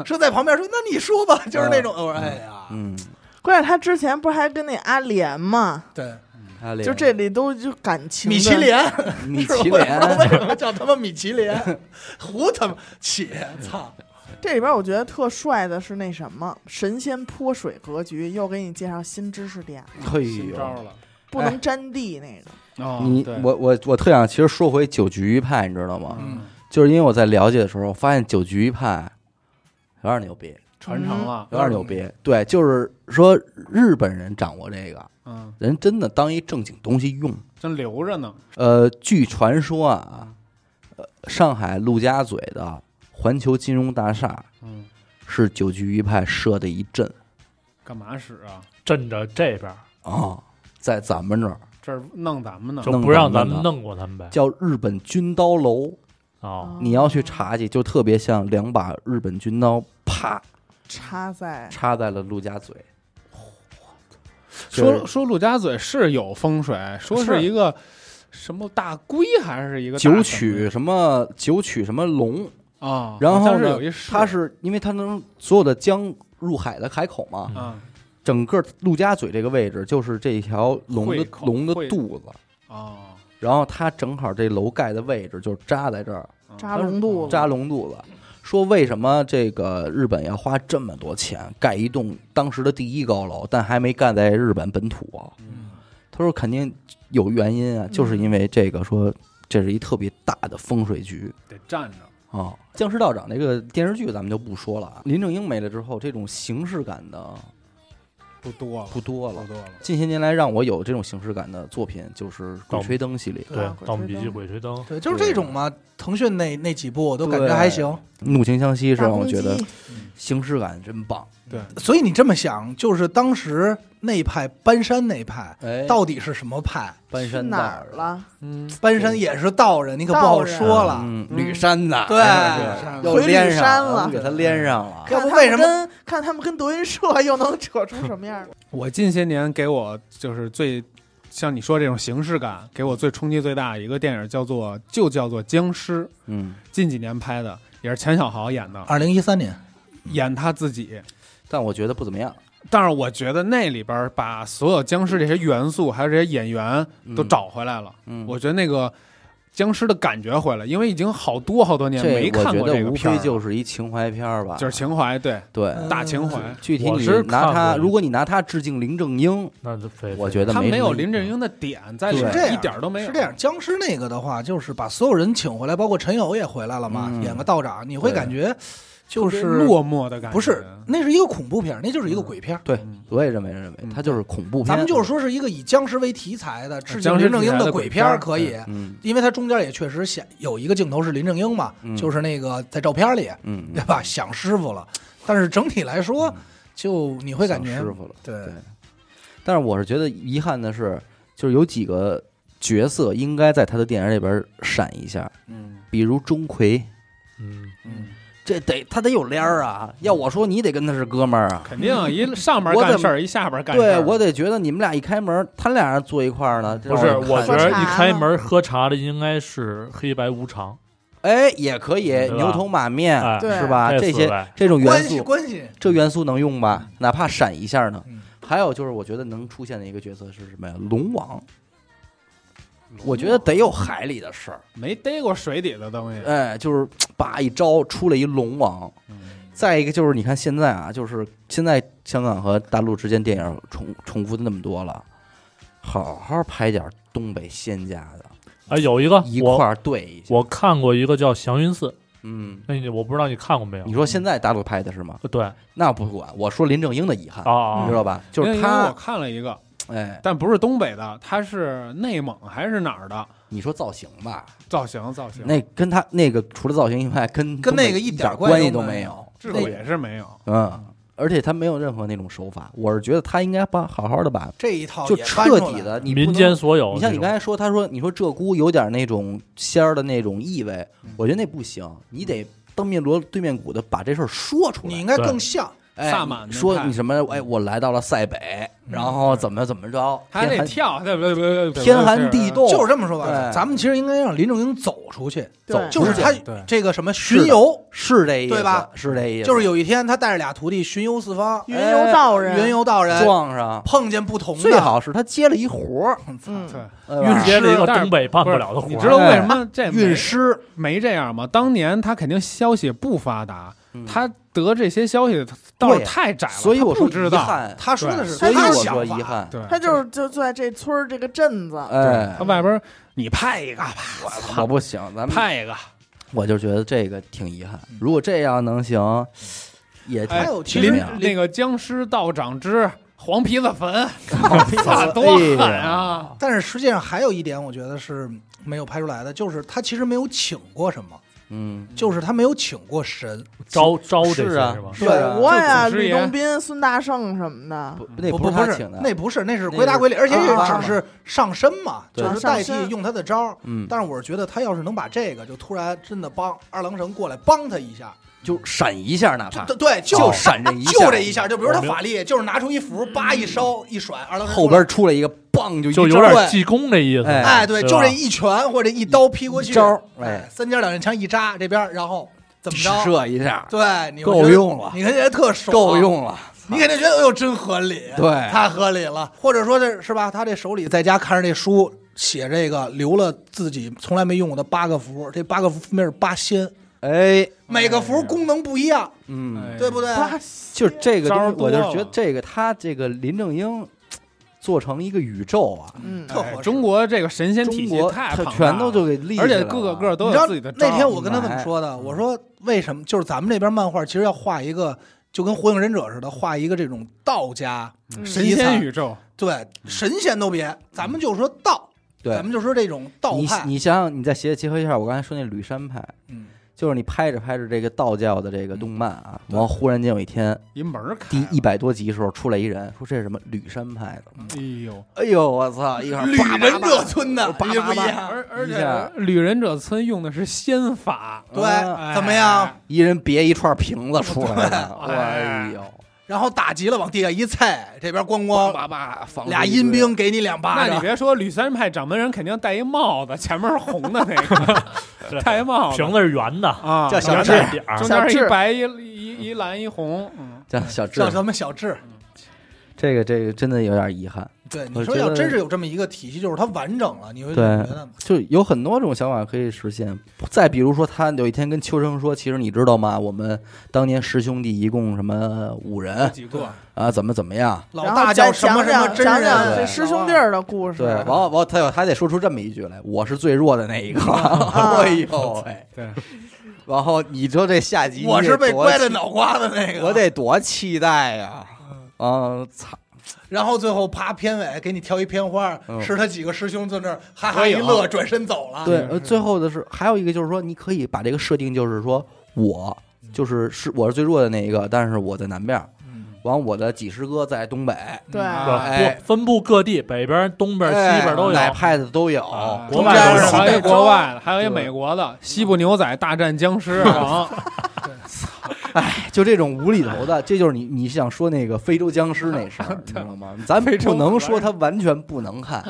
[SPEAKER 2] 是在旁边说，那你说吧，就是那种，我说哎呀，
[SPEAKER 1] 嗯，
[SPEAKER 3] 关键他之前不是还跟那阿莲吗？
[SPEAKER 2] 对，
[SPEAKER 1] 他
[SPEAKER 3] 就这里都就感情的
[SPEAKER 2] 米其林，
[SPEAKER 1] 米
[SPEAKER 2] 是
[SPEAKER 1] 其
[SPEAKER 2] 我也不知 道为
[SPEAKER 1] 林，
[SPEAKER 2] 什么叫他妈米其林，胡他妈起，操！
[SPEAKER 3] 这里边我觉得特帅的是那什么神仙泼水格局，又给你介绍新知识点，
[SPEAKER 1] 哎
[SPEAKER 4] 新招
[SPEAKER 1] 呦，
[SPEAKER 4] 了。
[SPEAKER 3] 不能沾地那个。
[SPEAKER 4] 哦，
[SPEAKER 1] 哎你
[SPEAKER 4] 对
[SPEAKER 1] 我我我特想其实说回九局派，你知道吗？
[SPEAKER 2] 嗯，
[SPEAKER 1] 就是因为我在了解的时候，发现九局派有点牛逼，
[SPEAKER 4] 传承了，
[SPEAKER 1] 有点牛逼。对，就是说日本人掌握这个，
[SPEAKER 4] 嗯，
[SPEAKER 1] 人真的当一正经东西用。
[SPEAKER 4] 真留着呢。
[SPEAKER 1] 呃，据传说啊，呃，上海陆家嘴的环球金融大厦
[SPEAKER 4] 嗯，
[SPEAKER 1] 是九局一派设的一阵
[SPEAKER 4] 干嘛使啊？
[SPEAKER 5] 镇着这边儿
[SPEAKER 1] 啊，在咱们这儿
[SPEAKER 4] 这儿弄咱们呢
[SPEAKER 5] 就
[SPEAKER 1] 弄
[SPEAKER 5] 不让
[SPEAKER 1] 咱
[SPEAKER 5] 咱
[SPEAKER 1] 们
[SPEAKER 5] 们
[SPEAKER 1] 的
[SPEAKER 5] 弄过他们呗。
[SPEAKER 1] 叫日本军刀楼，
[SPEAKER 4] 哦
[SPEAKER 5] 啊，
[SPEAKER 3] 嗯
[SPEAKER 1] 哦你要去查去，就特别像两把日本军刀啪
[SPEAKER 3] 插
[SPEAKER 4] 哎
[SPEAKER 3] 在
[SPEAKER 1] 插在了陆家嘴。就是
[SPEAKER 4] 说说陆家嘴是有风水，说
[SPEAKER 1] 是
[SPEAKER 4] 是一个什么大龟还是一个大什么
[SPEAKER 1] 九曲什么九曲什么龙，
[SPEAKER 4] 啊？
[SPEAKER 1] 然
[SPEAKER 4] 好
[SPEAKER 1] 后
[SPEAKER 4] 像是
[SPEAKER 1] 呢
[SPEAKER 4] 有一，市
[SPEAKER 1] 它是因为它能所有的江入海的海口嘛，
[SPEAKER 4] 啊
[SPEAKER 1] 整个陆家嘴这个位置就是这条龙
[SPEAKER 4] 会
[SPEAKER 1] 的
[SPEAKER 4] 口
[SPEAKER 1] 龙的
[SPEAKER 4] 会
[SPEAKER 1] 肚子，
[SPEAKER 4] 哦，
[SPEAKER 1] 然后它正好这楼盖的位置就扎在这儿，
[SPEAKER 4] 啊
[SPEAKER 3] 扎龙肚子，
[SPEAKER 1] 扎龙肚子。说为什么这个日本要花这么多钱盖一栋当时的第一高楼，但还没盖在日本本土啊？他说肯定有原因啊，就是因为这个说这是一特别大的风水局。
[SPEAKER 4] 得站着。
[SPEAKER 1] 啊、僵尸道长》这个电视剧咱们就不说了啊。林正英没了之后，这种形式感的
[SPEAKER 4] 不多了，
[SPEAKER 1] 不多了
[SPEAKER 4] 不。多了。
[SPEAKER 1] 近些年来让我有这种形式感的作品，就是《鬼
[SPEAKER 5] 盗
[SPEAKER 1] 吹灯》系列，
[SPEAKER 5] 对，《盗墓笔记》《
[SPEAKER 3] 鬼
[SPEAKER 5] 鬼吹灯》
[SPEAKER 2] 对，就是这种嘛。腾讯那那几部我都感觉
[SPEAKER 1] 对
[SPEAKER 2] 还行，
[SPEAKER 1] 《怒晴湘西》
[SPEAKER 3] 吹灯
[SPEAKER 1] 是让我觉
[SPEAKER 3] 大
[SPEAKER 1] 得
[SPEAKER 3] 公鸡
[SPEAKER 1] 形式感真棒。
[SPEAKER 4] 对，
[SPEAKER 2] 所以你这么想，就是当时那派搬山那派
[SPEAKER 1] 哎
[SPEAKER 2] 到底是什么派？
[SPEAKER 1] 搬
[SPEAKER 3] 去
[SPEAKER 1] 山
[SPEAKER 3] 哪
[SPEAKER 1] 道
[SPEAKER 3] 儿啊了？
[SPEAKER 4] 嗯，
[SPEAKER 2] 搬山也是道人，你可不好说了。
[SPEAKER 1] 嗯，吕山呐，
[SPEAKER 2] 对
[SPEAKER 1] 哎又
[SPEAKER 3] 回吕
[SPEAKER 1] 连
[SPEAKER 3] 山
[SPEAKER 1] 上
[SPEAKER 3] 了
[SPEAKER 1] 给他连上了。
[SPEAKER 2] 要
[SPEAKER 3] 看
[SPEAKER 2] 不
[SPEAKER 3] 他
[SPEAKER 2] 为
[SPEAKER 3] 们
[SPEAKER 2] 什么
[SPEAKER 3] 跟看他们跟德云社又能扯出什 么样的？
[SPEAKER 4] 我近些年给我就是最像你说这种形式感，给我最冲击最大的一个电影叫做就叫做《僵尸》，
[SPEAKER 1] 嗯，
[SPEAKER 4] 近几年拍的，也是钱小豪演的，
[SPEAKER 2] 二零一三年，
[SPEAKER 4] 演他自己。
[SPEAKER 1] 但我觉得不怎么样，
[SPEAKER 4] 但是我觉得那里边把所有僵尸这些元素，还有这些演员都
[SPEAKER 1] 嗯
[SPEAKER 4] 找回来了。
[SPEAKER 1] 嗯
[SPEAKER 4] 我觉得那个僵尸的感觉回来，因为已经好多好多年没
[SPEAKER 1] 这我
[SPEAKER 4] 看
[SPEAKER 1] 觉
[SPEAKER 4] 过
[SPEAKER 1] 得
[SPEAKER 4] 个
[SPEAKER 1] 无
[SPEAKER 4] 片儿
[SPEAKER 1] 非
[SPEAKER 4] 了，
[SPEAKER 1] 就是一情怀片儿吧，
[SPEAKER 4] 就是情怀，对，
[SPEAKER 1] 对。
[SPEAKER 2] 嗯
[SPEAKER 4] 大情怀。
[SPEAKER 1] 具体
[SPEAKER 5] 我
[SPEAKER 1] 你
[SPEAKER 5] 是
[SPEAKER 1] 拿
[SPEAKER 5] 看
[SPEAKER 1] 他，
[SPEAKER 5] 过
[SPEAKER 1] 如果你拿他致敬林正英，
[SPEAKER 5] 那就非
[SPEAKER 1] 我觉得
[SPEAKER 4] 他没
[SPEAKER 1] 什
[SPEAKER 4] 有
[SPEAKER 1] 么
[SPEAKER 4] 林正英的点在里
[SPEAKER 1] 对
[SPEAKER 4] 边
[SPEAKER 2] 是这，样
[SPEAKER 4] 一点儿都没有。
[SPEAKER 2] 是这样，，僵尸那个的话，就是把所有人请回来，包括陈友也回来了嘛，
[SPEAKER 1] 嗯
[SPEAKER 2] 演个道长，你会
[SPEAKER 1] 对
[SPEAKER 2] 感觉就是
[SPEAKER 4] 落寞的感觉，
[SPEAKER 2] 不是，那是一个恐怖片，那就是一个鬼片。
[SPEAKER 1] 对
[SPEAKER 4] 嗯，
[SPEAKER 1] 我也认为认为
[SPEAKER 4] 嗯
[SPEAKER 1] 他就是恐怖片。
[SPEAKER 2] 咱们就是说是一个以僵尸为题材的致敬
[SPEAKER 4] 呃僵尸
[SPEAKER 2] 林正英
[SPEAKER 4] 题材的
[SPEAKER 2] 鬼
[SPEAKER 4] 鬼
[SPEAKER 2] 片
[SPEAKER 4] 片
[SPEAKER 2] 儿
[SPEAKER 4] 儿
[SPEAKER 2] 可以，
[SPEAKER 1] 嗯
[SPEAKER 2] 因为它中间也确实显有一个镜头是林正英嘛，
[SPEAKER 1] 嗯
[SPEAKER 2] 就是那个在照片里，
[SPEAKER 1] 嗯，
[SPEAKER 2] 对吧？想师傅了，但是整体来说
[SPEAKER 1] 嗯，
[SPEAKER 2] 就你会感
[SPEAKER 1] 想
[SPEAKER 2] 觉
[SPEAKER 1] 师傅了。
[SPEAKER 2] 对
[SPEAKER 1] 对但是我是觉得遗憾的是，就是有几个角色应该在他的电影里边闪一下，
[SPEAKER 2] 嗯
[SPEAKER 1] 比如钟馗，
[SPEAKER 5] 嗯，
[SPEAKER 2] 嗯，
[SPEAKER 1] 这得他得有帘儿啊！要我说，你得跟他是哥们儿啊。
[SPEAKER 4] 肯定一上边干事儿，一下边干事
[SPEAKER 1] 对
[SPEAKER 4] 儿。
[SPEAKER 1] 我得觉得你们俩一开门，他俩人坐一块儿呢，这
[SPEAKER 5] 不
[SPEAKER 1] 让
[SPEAKER 5] 是，
[SPEAKER 1] 看
[SPEAKER 5] 我觉
[SPEAKER 3] 喝
[SPEAKER 5] 得
[SPEAKER 3] 茶
[SPEAKER 5] 一开
[SPEAKER 3] 呢
[SPEAKER 5] 门喝茶的应该是黑白无常，
[SPEAKER 1] 哎也可以
[SPEAKER 5] 对吧
[SPEAKER 1] 牛头马面
[SPEAKER 5] 哎，
[SPEAKER 3] 对
[SPEAKER 1] 是吧？啊这
[SPEAKER 5] 这
[SPEAKER 1] 些这种元
[SPEAKER 2] 关系
[SPEAKER 1] 素，
[SPEAKER 2] 关系，
[SPEAKER 1] 这元素能用吧？哪怕闪一下呢
[SPEAKER 2] 嗯。
[SPEAKER 1] 还有就是，我觉得能出现的一个角色是什么呀？龙王，我觉得得有海里的事儿。
[SPEAKER 4] 没逮过水底的东西。
[SPEAKER 2] 呃
[SPEAKER 1] 哎，就是叭一招出了一龙王。再一个就是，你看现在啊，就是现在香港和大陆之间电影重重复的那么多了，好好拍点东北仙家的，
[SPEAKER 5] 哎，有一个
[SPEAKER 1] 一块
[SPEAKER 5] 我
[SPEAKER 1] 儿对一下。
[SPEAKER 5] 我看过一个叫祥云寺，
[SPEAKER 1] 嗯，
[SPEAKER 5] 那你我不知道你看过没有
[SPEAKER 1] 你？说现在大陆拍的是吗？
[SPEAKER 5] 呃对啊
[SPEAKER 1] 那不管，我说林正英的遗憾，
[SPEAKER 5] 啊
[SPEAKER 1] 你知道吧？就是
[SPEAKER 4] 因为我
[SPEAKER 1] 他，
[SPEAKER 4] 看了一个，
[SPEAKER 1] 哎，
[SPEAKER 4] 但不是东北的，他是内蒙还是哪儿的
[SPEAKER 1] 你说造型吧，
[SPEAKER 4] 造型？造型
[SPEAKER 1] 那跟他那个除了造型以外，跟东
[SPEAKER 2] 跟
[SPEAKER 1] 北
[SPEAKER 2] 那个
[SPEAKER 1] 一
[SPEAKER 2] 一点
[SPEAKER 1] 关
[SPEAKER 2] 关
[SPEAKER 1] 系
[SPEAKER 2] 系
[SPEAKER 1] 都
[SPEAKER 2] 都
[SPEAKER 1] 没
[SPEAKER 2] 没
[SPEAKER 1] 有
[SPEAKER 2] 有。
[SPEAKER 4] 智慧也是没有。
[SPEAKER 1] 嗯，而且他没有任何那种手法，我是觉得他应该把好好的把
[SPEAKER 2] 这一套
[SPEAKER 1] 就
[SPEAKER 2] 也搬
[SPEAKER 1] 彻
[SPEAKER 2] 出
[SPEAKER 1] 底
[SPEAKER 2] 来
[SPEAKER 1] 的，你不
[SPEAKER 5] 民
[SPEAKER 1] 能
[SPEAKER 5] 间所有这种，
[SPEAKER 1] 你像你刚才说，他说你说鹧鸪有点那种仙儿的那种意味
[SPEAKER 2] 嗯，
[SPEAKER 1] 我觉得那不行，你得当面锣对面鼓的把这事儿说出
[SPEAKER 2] 你
[SPEAKER 1] 来
[SPEAKER 2] 应。该
[SPEAKER 5] 对
[SPEAKER 2] 更像，
[SPEAKER 1] 哎
[SPEAKER 4] 萨满那
[SPEAKER 1] 说
[SPEAKER 4] 派
[SPEAKER 1] 你什么？
[SPEAKER 2] 嗯
[SPEAKER 1] 哎，我来到了塞北，然后怎么怎么着？
[SPEAKER 4] 他
[SPEAKER 1] 天
[SPEAKER 4] 那
[SPEAKER 1] 寒
[SPEAKER 4] 跳，对不对？对不对嗯
[SPEAKER 1] 天寒地
[SPEAKER 4] 啊
[SPEAKER 1] 冻，
[SPEAKER 2] 就是这么说吧。
[SPEAKER 1] 对
[SPEAKER 2] 咱们其实应该让林正英走出去，
[SPEAKER 3] 对
[SPEAKER 2] 就是
[SPEAKER 1] 出去
[SPEAKER 2] 他
[SPEAKER 4] 对
[SPEAKER 2] 这个什么
[SPEAKER 1] 是的
[SPEAKER 2] 巡游，
[SPEAKER 1] 是这意思，
[SPEAKER 2] 对吧？
[SPEAKER 1] 是这意思，哎
[SPEAKER 2] 就是有一天他带着俩徒弟巡游四方，
[SPEAKER 3] 云游道人，
[SPEAKER 2] 呃云游道人
[SPEAKER 1] 撞上。
[SPEAKER 2] 碰见不同的，
[SPEAKER 1] 最好是他接了一活儿，
[SPEAKER 3] 嗯，
[SPEAKER 4] 对，
[SPEAKER 1] 对
[SPEAKER 2] 运
[SPEAKER 1] 吧
[SPEAKER 2] 势
[SPEAKER 5] 接了一个
[SPEAKER 4] 但是
[SPEAKER 5] 东北办
[SPEAKER 4] 不
[SPEAKER 5] 不
[SPEAKER 4] 是
[SPEAKER 5] 了的活儿，
[SPEAKER 4] 你知道为什么这
[SPEAKER 1] 运
[SPEAKER 4] 没
[SPEAKER 1] 尸，
[SPEAKER 4] 没这样吗？当年他肯定消息不发达，
[SPEAKER 1] 嗯
[SPEAKER 4] 他得这些消息道
[SPEAKER 1] 对
[SPEAKER 4] 太窄了，
[SPEAKER 1] 所以
[SPEAKER 4] 他
[SPEAKER 1] 我说
[SPEAKER 4] 不知
[SPEAKER 1] 遗
[SPEAKER 4] 道。
[SPEAKER 1] 憾，
[SPEAKER 2] 他说的是
[SPEAKER 1] 所以
[SPEAKER 2] 他
[SPEAKER 1] 我
[SPEAKER 2] 想
[SPEAKER 1] 说
[SPEAKER 2] 法
[SPEAKER 1] 遗，憾，
[SPEAKER 4] 对，
[SPEAKER 3] 他就是就就在这村儿这个镇子，
[SPEAKER 1] 哎
[SPEAKER 4] 他，外边儿你派一个，啪
[SPEAKER 1] 我不行，咱们
[SPEAKER 4] 派一个。
[SPEAKER 1] 我就觉得这个挺遗憾。
[SPEAKER 2] 嗯
[SPEAKER 1] 如果这样能行，也挺
[SPEAKER 4] 哎
[SPEAKER 2] 还有其
[SPEAKER 1] 实
[SPEAKER 4] 林那个僵尸道长之黄皮 子坟，
[SPEAKER 1] 操
[SPEAKER 4] 操，多狠！
[SPEAKER 1] 哎
[SPEAKER 4] 啊！
[SPEAKER 2] 但是实际上还有一点，我觉得是没有拍出来的，就是他其实没有请过什么，
[SPEAKER 1] 嗯，
[SPEAKER 2] 就是他没有请过神，
[SPEAKER 5] 招招这些
[SPEAKER 1] 是啊
[SPEAKER 5] 是吧，？
[SPEAKER 1] 是啊
[SPEAKER 3] 我呀，
[SPEAKER 4] 就祖师
[SPEAKER 3] 吕
[SPEAKER 4] 爷
[SPEAKER 3] 东斌、孙大圣什么的，
[SPEAKER 1] 不那
[SPEAKER 2] 不
[SPEAKER 1] 不是他
[SPEAKER 2] 不
[SPEAKER 1] 请的，啊
[SPEAKER 2] 那不是，那
[SPEAKER 1] 个
[SPEAKER 2] 是鬼打鬼里，而且
[SPEAKER 1] 啊啊
[SPEAKER 2] 也
[SPEAKER 1] 啊
[SPEAKER 2] 只是上身嘛，
[SPEAKER 1] 对
[SPEAKER 2] 就是代替
[SPEAKER 3] 啊上身
[SPEAKER 2] 用他的招儿。
[SPEAKER 1] 嗯，
[SPEAKER 2] 但是我是觉得他要是能把这个，就突然真的帮二郎神过来帮他一下，
[SPEAKER 1] 就闪一下，哪怕
[SPEAKER 2] 对对，
[SPEAKER 1] 啊就
[SPEAKER 2] 就
[SPEAKER 1] 闪这一下，嗯
[SPEAKER 2] 就这一下，就比如他
[SPEAKER 5] 我明
[SPEAKER 2] 法力，就是拿出一符，叭一烧一甩，二郎神
[SPEAKER 1] 后
[SPEAKER 2] 过来
[SPEAKER 1] 边出来一个棒，就
[SPEAKER 5] 就
[SPEAKER 1] 一
[SPEAKER 5] 有
[SPEAKER 1] 招
[SPEAKER 5] 点济公的意思。
[SPEAKER 1] 哎
[SPEAKER 2] 哎，对，
[SPEAKER 5] 对
[SPEAKER 2] 就
[SPEAKER 5] 吧
[SPEAKER 2] 这一拳或者一刀劈过去，
[SPEAKER 1] 一招儿哎
[SPEAKER 2] 哎，三尖两刃枪一扎这边儿，然后怎么着？
[SPEAKER 1] 射一下，
[SPEAKER 2] 对，你会
[SPEAKER 1] 够
[SPEAKER 2] 觉得
[SPEAKER 1] 用了
[SPEAKER 2] 你看起来特爽，
[SPEAKER 1] 够。用了。
[SPEAKER 2] 你肯定觉得，哎呦，真合理，
[SPEAKER 1] 对
[SPEAKER 2] 太合理了。或者说这是吧，他这手里在家看着这书，写这个留了自己从来没用过的八个符，这八个符分别是八仙，
[SPEAKER 1] 哎，
[SPEAKER 2] 每个符功能不一样，
[SPEAKER 1] 嗯，
[SPEAKER 4] 哎
[SPEAKER 2] 对不？对？
[SPEAKER 3] 哇
[SPEAKER 1] 就这个东
[SPEAKER 4] 招
[SPEAKER 1] 西，
[SPEAKER 4] 多
[SPEAKER 1] 我就
[SPEAKER 4] 了
[SPEAKER 1] 觉得这个他这个林正英做成一个宇宙啊，
[SPEAKER 3] 嗯，
[SPEAKER 2] 特合适。
[SPEAKER 4] 哎中国这个神仙
[SPEAKER 1] 中
[SPEAKER 4] 体系
[SPEAKER 1] 国
[SPEAKER 4] 太
[SPEAKER 1] 他
[SPEAKER 4] 庞大了
[SPEAKER 1] 全都就给立起来
[SPEAKER 4] 而
[SPEAKER 1] 了，
[SPEAKER 4] 且各个个都
[SPEAKER 2] 你知道
[SPEAKER 4] 有自己的招儿。
[SPEAKER 2] 那天我跟他
[SPEAKER 1] 你
[SPEAKER 2] 怎么
[SPEAKER 1] 买
[SPEAKER 2] 说的？我说为什么？就是咱们这边漫画其实要画一个，就跟火影忍者似的，画一个这种道家
[SPEAKER 3] 嗯
[SPEAKER 4] 神仙宇宙，
[SPEAKER 2] 对，神仙都别，咱们就说道，
[SPEAKER 1] 对
[SPEAKER 2] 咱。们就说这种道
[SPEAKER 1] 你
[SPEAKER 2] 派。
[SPEAKER 1] 你想想，你再结结合一下我刚才说那吕山派，
[SPEAKER 2] 嗯，
[SPEAKER 1] 就是你拍着拍着这个道教的这个动漫啊，然后忽然间有一天，
[SPEAKER 4] 一门儿开
[SPEAKER 1] 第
[SPEAKER 4] 了。
[SPEAKER 1] 一百多集的时候出来一人，说这是什么吕山派的，
[SPEAKER 4] 哎呦，
[SPEAKER 1] 哎呦我操，一会儿
[SPEAKER 2] 旅
[SPEAKER 1] 叭叭
[SPEAKER 2] 人
[SPEAKER 1] 叭
[SPEAKER 2] 者村的
[SPEAKER 1] 叭叭
[SPEAKER 2] 也不一
[SPEAKER 1] 叭
[SPEAKER 2] 样。
[SPEAKER 4] 而而
[SPEAKER 1] 一下
[SPEAKER 4] 且旅忍者村用的是仙法，
[SPEAKER 2] 对
[SPEAKER 1] 哎，
[SPEAKER 2] 怎么样？
[SPEAKER 1] 一人别一串瓶子出来了，
[SPEAKER 4] 对
[SPEAKER 1] 哎呦，
[SPEAKER 2] 然后打急了，往地下一踩，这边咣
[SPEAKER 4] 光
[SPEAKER 2] 咣，
[SPEAKER 4] 爸爸防
[SPEAKER 2] 俩阴兵啊给你两巴
[SPEAKER 4] 那你
[SPEAKER 2] 掌。
[SPEAKER 4] 别说吕三派掌门人肯定戴一帽子，前面是红的那个，
[SPEAKER 5] 是
[SPEAKER 4] 戴一帽子
[SPEAKER 5] 瓶子是圆的，
[SPEAKER 4] 啊，
[SPEAKER 2] 叫小
[SPEAKER 5] 圆
[SPEAKER 2] 智
[SPEAKER 5] 的点儿
[SPEAKER 4] 中，
[SPEAKER 3] 小
[SPEAKER 4] 间
[SPEAKER 3] 智
[SPEAKER 4] 一白一一一蓝一红，嗯，
[SPEAKER 1] 这小智
[SPEAKER 2] 叫，什么小智？
[SPEAKER 1] 这个这个真的有点遗憾，
[SPEAKER 2] 对，
[SPEAKER 1] 我
[SPEAKER 2] 你说
[SPEAKER 1] 觉
[SPEAKER 2] 要
[SPEAKER 1] 得
[SPEAKER 2] 真是有这么一个体系，就是它完整了，你会觉
[SPEAKER 1] 对
[SPEAKER 2] 得
[SPEAKER 1] 就有很多种想法可以实现。再比如说，他有一天跟秋生说：“其实你知道吗？我们当年十兄弟一共什么五人
[SPEAKER 4] 几个
[SPEAKER 1] 啊，怎么怎么样？
[SPEAKER 2] 老
[SPEAKER 3] 然后
[SPEAKER 2] 大
[SPEAKER 3] 再
[SPEAKER 2] 叫什么
[SPEAKER 3] 讲
[SPEAKER 2] 什么
[SPEAKER 3] 讲
[SPEAKER 2] 真
[SPEAKER 3] 讲
[SPEAKER 2] 人，
[SPEAKER 3] 讲这
[SPEAKER 2] 对
[SPEAKER 3] 师兄弟儿的故事，
[SPEAKER 1] 对，完了完了，他有他得说出这么一句来，我是最弱的那一个。 哎呦喂！
[SPEAKER 4] 对，
[SPEAKER 1] 然后你说这下集，
[SPEAKER 2] 我是被
[SPEAKER 1] 关
[SPEAKER 2] 摔的，脑瓜子那个。
[SPEAKER 1] 我得多期待呀！啊，操！
[SPEAKER 2] 然后最后啪，片尾给你挑一片花
[SPEAKER 1] 嗯，
[SPEAKER 2] 是他几个师兄在那儿哈哈
[SPEAKER 4] 合
[SPEAKER 2] 一
[SPEAKER 4] 影
[SPEAKER 2] 乐，转身走了。
[SPEAKER 1] 对
[SPEAKER 4] 是，
[SPEAKER 1] 呃，最后的是还有一个就是说，你可以把这个设定就是说我就是是我是最弱的那一个，但是我在南边儿，
[SPEAKER 2] 嗯
[SPEAKER 1] 完我的几师哥在东北，
[SPEAKER 3] 对，
[SPEAKER 5] 对
[SPEAKER 1] 啊哎
[SPEAKER 5] 不分布各地，北边、东边、西边都有。
[SPEAKER 1] 哪哎派的都有，
[SPEAKER 5] 啊
[SPEAKER 1] 中
[SPEAKER 5] 国
[SPEAKER 1] 间
[SPEAKER 5] 外
[SPEAKER 1] 儿
[SPEAKER 5] 都有
[SPEAKER 1] 西
[SPEAKER 4] 还有
[SPEAKER 1] 北
[SPEAKER 4] 一国外的，还有一美国的《西部牛仔大战僵尸》啊，
[SPEAKER 1] 就这种无厘头的， 这就是你你想说那个非洲僵尸那事 儿，你知道吗？咱
[SPEAKER 4] 非洲
[SPEAKER 1] 不能说他完全不能看，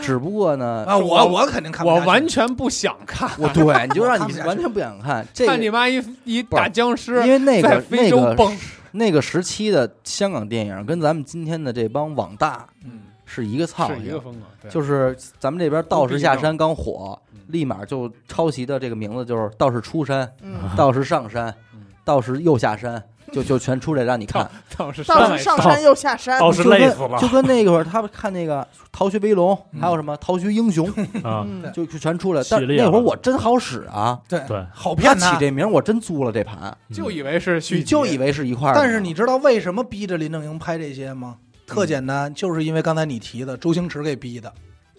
[SPEAKER 1] 只不过 呢，
[SPEAKER 2] 啊，我我肯定看不
[SPEAKER 4] 我
[SPEAKER 2] 下去
[SPEAKER 4] 完全不想看，
[SPEAKER 1] 我对你就让
[SPEAKER 2] 看
[SPEAKER 1] 你
[SPEAKER 2] 不下去
[SPEAKER 1] 完全不想看这
[SPEAKER 4] 看你
[SPEAKER 1] 个，
[SPEAKER 4] 妈一一
[SPEAKER 1] 不是
[SPEAKER 4] 大僵
[SPEAKER 1] 因
[SPEAKER 4] 尸
[SPEAKER 1] 为那
[SPEAKER 4] 在
[SPEAKER 1] 个
[SPEAKER 4] 非
[SPEAKER 1] 那
[SPEAKER 4] 洲
[SPEAKER 1] 个
[SPEAKER 4] 蹦，
[SPEAKER 1] 那个时期的香港电影跟咱们今天的这帮网大是一个操
[SPEAKER 4] 嗯是一个
[SPEAKER 1] 性。
[SPEAKER 4] 风格，
[SPEAKER 1] 就是是咱们这边道士下山刚火
[SPEAKER 4] 嗯，
[SPEAKER 1] 立马就抄袭的这个名字就是道士出山、
[SPEAKER 3] 嗯，
[SPEAKER 1] 道士上山
[SPEAKER 4] 嗯、
[SPEAKER 1] 道士又下山，就就全出来让你看。
[SPEAKER 4] 倒是
[SPEAKER 3] 倒
[SPEAKER 4] 上
[SPEAKER 3] 是
[SPEAKER 4] 海
[SPEAKER 3] 上山又下山，嗯
[SPEAKER 5] 倒
[SPEAKER 1] 就是跟
[SPEAKER 5] 哦累死了
[SPEAKER 1] 就跟那会儿他们看那个《逃学威龙》，
[SPEAKER 2] 嗯
[SPEAKER 1] 还有什么《逃学英雄》，
[SPEAKER 5] 啊，
[SPEAKER 3] 嗯，
[SPEAKER 1] 就就全出来。
[SPEAKER 5] 系
[SPEAKER 1] 但
[SPEAKER 5] 列了
[SPEAKER 1] 那会儿我真好使啊，
[SPEAKER 2] 对
[SPEAKER 5] 对
[SPEAKER 2] 好
[SPEAKER 1] 他
[SPEAKER 2] 骗
[SPEAKER 1] 起
[SPEAKER 2] 他。
[SPEAKER 1] 这名儿我真租了这盘，
[SPEAKER 4] 就
[SPEAKER 5] 嗯
[SPEAKER 4] 以为是续
[SPEAKER 1] 你
[SPEAKER 4] 集，
[SPEAKER 1] 就以为是一块儿的。
[SPEAKER 2] 但是你知道为什么逼着林正英拍这些吗？
[SPEAKER 4] 嗯
[SPEAKER 2] 特简单，就是因为刚才你提的周星驰给逼的。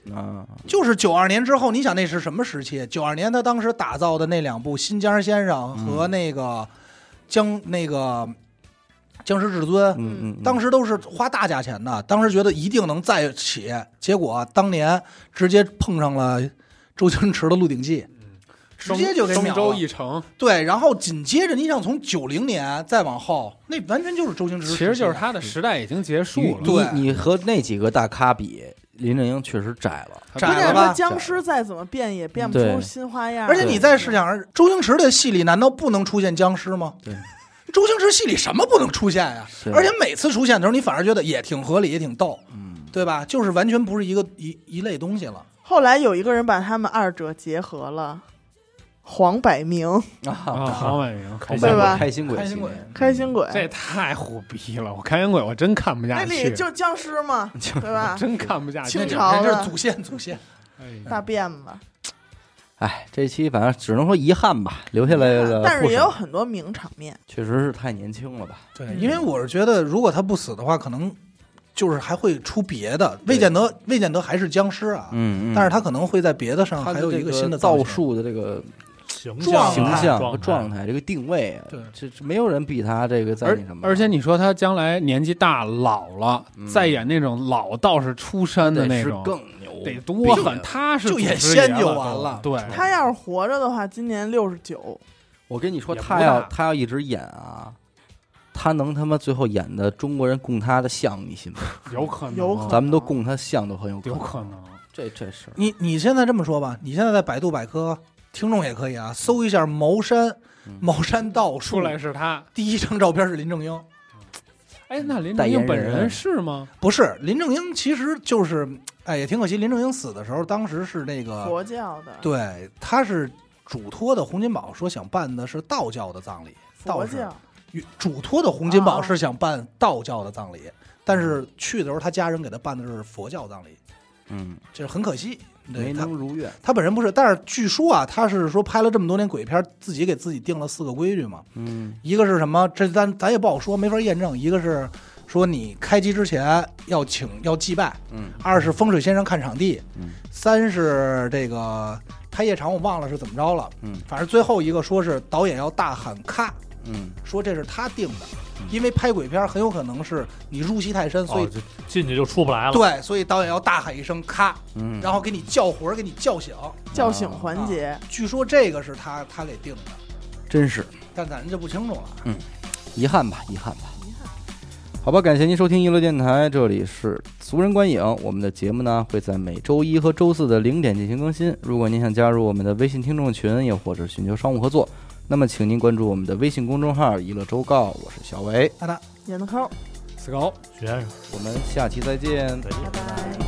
[SPEAKER 4] 嗯
[SPEAKER 1] 啊，
[SPEAKER 2] 就是九二年之后，你想那是什么时期？九二年他当时打造的那两部《新僵尸先生》
[SPEAKER 4] 嗯
[SPEAKER 2] 和那个僵、那个僵尸至尊，
[SPEAKER 1] 嗯嗯，
[SPEAKER 2] 当
[SPEAKER 1] 时
[SPEAKER 2] 时都是花大价钱的，当时觉得一定能再起，结果当年直接碰上了周星驰的《鹿鼎记》。直
[SPEAKER 4] 双
[SPEAKER 2] 接就给
[SPEAKER 4] 嗯双
[SPEAKER 2] 秒
[SPEAKER 4] 周
[SPEAKER 2] 了
[SPEAKER 4] 一成，
[SPEAKER 2] 对，然后紧接着，你想从九零年再往后，那完全就是周星驰时
[SPEAKER 4] 其
[SPEAKER 2] 期
[SPEAKER 4] 实
[SPEAKER 2] 了。
[SPEAKER 4] 就是他的时嗯代已经结束了，
[SPEAKER 2] 对
[SPEAKER 1] 你你和那几个大咖比，林正英确实窄了。
[SPEAKER 2] 窄
[SPEAKER 3] 关
[SPEAKER 2] 了
[SPEAKER 3] 键
[SPEAKER 2] 吧
[SPEAKER 3] 是僵尸再怎么变也变不
[SPEAKER 1] 对
[SPEAKER 3] 出新花样。嗯
[SPEAKER 2] 而且你再试想，周星驰的戏里难道不能出现僵尸吗？
[SPEAKER 1] 对，
[SPEAKER 2] 周星驰戏里什么不能出现呀、
[SPEAKER 1] 是
[SPEAKER 2] 而且每次出现的时候，你反而觉得也挺合理，也挺逗，
[SPEAKER 1] 嗯，
[SPEAKER 2] 对吧？就是完全不是一个一一类东西了。
[SPEAKER 3] 后来有一个人把他们二者结合了，黄百
[SPEAKER 2] 嗯
[SPEAKER 3] 鸣、
[SPEAKER 4] 啊，
[SPEAKER 1] 啊，
[SPEAKER 4] 黄伟明，
[SPEAKER 1] 开
[SPEAKER 3] 对
[SPEAKER 1] 心
[SPEAKER 3] 吧
[SPEAKER 1] 鬼，开心鬼，
[SPEAKER 2] 开心鬼
[SPEAKER 3] 开心鬼，
[SPEAKER 4] 这太虎逼了！我开烟鬼，我真看不
[SPEAKER 3] 哎那
[SPEAKER 4] 下去
[SPEAKER 3] 里，就僵 尸嘛，对吧？
[SPEAKER 4] 真看不下去。
[SPEAKER 3] 清朝嗯
[SPEAKER 2] 人
[SPEAKER 3] 了
[SPEAKER 2] 这是祖先，祖先。
[SPEAKER 4] 哎呀
[SPEAKER 3] 大辫子，
[SPEAKER 1] 哎，这期反正只能说遗憾吧，留下来了不少，
[SPEAKER 3] 但是也有很多名场面。
[SPEAKER 1] 确实是太年轻了吧。
[SPEAKER 2] 对，因为我是觉得，如果他不死的话，可能就是还会出别的，
[SPEAKER 1] 对
[SPEAKER 2] 未见得未见得还是僵尸啊，
[SPEAKER 1] 嗯，嗯
[SPEAKER 2] 但是他可能会在别的上
[SPEAKER 1] 他
[SPEAKER 2] 还
[SPEAKER 1] 的
[SPEAKER 2] 有一
[SPEAKER 1] 这个
[SPEAKER 2] 新的造
[SPEAKER 1] 造
[SPEAKER 2] 型。
[SPEAKER 1] 数的这个
[SPEAKER 5] 形
[SPEAKER 2] 状
[SPEAKER 5] 象、啊
[SPEAKER 1] 形
[SPEAKER 2] 态
[SPEAKER 1] 象和状
[SPEAKER 5] 状态，
[SPEAKER 1] 态，这个定位，啊
[SPEAKER 2] 对
[SPEAKER 1] 这这没有人比他这个在
[SPEAKER 4] 而
[SPEAKER 1] 那什么，
[SPEAKER 4] 而且你说他将来年纪大老了，
[SPEAKER 1] 嗯
[SPEAKER 4] 再演那种老道士出身的那
[SPEAKER 1] 得是
[SPEAKER 4] 种，
[SPEAKER 1] 更牛，
[SPEAKER 4] 得多
[SPEAKER 1] 逼啊
[SPEAKER 4] 狠！
[SPEAKER 1] 了
[SPEAKER 4] 他是
[SPEAKER 2] 就演
[SPEAKER 4] 祖师爷
[SPEAKER 2] 仙就
[SPEAKER 4] 了
[SPEAKER 2] 完
[SPEAKER 4] 都
[SPEAKER 2] 了
[SPEAKER 4] 对，
[SPEAKER 3] 他要是活着的话，今年六十九，
[SPEAKER 1] 我跟你说，
[SPEAKER 5] 也不
[SPEAKER 1] 他要
[SPEAKER 5] 大
[SPEAKER 1] 他要一直演啊，他能他妈最后演的中国人供他的像，你信吗？
[SPEAKER 4] 有可能，啊
[SPEAKER 3] 有可能
[SPEAKER 1] 咱们都供他像都很有可
[SPEAKER 4] 有
[SPEAKER 1] 能，
[SPEAKER 4] 可能。
[SPEAKER 1] 这这是
[SPEAKER 2] 你你现在这么说吧，你现在在百度百科，听众也可以啊，搜一下茅山
[SPEAKER 1] 嗯，
[SPEAKER 2] 茅山道术
[SPEAKER 4] 出来是他，
[SPEAKER 2] 第一张照片是林正英，
[SPEAKER 4] 哎，那林
[SPEAKER 1] 代言
[SPEAKER 4] 正英
[SPEAKER 1] 人
[SPEAKER 4] 本人是吗？
[SPEAKER 2] 不是林正英，其实就是，哎，也挺可惜，林正英死的时候，当时是那个，
[SPEAKER 3] 佛教的，
[SPEAKER 2] 啊对，他是嘱托的洪金宝说想办的是道教的葬礼，
[SPEAKER 3] 佛
[SPEAKER 2] 道士
[SPEAKER 3] 教，
[SPEAKER 2] 嘱托的洪金宝
[SPEAKER 3] 哦
[SPEAKER 2] 是想办道教的葬礼，但是去的时候他家人给他办的是佛教葬礼，
[SPEAKER 1] 嗯，
[SPEAKER 2] 这很可惜，对
[SPEAKER 1] 没
[SPEAKER 2] 他
[SPEAKER 1] 能如愿，
[SPEAKER 2] 他本人不是，但是据说啊，他是说拍了这么多年鬼片，自己给自己定了四个规矩嘛，
[SPEAKER 1] 嗯
[SPEAKER 2] 一个是什么？这咱咱也不好说，没法验证。一个是说你开机之前要请要祭拜，
[SPEAKER 1] 嗯
[SPEAKER 2] 二是风水先生看场地，
[SPEAKER 1] 嗯
[SPEAKER 2] 三是这个拍夜场我忘了是怎么着了，
[SPEAKER 1] 嗯
[SPEAKER 2] 反正最后一个说是导演要大喊咔，
[SPEAKER 1] 嗯，
[SPEAKER 2] 说这是他定的，
[SPEAKER 1] 嗯
[SPEAKER 2] 因为拍鬼片很有可能是你入戏太深，所以、
[SPEAKER 5] 哦就进去就出不来了。
[SPEAKER 2] 对，所以导演要大喊一声咔，
[SPEAKER 1] 嗯
[SPEAKER 2] 然后给你叫魂儿，给你叫醒。
[SPEAKER 3] 叫醒
[SPEAKER 2] 啊
[SPEAKER 3] 环节，
[SPEAKER 2] 据说这个是他他给定的，
[SPEAKER 1] 真是
[SPEAKER 2] 但咱就不清楚了。
[SPEAKER 1] 遗憾吧，遗憾吧。
[SPEAKER 3] 遗憾
[SPEAKER 1] 好吧，感谢您收听娱乐电台，这里是俗人观影。我们的节目呢会在每周一和周四的零点进行更新。如果您想加入我们的微信听众群，又或者寻求商务合作，那么请您关注我们的微信公众号“娱乐周告”，我是小伟，
[SPEAKER 2] 那他
[SPEAKER 3] 演的抠，
[SPEAKER 4] 死狗。
[SPEAKER 5] 学生。
[SPEAKER 1] 我们下期再见。
[SPEAKER 3] 拜拜。